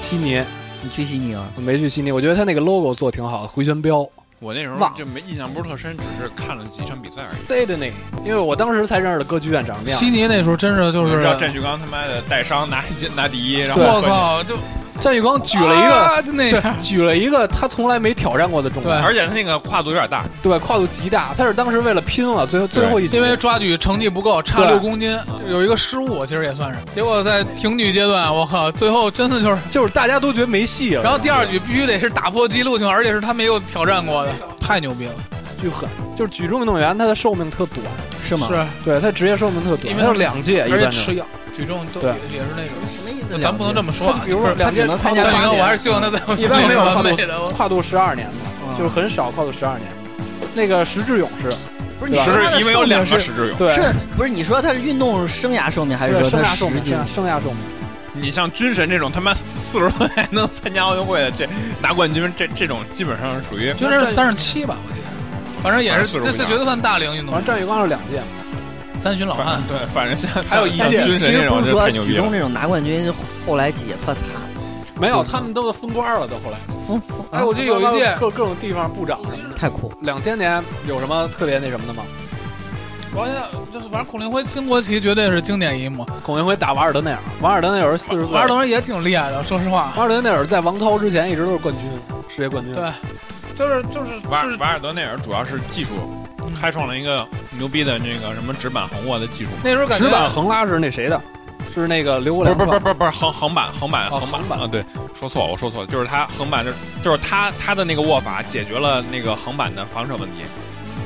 J: 悉尼，
C: 你去悉尼啊了？
J: 我没去悉尼，我觉得他那个 logo 做挺好的，回旋镖
D: 我那时候
C: 忘
D: 就没印象不是特深，只是看了几场比赛而已。
J: Sydney，因为我当时才认识的歌剧院长什么样
F: 悉。尼那时候真是就
D: 我
F: 是啊
D: 知道，战旭刚他妈的带伤拿拿第一，然后
F: 我靠，就
J: 战玉刚举了一 个，
F: 啊就那
J: 对，举了一个他从来没挑战过的重
F: 对
J: 量，
D: 而且他那个跨度有点大，
J: 对，跨度极大。他是当时为了拼了，最后最后一局，
F: 因为抓举成绩不够，差
J: 对
F: 六公斤，有一个失误，其实也算是。结果在挺举阶段，我靠，最后真的就是，
J: 就是大家都觉得没戏了，
F: 然后第二局必须得是打破记录性，而且是他没有挑战过的，太牛逼了，
J: 巨狠，就是举重运动员他的寿命特短，
C: 是吗？
F: 是，
J: 对他职业寿命特短，
F: 因为他
J: 他有两届，哎一
F: 而且
J: 般是
F: 吃药、举重都
J: 对
F: 也也是那种，
C: 什么意思？
F: 咱不能这
C: 么。
F: 么说啊，
J: 比如
F: 就
J: 说
F: 是
J: 两届
C: 他只能参加
F: 张
C: 八
F: 宇
C: 年
F: 刚，我还是希望他在我
J: 一
F: 心
J: 般
F: 里
J: 没有跨
F: 完美
J: 度
F: 的。我
J: 跨度十二年的，就是很少跨度十二年。那个石志勇是，
C: 不是
J: 对
C: 你
J: 吧
D: 十
C: 说他
D: 指
C: 的
D: 因为有
C: 寿
D: 两
C: 命
D: 个
C: 是
D: 十指泳。
J: 对，
C: 是不是你说他是运动生涯寿命，还是
J: 对
C: 说
J: 生
C: 他
J: 涯寿
C: 十
J: 命，
C: 斤
J: 生？涯生涯寿命。
D: 你像军神这种他妈四十多还能参加奥运会的，这拿冠军这这种基本上是属于
F: 觉得是三十七吧，我记得，反正也是，
D: 反正
F: 这
D: 岁数不
F: 这
D: 小
F: 绝对算大龄运动
J: 完，
F: 员，
J: 战宇刚是两届嘛，
F: 三旬老
D: 反
F: 汉
D: 正。对，反正像
J: 还有一
D: 像
J: 届
D: 军
C: 其
D: 神
C: 实不
D: 这种
C: 是
D: 就
C: 说
D: 太牛
C: 举
D: 逼
C: 重
D: 了。
C: 这种拿冠军，后来也特惨。
J: 没有，他们都封官了，都后来。
C: 疯
J: 哎，
F: 我记得有一届
J: 各各种地方部长什么的。
C: 太酷，
J: 两千年有什么特别那什么的吗？
F: 我现在就是反正孔令辉升国旗绝对是经典一幕，
J: 孔令辉打瓦尔德内尔，瓦尔德内尔四十岁，
F: 玩儿东西也挺厉害的，说实话。
J: 瓦尔德内尔在王涛之前一直都是冠军，世界冠军。
F: 对就是就是
D: 瓦
F: 是
D: 瓦尔德内尔主要是技术，开创了一个牛逼的那个什么直板横卧的技术。
F: 那时候感觉
J: 直板啊横拉是那谁的？是那个刘国
D: 不是
J: 梁
D: 不
J: 创。
D: 是不是不是不是横横板横板
J: 哦
D: 横
J: 横
D: 板
J: 板
D: 啊！对，说错了，我说错了，就是他横板就是就是他他的那个握法解决了那个横板的防守问题，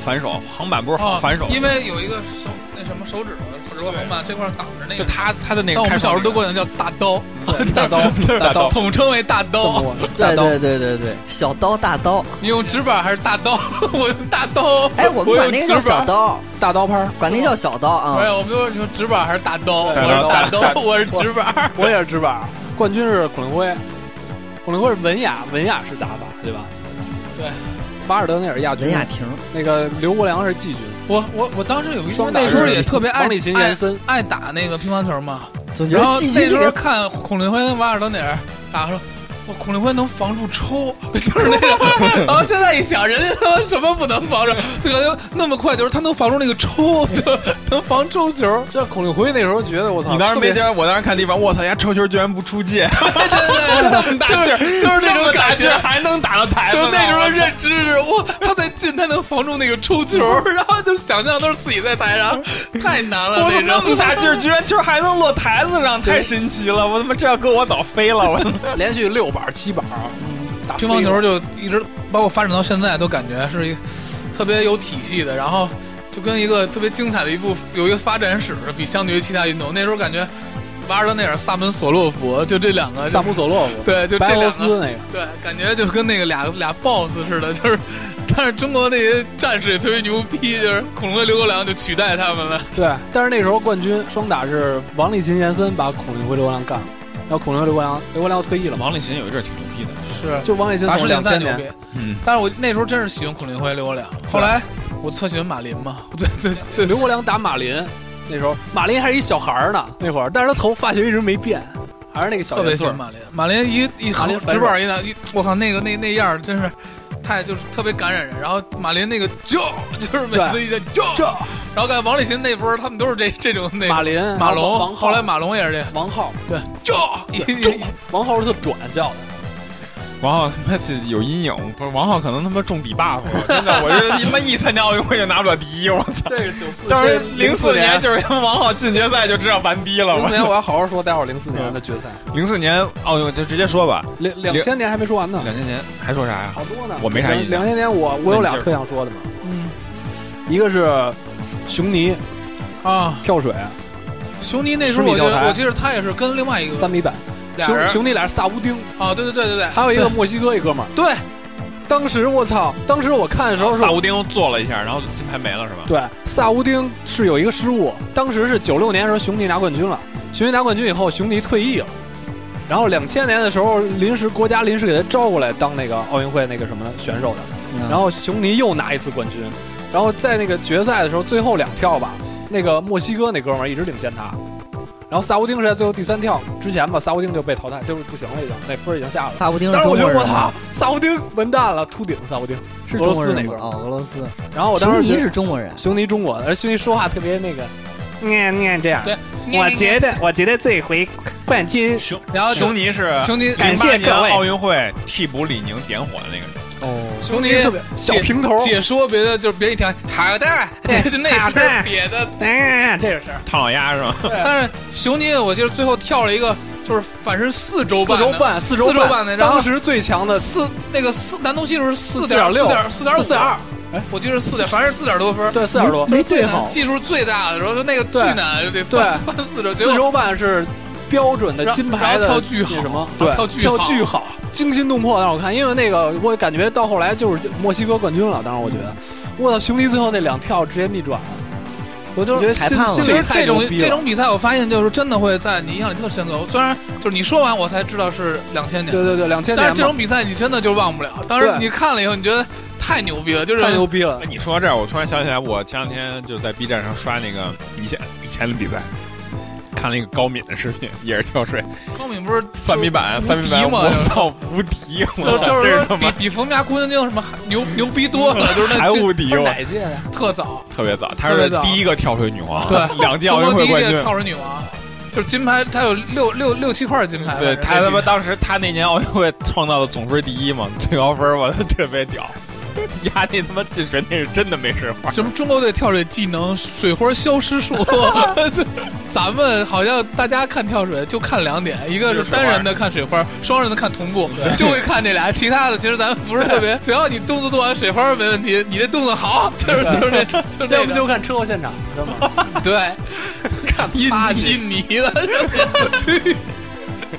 D: 反手横板不是
F: 哦
D: 反手，
F: 因为有一个手那什么手指头，如果横板这块儿挡着那
D: 就
F: 个。
D: 他他的那个
F: 但我们
D: 开
F: 小
D: 创
F: 时候
D: 那 个。哦
F: 都管它叫大刀，
J: 是大刀，
D: 大刀
F: 统称为大
J: 这么
F: 刀。
J: 多
C: 对
J: 大刀
C: 哦对对对对，小刀大刀，
F: 你用直板还是大刀？ 我用大刀。
C: 哎，我们
F: 我
C: 管
F: 用
C: 那个叫
F: 直板
C: 小。刀，
J: 大刀拍儿。
C: 管那叫小刀
F: 不是，
C: 啊。
F: 我们说你说直板还是大刀？我
D: 对
F: 是大
D: 大
F: 刀，
D: 刀
F: 我是直板。
J: 我也是直板，冠军是孔令辉，孔令辉是文雅，文雅是打法，对吧？
F: 对，
J: 巴尔德内尔亚军，
C: 文雅婷，
J: 那个刘国梁是季军，
F: 我我我当时有一
J: 双打
F: 那时候也特别爱
J: 王励勤、
F: 爱
J: 严森，
F: 爱打那个乒乓球嘛。
C: 总觉
F: 然后
C: 得季
F: 那
C: 军
F: 时
C: 这个
F: 候看孔令辉跟瓦尔德内尔打说，哇，孔令辉能防住抽， 就是那种。然后现在一想，人家他妈什么不能防住？这个那么快就是他能防住那个抽， 就能防抽球。
J: 这孔令辉嗯那时候觉得我操，
D: 你当时没
J: 啊特别
D: 觉得，我当时看地板，我操，人家抽球居然不出界，
F: 对对对，就是就是那种感觉。
D: 还能打到台
F: 就是那时候 的认知是，哇，他在进，他能防住那个抽球，然后就想象都是自己在台上，太难了
D: 我操
F: 那
D: 那么
F: 种。
D: 大劲儿，居然球还能落台子上，太神奇了！我他妈这要搁我早飞了！我
J: 连续六板七板，打
F: 嗯乒乓
J: 飞了
F: 球就一直包括发展到现在，都感觉是一个特别有体系的，然后就跟一呃个特别精彩的一部有一个发展史，比相对于其他运动，那时候感觉瓦尔德内尔、萨门索洛夫就这两个
J: 萨姆索洛夫，
F: 对，就这
J: 白
F: 两
J: 俄罗
F: 个
J: 斯那个，
F: 对，感觉就是跟那个俩俩 boss 似的，就是，但是中国那些战士也特别牛逼，就是恐龙和刘国梁就取代他们了。
J: 对。但是那时候冠军双打是王立勤、严森把孔令辉、刘国梁干了，然后孔令辉、刘国梁、刘国梁退役了嘛，
D: 王立勤有一阵儿挺牛逼的，
F: 是
J: 就王立勤
F: 打世
J: 从
F: 锦
J: 两
F: 赛
J: 千
F: 牛
J: 年
F: 逼，
D: 嗯，
F: 但是我那时候真是喜欢孔令辉、刘国梁，后来我特喜欢马林嘛，我最 最
J: 对，刘国梁打马林，那时候马林还是一小孩儿呢，那会儿，但是他头发型一直没变，还是那个小
F: 特别
J: 圆
F: 喜
J: 穗
F: 欢
J: 儿。
F: 马林，马林一一
J: 马林反
F: 直板
J: 手
F: 一打，一我靠那个那那样儿真是太就是特别感染人。然后马林那个就就是每次一见就，
J: 这
F: 然后看王立新那波儿他们都是这这种那个
J: 马林、
F: 马
J: 王
F: 龙，
J: 王
F: 后来
J: 浩、
F: 马龙也是这样
J: 王浩、
F: 对就一
J: 中王浩是特短叫的，
D: 王浩他妈这有阴影，不是王浩可能他妈中底 buff，了真的，我觉得他妈一参加奥运会就拿不了第一，我操！
J: 这个九四
D: 当时零
J: 零
D: 四年
J: 年
D: 就是他妈王浩进决赛就知道完逼了，
J: 零四年，
D: 我
J: 我要好好说，待会儿零四年的决赛，
D: 零四年奥运会就直接说吧，
J: 嗯两两千年还没说完呢，
D: 两千年还说啥呀？
J: 好多呢。
D: 我没啥印象
J: 两千年我我有俩特想说的嘛，嗯，一个是熊尼
F: 啊，
J: 跳水
F: 熊尼那时候
J: 十
F: 我
J: 米
F: 记
J: 跳
F: 得
J: 台
F: 我记得他也是跟另外一个
J: 三米板，
F: 俩
J: 熊
F: 人
J: 熊尼俩人萨乌丁，
F: 啊，对对对对对，
J: 还有一个墨西哥一哥们儿，对，当时我操，当时我看的时哦候是
D: 萨乌丁做了一下，然后金牌没了是吧？
J: 对，萨乌丁是有一个失误，当时是九六年的时候熊尼拿冠军了，熊尼拿冠军以后，熊尼退役了，然后两千年的时候临时国家临时给他招过来当那个奥运会那个什么选手的，
C: 嗯
J: 然后熊尼又拿一次冠军，然后在那个决赛的时候最后两跳吧，那个墨西哥那哥们儿一直领先他。然后萨乌丁是在最后第三跳之前吧，萨乌丁就被淘汰，就是不行了，已经那分儿已经下了。
C: 萨布丁
J: 当
C: 是
J: 时
C: 中国
J: 我觉得我
C: 人
J: 操
C: 吗？，
J: 萨乌丁完蛋了，秃顶萨乌丁。
C: 是
J: 俄罗
C: 中
J: 斯
C: 国人
J: 那
C: 吗
J: 个
C: 哦，俄罗斯。
J: 然后我当
C: 熊
J: 时觉
C: 尼
J: 得
C: 是中国人，
J: 熊尼中国的，而熊尼说话特别那个，念念这样。
F: 对，
J: 我觉得，我觉得这回冠军
D: 熊
F: 然后
D: 熊尼是
F: 熊尼啊
J: 感谢
D: 08年
J: 各位
D: 奥运会替补李宁点火的那个人，
F: 熊尼
J: 特别小平头，
F: 解说别的就是别一听好的，
J: 对
F: 就那
J: 好
F: 是
J: 的
F: 别的
J: 哎，这个事儿。
D: 唐老鸭是 吧？
F: 但是熊尼，我记得最后跳了一个，就是反身四周
J: 四
F: 半的，
J: 周半，
F: 四
J: 周
F: 半的，然后
J: 当时最强的
F: 四那个四难度系数是四点
J: 4.6
F: 点四点五
J: 4.2，
F: 我记得是四点，反正是四点多分。
J: 对四点多，
K: 没对好，
F: 系数最大的时候，就那个巨
J: 对
F: 难，就得
J: 对
F: 半半四周，结
J: 四
F: 果
J: 周半是标准的
F: 然后
J: 金牌的
F: 然后跳巨好
J: 那什么，
F: 然
J: 对，
F: 后跳巨好
J: 跳巨好，惊心动魄让我看，因为那个我感觉到后来就是墨西哥冠军了，当时我觉得，我操，熊尼最后那两跳直接逆转了，
F: 我就
J: 我觉得
F: 是
C: 裁
J: 心
C: 判了
F: 其
J: 心里
F: 实
J: 太
F: 这
J: 牛
F: 种
J: 逼了
F: 这种比赛，我发现就是真的会在你印象里特深刻。我虽然就是你说完我才知道是两千年，
J: 对对对，两千
F: 但
J: 年
F: 是这种比赛你真的就忘不了。当时
J: 对
F: 你看了以后，你觉得太牛逼了，就
J: 嘛
F: 是
J: 太牛逼了
D: 哎，，你说到这儿，我突然想起来，我前两天就在 B 站上刷那个以前以前的比赛，看了一个高敏的视频，也是跳水，
F: 高敏不是
D: 三米板，三米板，
F: 无敌嘛
D: 我操，无敌！我
F: 就
D: 操，
F: 就
D: 这
F: 是
D: 他
F: 说
D: 妈
F: 比比冯家姑娘精什么还牛牛逼多了， 就是那
D: 还无敌！
J: 不是
D: 我
J: 哪届的？
F: 特早，
D: 特别早，她
F: 特别
D: 是
F: 早
D: 第一个跳水女王，
F: 对，
D: 两届
F: 中
D: 奥
F: 国
D: 运
F: 第
D: 会冠
F: 一届
D: 军。
F: 跳水女王，就是金牌，她有六六六七块金 牌吧，
D: 对她
F: 这
D: 他妈
F: 几
D: 当时她那年奥运会创造的总分第一嘛，最高分我操特别屌，压那他妈进水那是真的没事话。
F: 什么中国队跳水技能水花消失术， 就咱们好像大家看跳水就看两点，一个是单人的看水花，双人的看同步，就会看这俩，其他的其实咱们不是特别，只要你动作做完水花没问题，你这动作好，就是就是 那就是
J: 要
F: 那
J: 不
F: 种
J: 就看车祸现场，知道吗？
F: 对，看印
D: 巴
F: 印尼的，对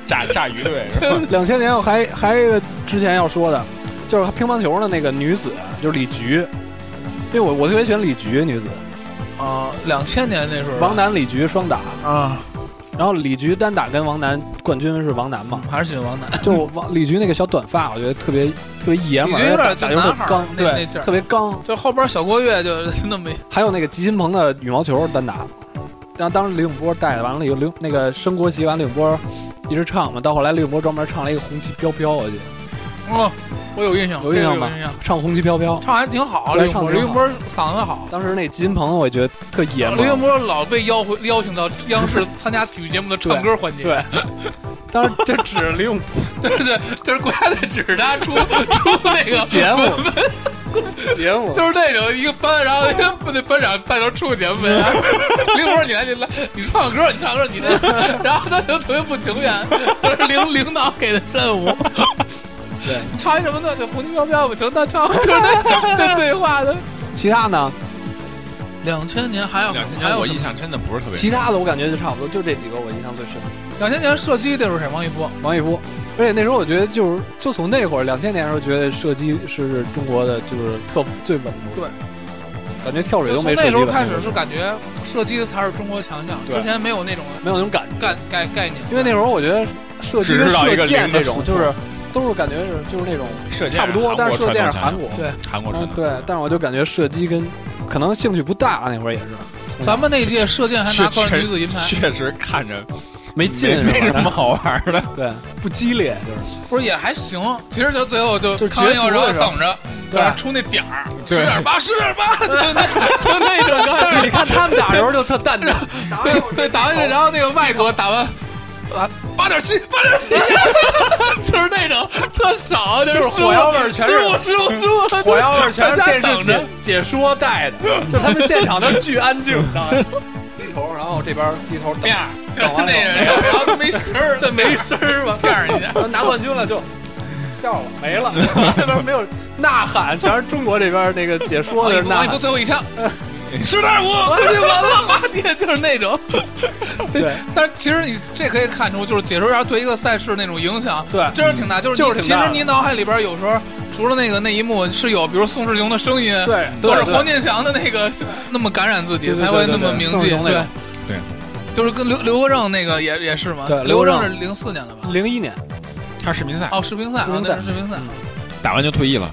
D: 炸炸鱼队是吧？
J: 两千年我还还有一个之前要说的，就是乒乓球的那个女子，就是李菊，因为我我特别喜欢李菊女子，
F: 啊，两千年那时候
J: 王楠李菊双打，
F: 啊，
J: 然后李菊单打跟王楠冠军是王 楠嘛，
F: 还是喜欢王楠，
J: 就王李菊那个小短发，我觉得特别特别爷们
F: 李菊
J: 儿，
F: 有点
J: 而且打打球
F: 就
J: 特
F: 男孩儿
J: 刚，
F: 那那
J: 对
F: 劲儿，
J: 特别刚。
F: 就后边小郭跃就那么一
J: 还有那个吉金鹏的羽毛球单打，然后当时李永波带的，完了有刘那个升国旗，完了李永波一直唱嘛，到后来李永波专门唱了一个红旗飘飘，我记得
F: 哦，我有印象，
J: 有印象
F: 这个
J: 吧
F: 有印象。
J: 唱红旗飘飘。
F: 唱还挺好，
J: 对
F: 刘永波，
J: 唱挺好
F: 刘永波嗓子好。
J: 当时那吉金鹏，我也觉得特爷们
F: 刘永
J: 儿。
F: 波老被邀回邀请到央 视参加体育节目的唱歌环节，
J: 对，当时就指着李永 波
F: 对对，就是国家队指着他出 出那个
J: 节目，节 目，
F: 就是那种一个班，然后一 个那班长带头出去节目呗。刘啊永波，你来，你来，你唱歌，你唱歌，你那，然后他就特别不情愿，就是领领导给的任 务。
J: 对，
F: 唱一什么呢？就红旗飘飘，不行，那唱就是那那对话的。
J: 其他呢？
F: 两千年还有
E: 两千
F: 还
E: 年
F: 有
E: 我
F: 什么
E: 印象真的不是特别深。
J: 其他的我感觉就差不多，就这几个我印象最深。
F: 两千年射击的是谁？王一夫。
J: 王一夫，而且那时候我觉得就是，就从那会儿两千年的时候，觉得射击是中国的就是特最稳住的，感觉跳水都
F: 从
J: 没射
F: 那
J: 击
F: 时候
J: 稳
F: 开始
J: 过
F: 是感觉射击才是中国强项，
J: 对
F: 之前没有那种
J: 没有那种感觉，
F: 概概概念。
J: 因为那时候我觉得射击
D: 只
J: 跟
D: 知道一个
J: 射箭
D: 零的
J: 这
D: 数
J: 种就是都是感觉是就是那种
D: 射箭
J: 差不多，但是射箭是韩
D: 国
J: 国，
F: 对
D: 传统强韩国传
J: 嗯
D: 统，
J: 对，但是我就感觉射击跟可能兴趣不大，那会儿也是
F: 咱们那届射箭
J: 嗯
F: 还拿
D: 是
F: 冠
D: 确
F: 军女子银牌，
D: 确实看着
J: 没劲
D: 没没
J: 是
D: 什
J: 吧？
D: 么好玩的。
J: 对，不激烈就是
F: 不是也还行。其实就最后就
J: 就是
F: 看完以后，
J: 角
F: 然
J: 逐
F: 后
J: 的时候
F: 等着，
J: 对
F: 然后冲那点儿，十
D: 对
F: 点八，十点 八，就那就那种感觉。
J: 你看他们打的时候就特淡定，
F: 对对，打完然后那个外国打完，啊，八点七，八点七， 就是那种特少，就是
J: 就是火药味儿全是嗯
F: 失误失误失误，
J: 火药味儿全是
F: 大家
J: 电视
F: 等
J: 解
F: 着
J: 解说带的，就他们现场都巨安静，当时低头，然后这边低头等，
F: 就是那个，然后都没声 儿，对，没声儿嘛， 第二下。
J: 然后拿冠军了就笑了，没了， 那边没有呐喊，全是中国这边那个解说
F: 王一
J: 的
F: 博，
J: 呐
F: 王一博
J: 喊，
F: 哎最后一枪，十点 五，对，完了，妈的， 就是那种。
J: 对，
F: 但是其实你这可以看出，就是解说员对一个赛事那种影响，
J: 对
F: 真是挺大。就是你
J: 嗯就是挺
F: 其
J: 大
F: 实
J: 的
F: 你脑海里边有时候除了那个那一幕是有，比如宋世雄的声音，
J: 对对
F: 或者
J: 对
F: 黄健翔的那个那么感染自己，
J: 对对对
F: 才会那么铭记。
J: 对对宋世雄那
F: 对
J: 个
D: 对，
F: 就是跟刘刘国正那个也也是嘛
J: 对，
F: 刘
J: 刘
F: 国
J: 国
F: 正
J: 正
F: 是零四年了吧？
J: 零一年，
D: 他世乒赛
F: 哦，世乒赛啊
J: 世，乒赛
F: 那是世乒赛。
D: 打完就退役了。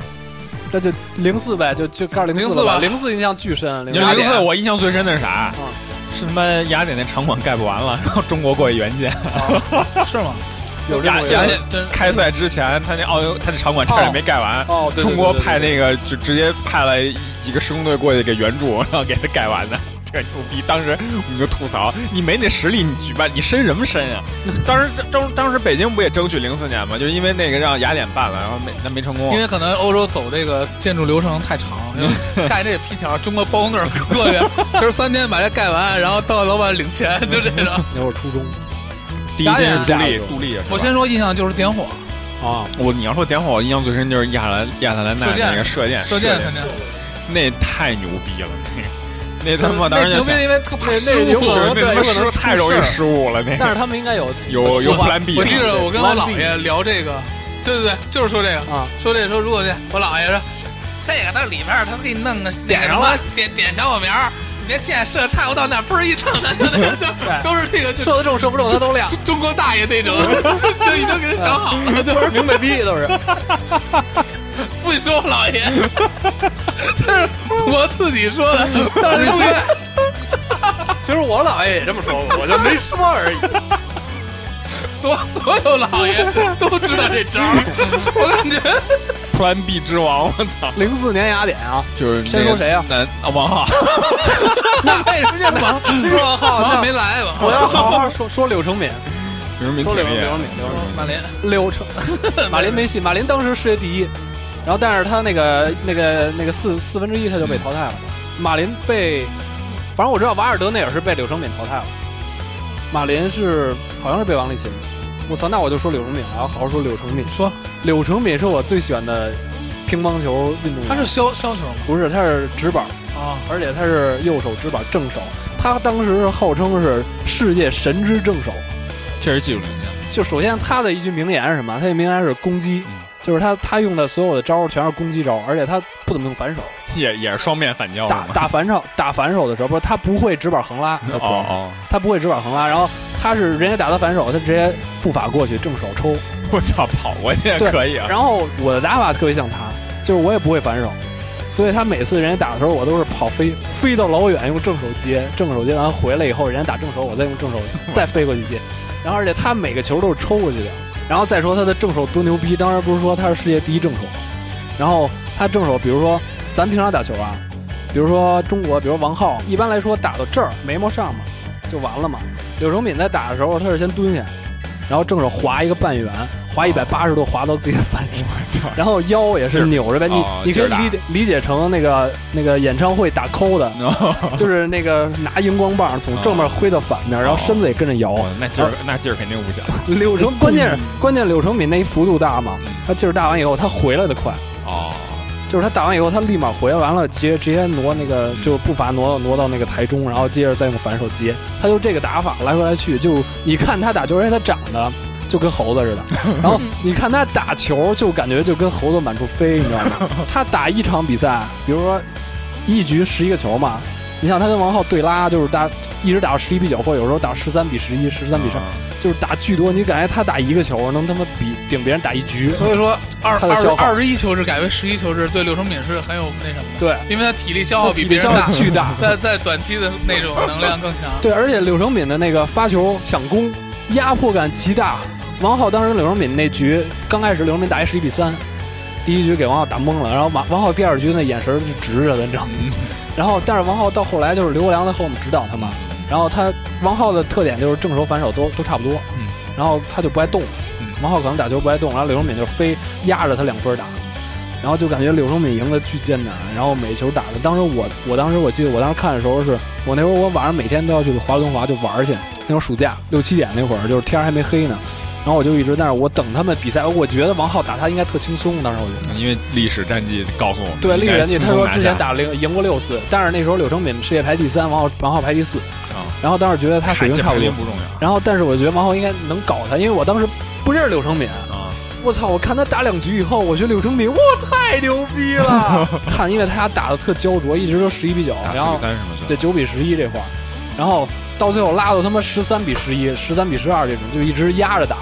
J: 那就零四呗，就就告诉零
F: 04吧
J: 零四印象巨深，
D: 你
J: 04
D: 零四我印象最深的是啥
J: 嗯？
D: 是他妈雅典那场馆盖不完了，然后中国过去援建。
J: 嗯
F: 是 吗？
J: 有这
D: 雅
J: 种
D: 雅
J: 人
D: 典
F: 真
D: 开赛之前，他那奥运他那场馆差点没盖完。
J: 哦，对对对
D: 中国
J: 对对
D: 派
J: 对
D: 那个就直接派了几个施工队过去给援助，然后给他盖完的，特牛逼。当时我们就吐槽，你没那实力，你举办你申什么申啊？当时当当时北京不也争取零四年吗？就是因为那个让雅典办了，然后没那没成功
F: 因。为可能欧洲走这个建筑流程太长，要盖这皮条，中国包工队儿过去，就是三天把这盖完，然后到老板领钱，就这种。
J: 那会儿初中
D: 第一
F: 雅
D: 届
F: 典
D: 是杜立
J: 是吧
D: 杜啊立，是吧
F: 我先说印象就是点火，
J: 啊，
D: 我你要说点火，我印象最深就是亚兰亚特兰大
F: 射箭
D: 那个射箭，
F: 射箭肯定。
D: 那太牛逼了，那个那他妈当时
F: 那
D: 就
F: 牛逼
D: 想
F: 是，因为特怕
J: 那
F: 失
J: 那有可
F: 误。
J: 能
D: 对那他妈
J: 对有可
D: 失
J: 能
D: 太容
J: 出
D: 易
J: 事儿
D: 失误了，那个
J: 但是他们应该有
D: 有有
J: 计划
D: plan B，
F: 我记得我跟我姥爷
J: 完
F: 聊这个，对对对，就是说这个，
J: 啊
F: 说这个说如果这我姥爷说，这个到里边儿他给你弄个点上了，点点小火苗儿，你别箭射差不到那儿，嘣儿一蹭，他就
J: 对
F: 都是这个就
J: 射得中射不中他都亮，
F: 就中国大爷那 种，就已经给他想好了，就是
J: 明白逼都是。
F: 不说老爷， 这是我自己说的，但是
J: 其实 我姥爷也这么说过，我就没说而已。
F: 所所有老爷都知道这招儿，我感觉
D: plan B 之王，我操，
J: 零四年雅典啊，
D: 就是
J: 先说谁啊
D: 那啊王浩，
F: 那为什么这王
J: 我靠，
F: 王
J: 哦那
F: 啊没来吧？
J: 我要好好说说柳成敏，
D: 刘明
J: 说
D: 铁
J: 柳成
D: 力
J: 柳，成敏，柳成
D: 嗯
F: 马林，
J: 敏柳成 马林没戏，马林当时世界第一，然后但是他那个那个那个四四分之一他就被淘汰了，马林被，反正我知道瓦尔德内尔是被柳成敏淘汰了，马林是好像是被王励勤的，我操，那我就说柳成敏，我要好好说柳成敏。
F: 说
J: 柳成敏是我最喜欢的乒乓球运动员，
F: 他是削削球吗？
J: 不是他是直板儿？
F: 啊，
J: 而且他是右手直板正手，他当时是号称是世界神之正手。
D: 确实技术领先，
J: 就首先他的一句名言是什么？他的名言是攻击，
D: 嗯
J: 就是他他用的所有的招儿全是攻击招儿，而且他不怎么用反手。
D: 也也是双面反胶
J: 打
D: 是吗
J: 打反手打反手的时候，不是他不会直板横拉，他不、
D: 哦
J: 他不会直板横拉，然后他是人家打他反手，他直接步法过去正手抽。
D: 哦，我操，跑过去也
J: 对
D: 可以啊，
J: 然后我的打法特别像他，就是我也不会反手，所以他每次人家打的时候，我都是跑飞飞到老远，用正手接，正手接完回来以后，人家打正手，我再用正手再飞过去接。然后而且他每个球都是抽过去的。然后再说他的正手多牛逼，当然不是说他是世界第一正手，然后他正手，比如说咱平常打球啊，比如说中国，比如王浩，一般来说打到这儿眉毛上嘛，就完了嘛。柳成敏在打的时候，他是先蹲下，然后正手划一个半圆，划一百八十度，划到自己的半身，然后腰也是扭着呗。你
D: 哦
J: 你
D: 劲
J: 可
D: 儿
J: 以
D: 大
J: 理解理解成那个那个演唱会打扣的，就是那个拿荧光棒从正面挥到反面，然后身子也跟着摇。
D: 哦，那劲儿那劲儿肯定不小，
J: 柳成关键是关键柳成敏那一幅度大嘛，他劲儿大完以后他回来的快。
D: 哦，
J: 就是他打完以后，他立马回来，完了直接直接挪那个
F: 嗯
J: 就是步伐挪到挪到那个台中，然后接着再用反手接，他就这个打法来回来去，就你看他打球，而且他长得就跟猴子似 的，然后你看他打球，就感觉就跟猴子满处飞，你知道 吗？他打一场比赛，比如说一局十一个球嘛，你想他跟王浩对拉，就是打一直打到十一比九，或者有时候打十三比十一、十三比十，
F: 嗯
J: 就是打巨多，你感觉他打一个球能他妈比顶别人打一局，
F: 所以说二
J: 他的消
F: 二
J: 耗
F: 二十一球制改为十一球制，对柳承敏是很有那什么的，
J: 对，
F: 因为他体力消耗比别人大
J: 他体力消耗巨大
F: 在在短期的那种能量更强。
J: 对，而且柳承敏的那个发球抢攻压迫感极大。王浩当时柳承敏那局刚开始，柳承敏打一十一比三，第一局给王浩打懵了，然后王王浩第二局那眼神是直着的，你知道吗？然后但是王浩到后来就是刘国梁在后面指导他嘛，然后他王浩的特点就是正手反手都都差不多，
D: 嗯，
J: 然后他就不爱动，王浩可能打球不爱动，然后柳承敏就飞压着他两分打，然后就感觉柳承敏赢得巨艰难，然后每球打的，当时我我当时我记得我当时看的时候是，我那会儿我晚上每天都要去华东华就玩去，那会儿暑假六七点那会儿就是天儿还没黑呢，然后我就一直在那儿我等他们比赛，我觉得王浩打他应该特轻松，当时我觉得。
D: 因为历史战绩告诉我们，
J: 对，历史人
D: 应
J: 记，
D: 该轻
J: 他
D: 松
J: 说
D: 拿
J: 之前
D: 下
J: 打零赢过六次，但是那时候柳承敏世界排第三，王浩王浩排第四，
D: 啊，
J: 然后当时觉得他水平
D: 这
J: 差不
D: 排
J: 多
D: 名，不重要
J: 然后但是我觉得王浩应该能搞他，因为我当时不认识柳承敏，
D: 啊，
J: 我操！我看他打两局以后，我觉得柳承敏，哇，太牛逼 了！看，因为他俩打的特焦灼，一直都十一比九，
D: 打
J: 然后
D: 四比三是吗？
J: 对，九比十一这块儿，然后到最后拉到他妈十三比十一、十三比十二这种，就一直压着打。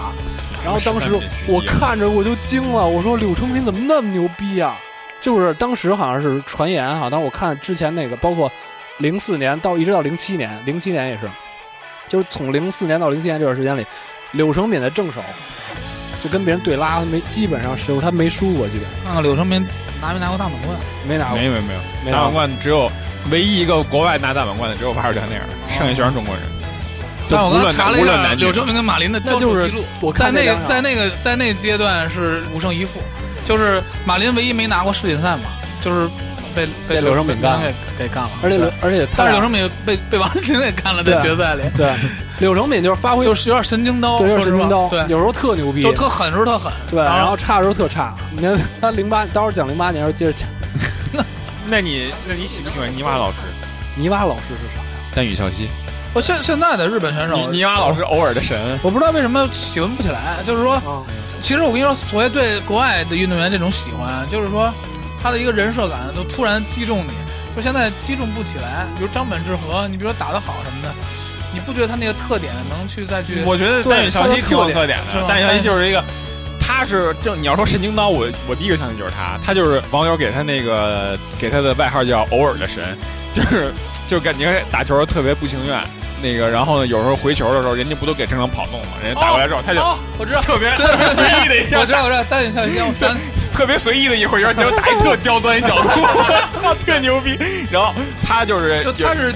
J: 然后当
D: 13
J: 时
D: 比11
F: 啊
J: 我看着我就惊了，我说柳成平怎么那么牛逼啊？就是当时好像是传言哈，当时我看之前那个，包括零四年到一直到零七年，零七年也是，就是从零四年到零七年这段时间里，柳成敏的正手就跟别人对拉，他没基本上是他没输过，基本上
F: 看看柳承敏拿没拿过大满啊贯，
J: 没拿过
D: 没。有没有没有，
J: 没拿
D: 大满贯只有唯一一个国外拿大满贯的只有瓦尔德内尔，
J: 哦
D: 剩下全是中国人。就
F: 但我
D: 无
F: 刚
D: 论
F: 查
D: 男
F: 了
D: 无
F: 一
D: 论
F: 下，
D: 男
J: 啊
D: 女
F: 柳承敏跟马林的交
J: 那就
F: 手
J: 是
F: 记录，
J: 我
F: 在
J: 看
F: 那
J: 那
F: 个
J: 张
F: 在那个在那阶段是五胜一负，就是马林唯一没拿过世锦赛嘛，就是被
J: 被柳承敏干了
F: 给给干了，
J: 而且柳
F: 对
J: 而且他
F: 但是柳
J: 俩
F: 承敏被被王麒麟给干了，在
J: 对啊
F: 决赛里，
J: 对柳成敏就是发挥
F: 就是有点神经刀，
J: 对，就是
F: 说实
J: 神
F: 话
J: 经刀，
F: 对，
J: 有时候特牛逼，
F: 就特狠时候特狠，
J: 对，然后差的时候特差。你看他零八，到时候讲零八年时候接着讲。
D: 那你那你喜不喜欢泥娃老师？
J: 泥娃老师是啥？
D: 丹羽孝希，
F: 我现现在的日本选手
D: 泥，泥娃老师偶尔的神，
F: 我不知道为什么喜欢不起来，就是说，
J: 啊，
F: 其实我跟你说，所谓对国外的运动员这种喜欢，就是说他的一个人设感都突然击中你，就现在击中不起来。比如张本智和，你比如说打得好什么的，你不觉得他那个特点能去再去？
D: 嗯我觉得
J: 对
D: 丹羽孝希挺有特点
F: 是
D: 的
F: 吗。
D: 丹羽孝希就是一个，他是正你要说神经刀，我我第一个相信就是他。他就是网友给他那个给他的外号叫“偶尔的神”， 就是就感觉打球特别不情愿。那个，然后呢，有时候回球的时候，人家不都给正常跑动嘛，人家打过来之后，他就
F: 哦，我知道，
D: 特别
F: 对
D: 特别随意的一下
F: 我知道，我知道，但你像像我想
D: 特别随意的一回球，结果打一特刁钻一角度， 我操，特牛逼。然后他就是
F: 就他是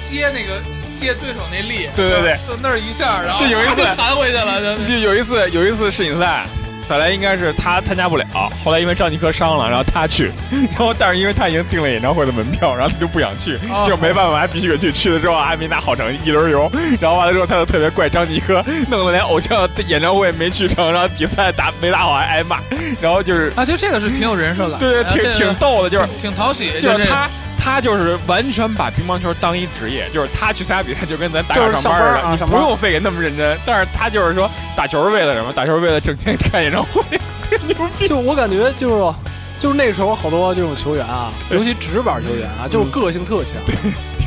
F: 接那个接对手那力，
D: 对对对
F: 就，就那儿一下，然后
D: 就有一次
F: 就弹回去了，就
D: 就有一次有一次世锦赛，本来应该是他参加不了，后来因为赵尼科伤了，然后他去， 然后但是因为他已经订了演唱会的门票，然后他就不想去
F: 哦，
D: 就没办法还必须得去。去了之后还没拿好成绩，一轮游，然后完了之后他就特别怪张尼科，弄得连偶像演唱会没去成，然后比赛打没打好还挨骂，然后就是
F: 啊，就这个是挺有人设感的，
D: 对
F: 然后
D: 对，挺
F: 啊这个
D: 挺逗的，就是
F: 挺挺讨喜，
D: 就是
F: 这个
D: 他，他就是完全把乒乓球当一职业，就是他去参加比赛就跟咱打
J: 就
D: 卡
J: 是
D: 上班
J: 上
D: 儿
J: 班儿啊
D: 了，你
J: 上
D: 不
J: 班儿
D: 用非得那么认真。但是他就是说，打球是为了什么？打球是为了挣钱看演唱会，特牛逼。
J: 就我感觉就是就是那时候好多这种球员啊，尤其直板球员啊，就是个性特强，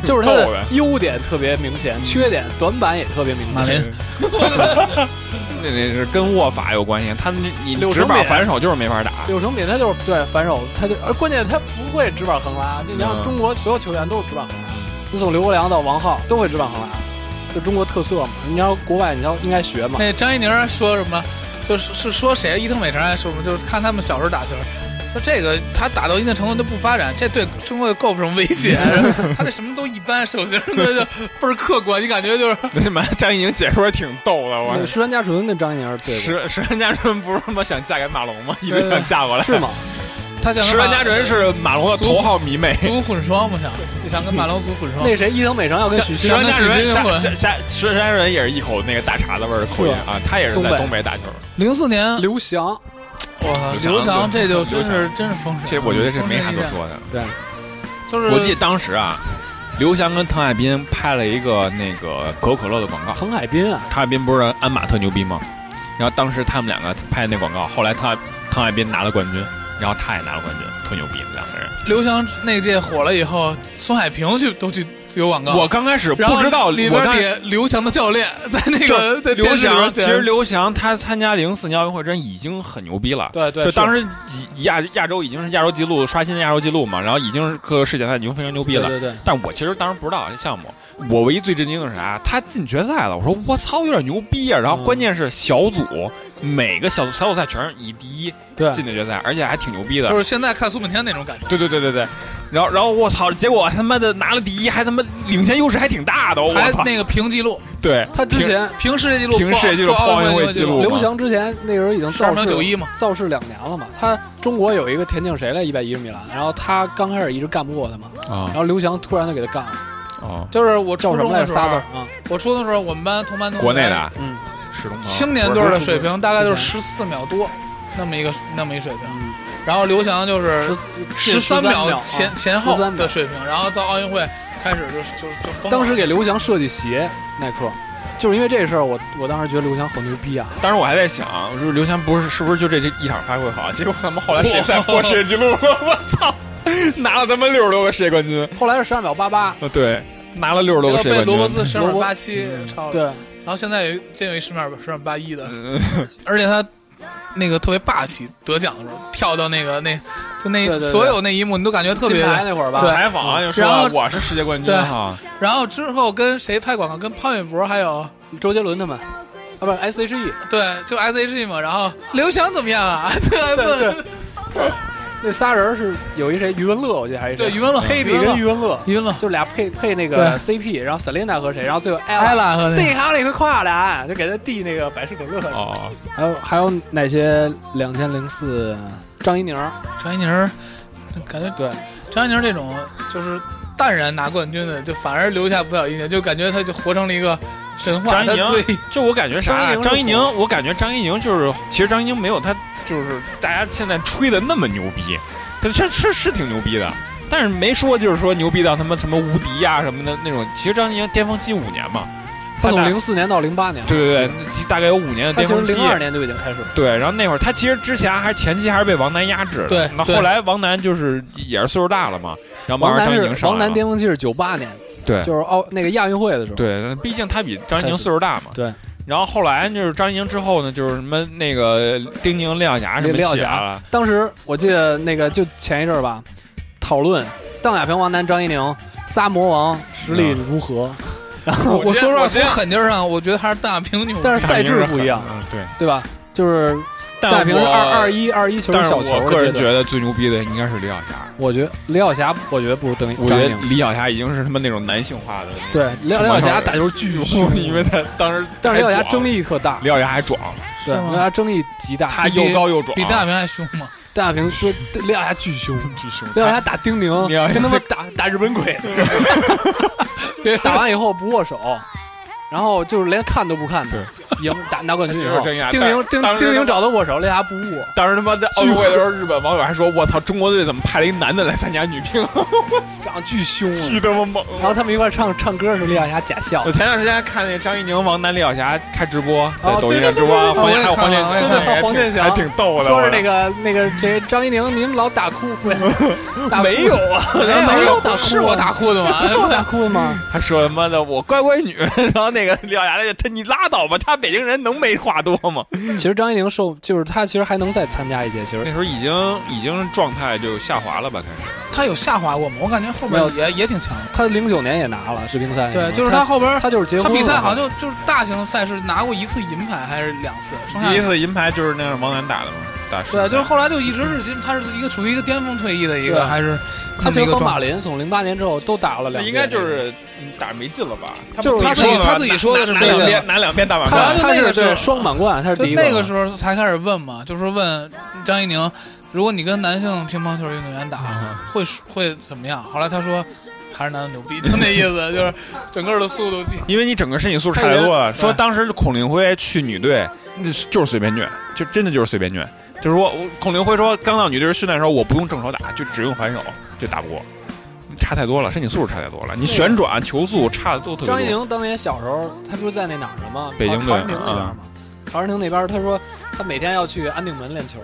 J: 就是他
D: 挺逗
J: 的
D: 的
J: 优点特别明显，缺点短板也特别明
F: 马林
J: 显。
D: 那那是跟握法有关系，他那你
J: 柳
D: 直
J: 成
D: 板
J: 敏
D: 反手就是没法打。
J: 柳成敏他就是对反手，他就而关键他不会直板横拉，就你像
D: 嗯
J: 中国所有球员都是直板横拉，你从刘国梁到王浩都会直板横拉，就中国特色嘛。你要国外你要应该学嘛。
F: 那张怡宁说什么？就是是说谁？伊藤美诚还说什么？就是看他们小时候打球，说这个他打到一定程度他不发展，这对中国构不成威胁。啊他这什么都一般，手型儿的就倍儿客观，你感觉就是
D: 那他妈张怡宁解说挺逗的，
J: 那
D: 我
J: 个石川佳纯跟张怡宁对过
D: 石石原家纯不是他妈想嫁给马龙吗？一
F: 对
D: 直
F: 对
D: 想嫁过来。
J: 是吗？
F: 他想跟
D: 石
F: 马
D: 原家纯是马龙的头号迷妹。
F: 足混双嘛，想想跟马龙足混双。
J: 那谁伊藤美诚要跟许昕
D: 石
F: 像
D: 原家
F: 像
D: 纯
F: 那许昕
D: 下
F: 混
D: 下下石原家纯也是一口那个大碴子味儿的口音
J: 是
D: 啊，他也是
J: 东北
D: 在东北打球。
F: 零四年
J: 刘翔，
F: 我操，刘翔这就真是真是封神，
D: 这我觉得这没啥可说的。
J: 对，
F: 就是
D: 我记得当时啊，刘翔跟滕海滨拍了一个那个可口可乐的广告。
J: 滕海滨啊，
D: 滕海滨不是鞍马特牛逼吗？然后当时他们两个拍那广告，后来他滕海滨拿了冠军，然后他也拿了冠军，特牛逼，两个人。
F: 刘翔那届火了以后，孙海平去都去有广告，
D: 我刚开始
F: 啊然后
D: 不知道，
F: 里
D: 我
F: 边
D: 刚
F: 写刘翔的 教练在那个在
D: 就
F: 电
D: 刘
F: 视里
D: 翔，
F: 边写
D: 其实刘翔他参加零四年奥运会真已经很牛逼了。
J: 对对
D: 就是当时以亚亚洲已经是亚洲纪录刷新亚洲纪录嘛，然后已经是各个世界赛已经非常牛逼了。
J: 对对对
D: 但我其实当时不知道这项目，我唯一最震惊的是啥？他进决赛了，我说我操，有点牛逼啊！然
F: 嗯
D: 后关键是小组、每个小组小组赛全是以第一
J: 对
D: 进的决赛，而且还挺牛逼的。
F: 就是现在看苏炳添那种感觉。
D: 对对对对对，然后然后我操，结果他妈的拿了第一，还他妈领先优势还挺大哦的，我
F: 还
D: 操！
F: 那个平记录，
D: 对
J: 他之前
F: 平啊世界纪录，
D: 平世界纪录
F: 破奥
D: 破奥
F: 运
D: 运
F: 会
D: 会
F: 纪
D: 纪录
J: 刘翔之前那时候已经
F: 12
J: 造
F: 秒
J: 势
F: 91嘛，
J: 造势两年了嘛。他中国有一个田径谁来一百一十米栏，然后他刚开始一直干不过他嘛，
D: 啊
J: 然后刘翔突然就给他干了，
D: 啊，
F: 就是我
J: 叫
F: 初
J: 什么
F: 中
J: 来
F: 的
J: 着？
F: 时
J: 仨字
F: 候
J: 儿，啊，
F: 我初中的时候，我们班同班同学
D: 国内的啊
J: 嗯，
D: 史东鹏
F: 青年队的水平大概就是十四秒多，那么一个那么一水平。
D: 嗯
F: 然后刘翔就是
J: 十
F: 三
J: 秒
F: 前
J: 啊
F: 前后
J: 13秒
F: 的水平，然后到奥运会开始就就就疯了。
J: 当时给刘翔设计鞋，耐克，就是因为这事儿，我我当时觉得刘翔好牛逼啊！
D: 当时我还在想，我说刘翔不是是不是就这这一场发挥好？结果他们后来世界赛破世界纪录了，我操，拿了他妈六十多个世界冠军，
J: 后来是十二秒八八，
D: 呃，对，拿了六十多个世
F: 结果
D: 界
F: 被罗伯
D: 冠
F: 茨
D: 军。
F: 十
J: 罗
F: 秒
J: 伯
F: 八七
D: 嗯
F: 超了，
J: 对，
F: 然后现在有一真有一十秒十秒八一的，而且他那个特别霸气，得奖的时候跳到那个那就那
J: 对对对
F: 所有那一幕你都感觉特别
J: 金牌那会儿吧，
D: 采访就说
F: 然后
D: 我是世界冠军
F: 对
D: 哈，
F: 然后之后跟谁拍广告？跟潘玮柏还有
J: 周杰伦他们，啊不是 S.H.E
F: 对，就 S H E 嘛。然后刘翔怎么样啊？ 对问
J: 那仨人是有一谁余文乐，我记得还是谁
F: 对余文乐
J: 黑
F: 余
J: 比
F: 文乐
J: 跟余文乐，
F: 晕了。
J: 就俩配配
F: 对
J: 那个 CP，然后 Selina 和谁，然后最后
F: 艾
J: ella
F: 拉和那
J: 这行里会跨栏，就给他递那个百事可乐。
D: 哦，
J: 还有还有哪些两千零四张怡宁？
F: 张怡宁儿，感觉
J: 哎对，
F: 张怡宁儿这种就是淡然拿冠军的，就反而留下不小印象，就感觉他就活成了一个神话。
D: 张怡宁
F: 他对，
D: 就我感觉啥呀？
J: 张
D: 张
J: 怡
D: 怡
J: 宁
D: 宁
J: 是，
D: 我感觉张怡宁就是，其实张怡宁没有他就是大家现在吹的那么牛逼，他是是是挺牛逼的，但是没说就是说牛逼到他妈什么无敌呀、什么的那种。其实张怡宁巅峰期五年嘛，
J: 他从
D: 大
J: 零四年到零八年，
D: 对对对，大概有五年的
J: 他
D: 巅
J: 其
D: 峰
J: 实
D: 期
J: 零。二年就已经开始了。
D: 对，然后那会儿他其实之前还前期还是被王楠压制的，
F: 对
D: 那
F: 对
D: 后来王楠就是也是岁数大了嘛，然后
J: 王
D: 慢慢
J: 楠
D: 张怡宁
J: 是
D: 上
J: 王
D: 来
J: 楠
D: 了。
J: 巅峰期是九八年，
D: 对
J: 就是奥那个亚运会的时候。
D: 对，毕竟他比张怡宁岁数大嘛。
J: 对。
D: 然后后来就是张怡宁之后呢，就是什么那个丁宁、廖雅什么
J: 廖
D: 起
J: 雅
D: 来了，
J: 当时我记得那个就前一阵儿吧，讨论邓亚萍、王楠、张怡宁仨魔王嗯实力如何，
F: 我我说实话，
D: 我觉
F: 从
D: 得
F: 狠劲儿上，我觉得还是邓亚萍牛。
J: 但是赛制不一样，
D: 嗯，对。
J: 对吧？就是邓
D: 但
J: 亚萍是
D: 我
J: 二二一二一球
D: 但
J: 是
D: 是
J: 小球
D: 我
J: 的
D: 个人
J: 阶
D: 觉
J: 段，
D: 得最牛逼的应该是李晓霞，
J: 我觉得李晓霞，我觉得不如邓
D: 我觉
J: 张
D: 得
J: 怡宁。
D: 李晓霞已经是他妈那种男性化的。
J: 对，李李晓霞打球巨凶，
D: 因为他当时，
J: 但是李晓霞争
D: 议，
J: 议特大，
D: 李晓霞还壮，
J: 对，
F: 是吗
J: 李晓霞争议极大。
D: 她又高又壮，
F: 比邓亚萍还凶嘛？
J: 邓亚萍说李晓霞巨凶，
D: 巨凶。
J: 李晓霞打 丁宁
D: 李晓霞
J: 跟他们打打日本 鬼，
F: 对，
J: 打完以后不握手，然后就是连看都不看的，赢打拿冠军以
D: 有
J: 后
D: 点，争议啊
J: 丁
D: 但
J: 宁丁
D: 当时
J: 丁
D: 他
J: 宁找他握手，为啥不握？
D: 当时他妈在奥运会的时候，日本网友还说：“我操，中国队怎么派了一男的来参加女乒？
J: 长得巨凶啊，
D: 巨他妈猛！”
J: 然后他们一块儿唱唱歌的时候，李晓霞假笑
D: 嗯 我，前段时间看那张怡宁、王楠、李晓霞开直播，在
J: 哦
D: 抖
J: 对
D: 音上
J: 对
D: 直播，
J: 对对
D: 黄健
F: 对
D: 还有黄健，对对
F: 我也看了
J: 我也看了黄健翔
D: 还挺逗的。
J: 说是那
D: 个
J: 个那个谁张怡宁，你们老打 哭，打哭
D: 没有啊，
J: 没有没有打哭啊
F: 是我打哭的吗？
J: 是我打哭的吗？
D: 还说他妈的我乖乖女，然后那个李晓霞就他你拉倒吧，他北京人能没话多吗？
J: 其实张怡宁受就是他其实还能再参加一届，其实
D: 那时候已经已经状态就下滑了吧，开始。
F: 他有下滑过吗？我感觉后
J: 没有
F: 边也也挺强的。
J: 他零九年也拿了世乒赛那个，
F: 对，就是他
J: 他
F: 后边
J: 他就是结
F: 他
J: 婚了，
F: 比赛好像就就是大型赛事拿过一次银牌还是两次，剩下
D: 第一次银牌就是那个王楠打的嘛，打
F: 对，啊就是后来就一直是金，他是一个处于一个巅峰退役的一
J: 对
F: 个，还是
J: 他
F: 这
J: 其
F: 么一
J: 实
F: 个
J: 和
F: 状
J: 马
F: 态。
J: 林从零八年之后都打了
D: 那
J: 两届，
D: 应该就是嗯打没劲了吧？
J: 就是
F: 他自
D: 说
F: 己
D: 的吧
F: 他自己说的是
D: 拿
F: 这
D: 拿
F: 个
D: 两边拿两边大满
F: 后来
J: 他
F: 就
D: 贯，
J: 他
F: 那
J: 是
F: 个时候
J: 对双满贯，他是
F: 就
J: 第一
F: 那
J: 个
F: 个时候才开始问嘛，就是问张怡宁，如果你跟男性乒乓球运动员打，
J: 啊
F: 会输会怎么样？后来他说还是男的牛逼，就那意思， 就是整个的速度技
D: 因为你整个身体素质差太多了。说当时孔令辉去女队，那是就是随便虐，就真的就是随便虐。就是说我孔令辉说，刚到女队训练的时候，我不用正手打，就只用反手就打不过，差太多了，身体素质差太多了。你旋转、球速差的都特别多。
J: 张怡宁当年小时候，他不是在那哪儿的吗？
D: 北京队
J: 陶
F: 啊
J: 然亭那边吗？陶然亭那边，他说他每天要去安定门练球，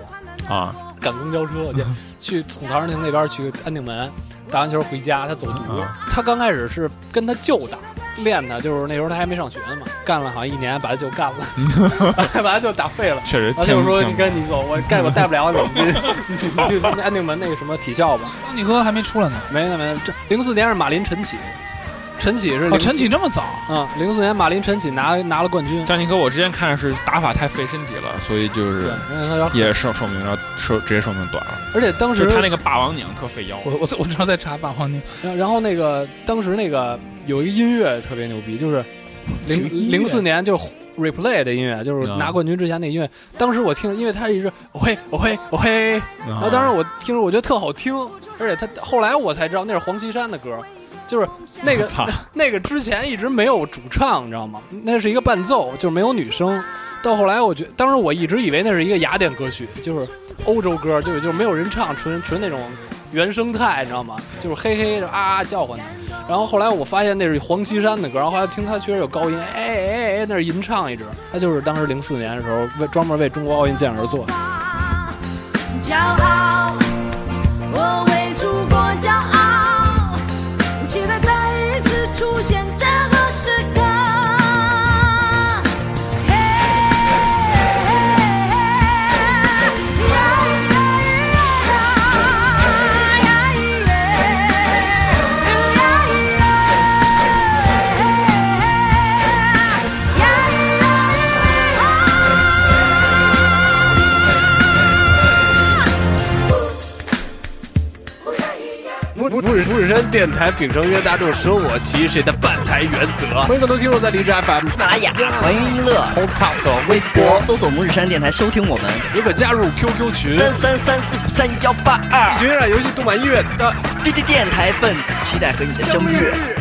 D: 啊，
J: 赶公交 车去，去从陶然亭那边去安定门，打完球回家，他走读。
F: 啊
J: 他刚开始是跟他舅打。练的就是那时候他还没上学呢嘛，干了好像一年，把他舅干 了，把他舅打废了。
D: 确实
J: 他
D: 天
J: 啊就
D: 赋
J: 说：“
D: 天
J: 你
D: 赋
J: 跟你走，我带我带不了 你，你你去你去安定门那个什么体校吧。”
F: 高尼科还没出来呢。
J: 没呢没呢，这零四年是马林晨起，晨起是
F: 哦，陈启
J: 这
F: 这么早，
J: 啊，零四年马林晨起拿拿了冠军，
D: 张宁科，我之前看是打法太费身体了，所以就是
J: 因为他要
D: 也寿寿命要寿职业寿命短了。
J: 而且当时
D: 就是他那个霸王拧特费腰，
F: 我我在我正在查霸王宁，
J: 然然后那个当时那个有一个音乐特别牛逼，就是
F: 什么
J: 零
F: 音乐
J: 零四年就是 replay 的音乐，就是
D: 啊
J: 拿冠军之前那音乐。当时我听，因为他一直我嘿我嘿我嘿，
F: 啊
D: 啊
J: 然后当时我听着我觉得特好听，而且他后来我才知道那是黄绮珊的歌。就是那个
D: 操
J: 那个之前一直没有主唱，你知道吗？那是一个伴奏，就是没有女声。到后来，我觉当时我一直以为那是一个雅典歌曲，就是欧洲歌，就是就是没有人唱，纯纯那种原生态，你知道吗？就是嘿嘿啊啊叫唤的。然后后来我发现那是黄绮珊的歌，然后后来听她确实有高音，哎哎哎哎，那是吟唱一直。她就是当时零四年的时候为专门为中国奥运健儿做的。
L: 骄傲，我为祖国骄傲，期待再一次出现这个时刻。嘿嘿嘿呀咿呀咿呀呀咿耶呀咿耶呀咿呀咿呀。
J: 木木日木日山电台秉承约大众舍我其谁的办台原则，欢迎更多听众在荔枝 FM、
C: 喜马拉雅、网易音乐、
J: Podcast
C: 微博搜索“拇指山电台”收听我们。
J: 也可加入 QQ 群
C: 三三三四五三幺八二，
J: 群让游戏动漫音乐的
C: 滴滴电台分子期待和你的相遇。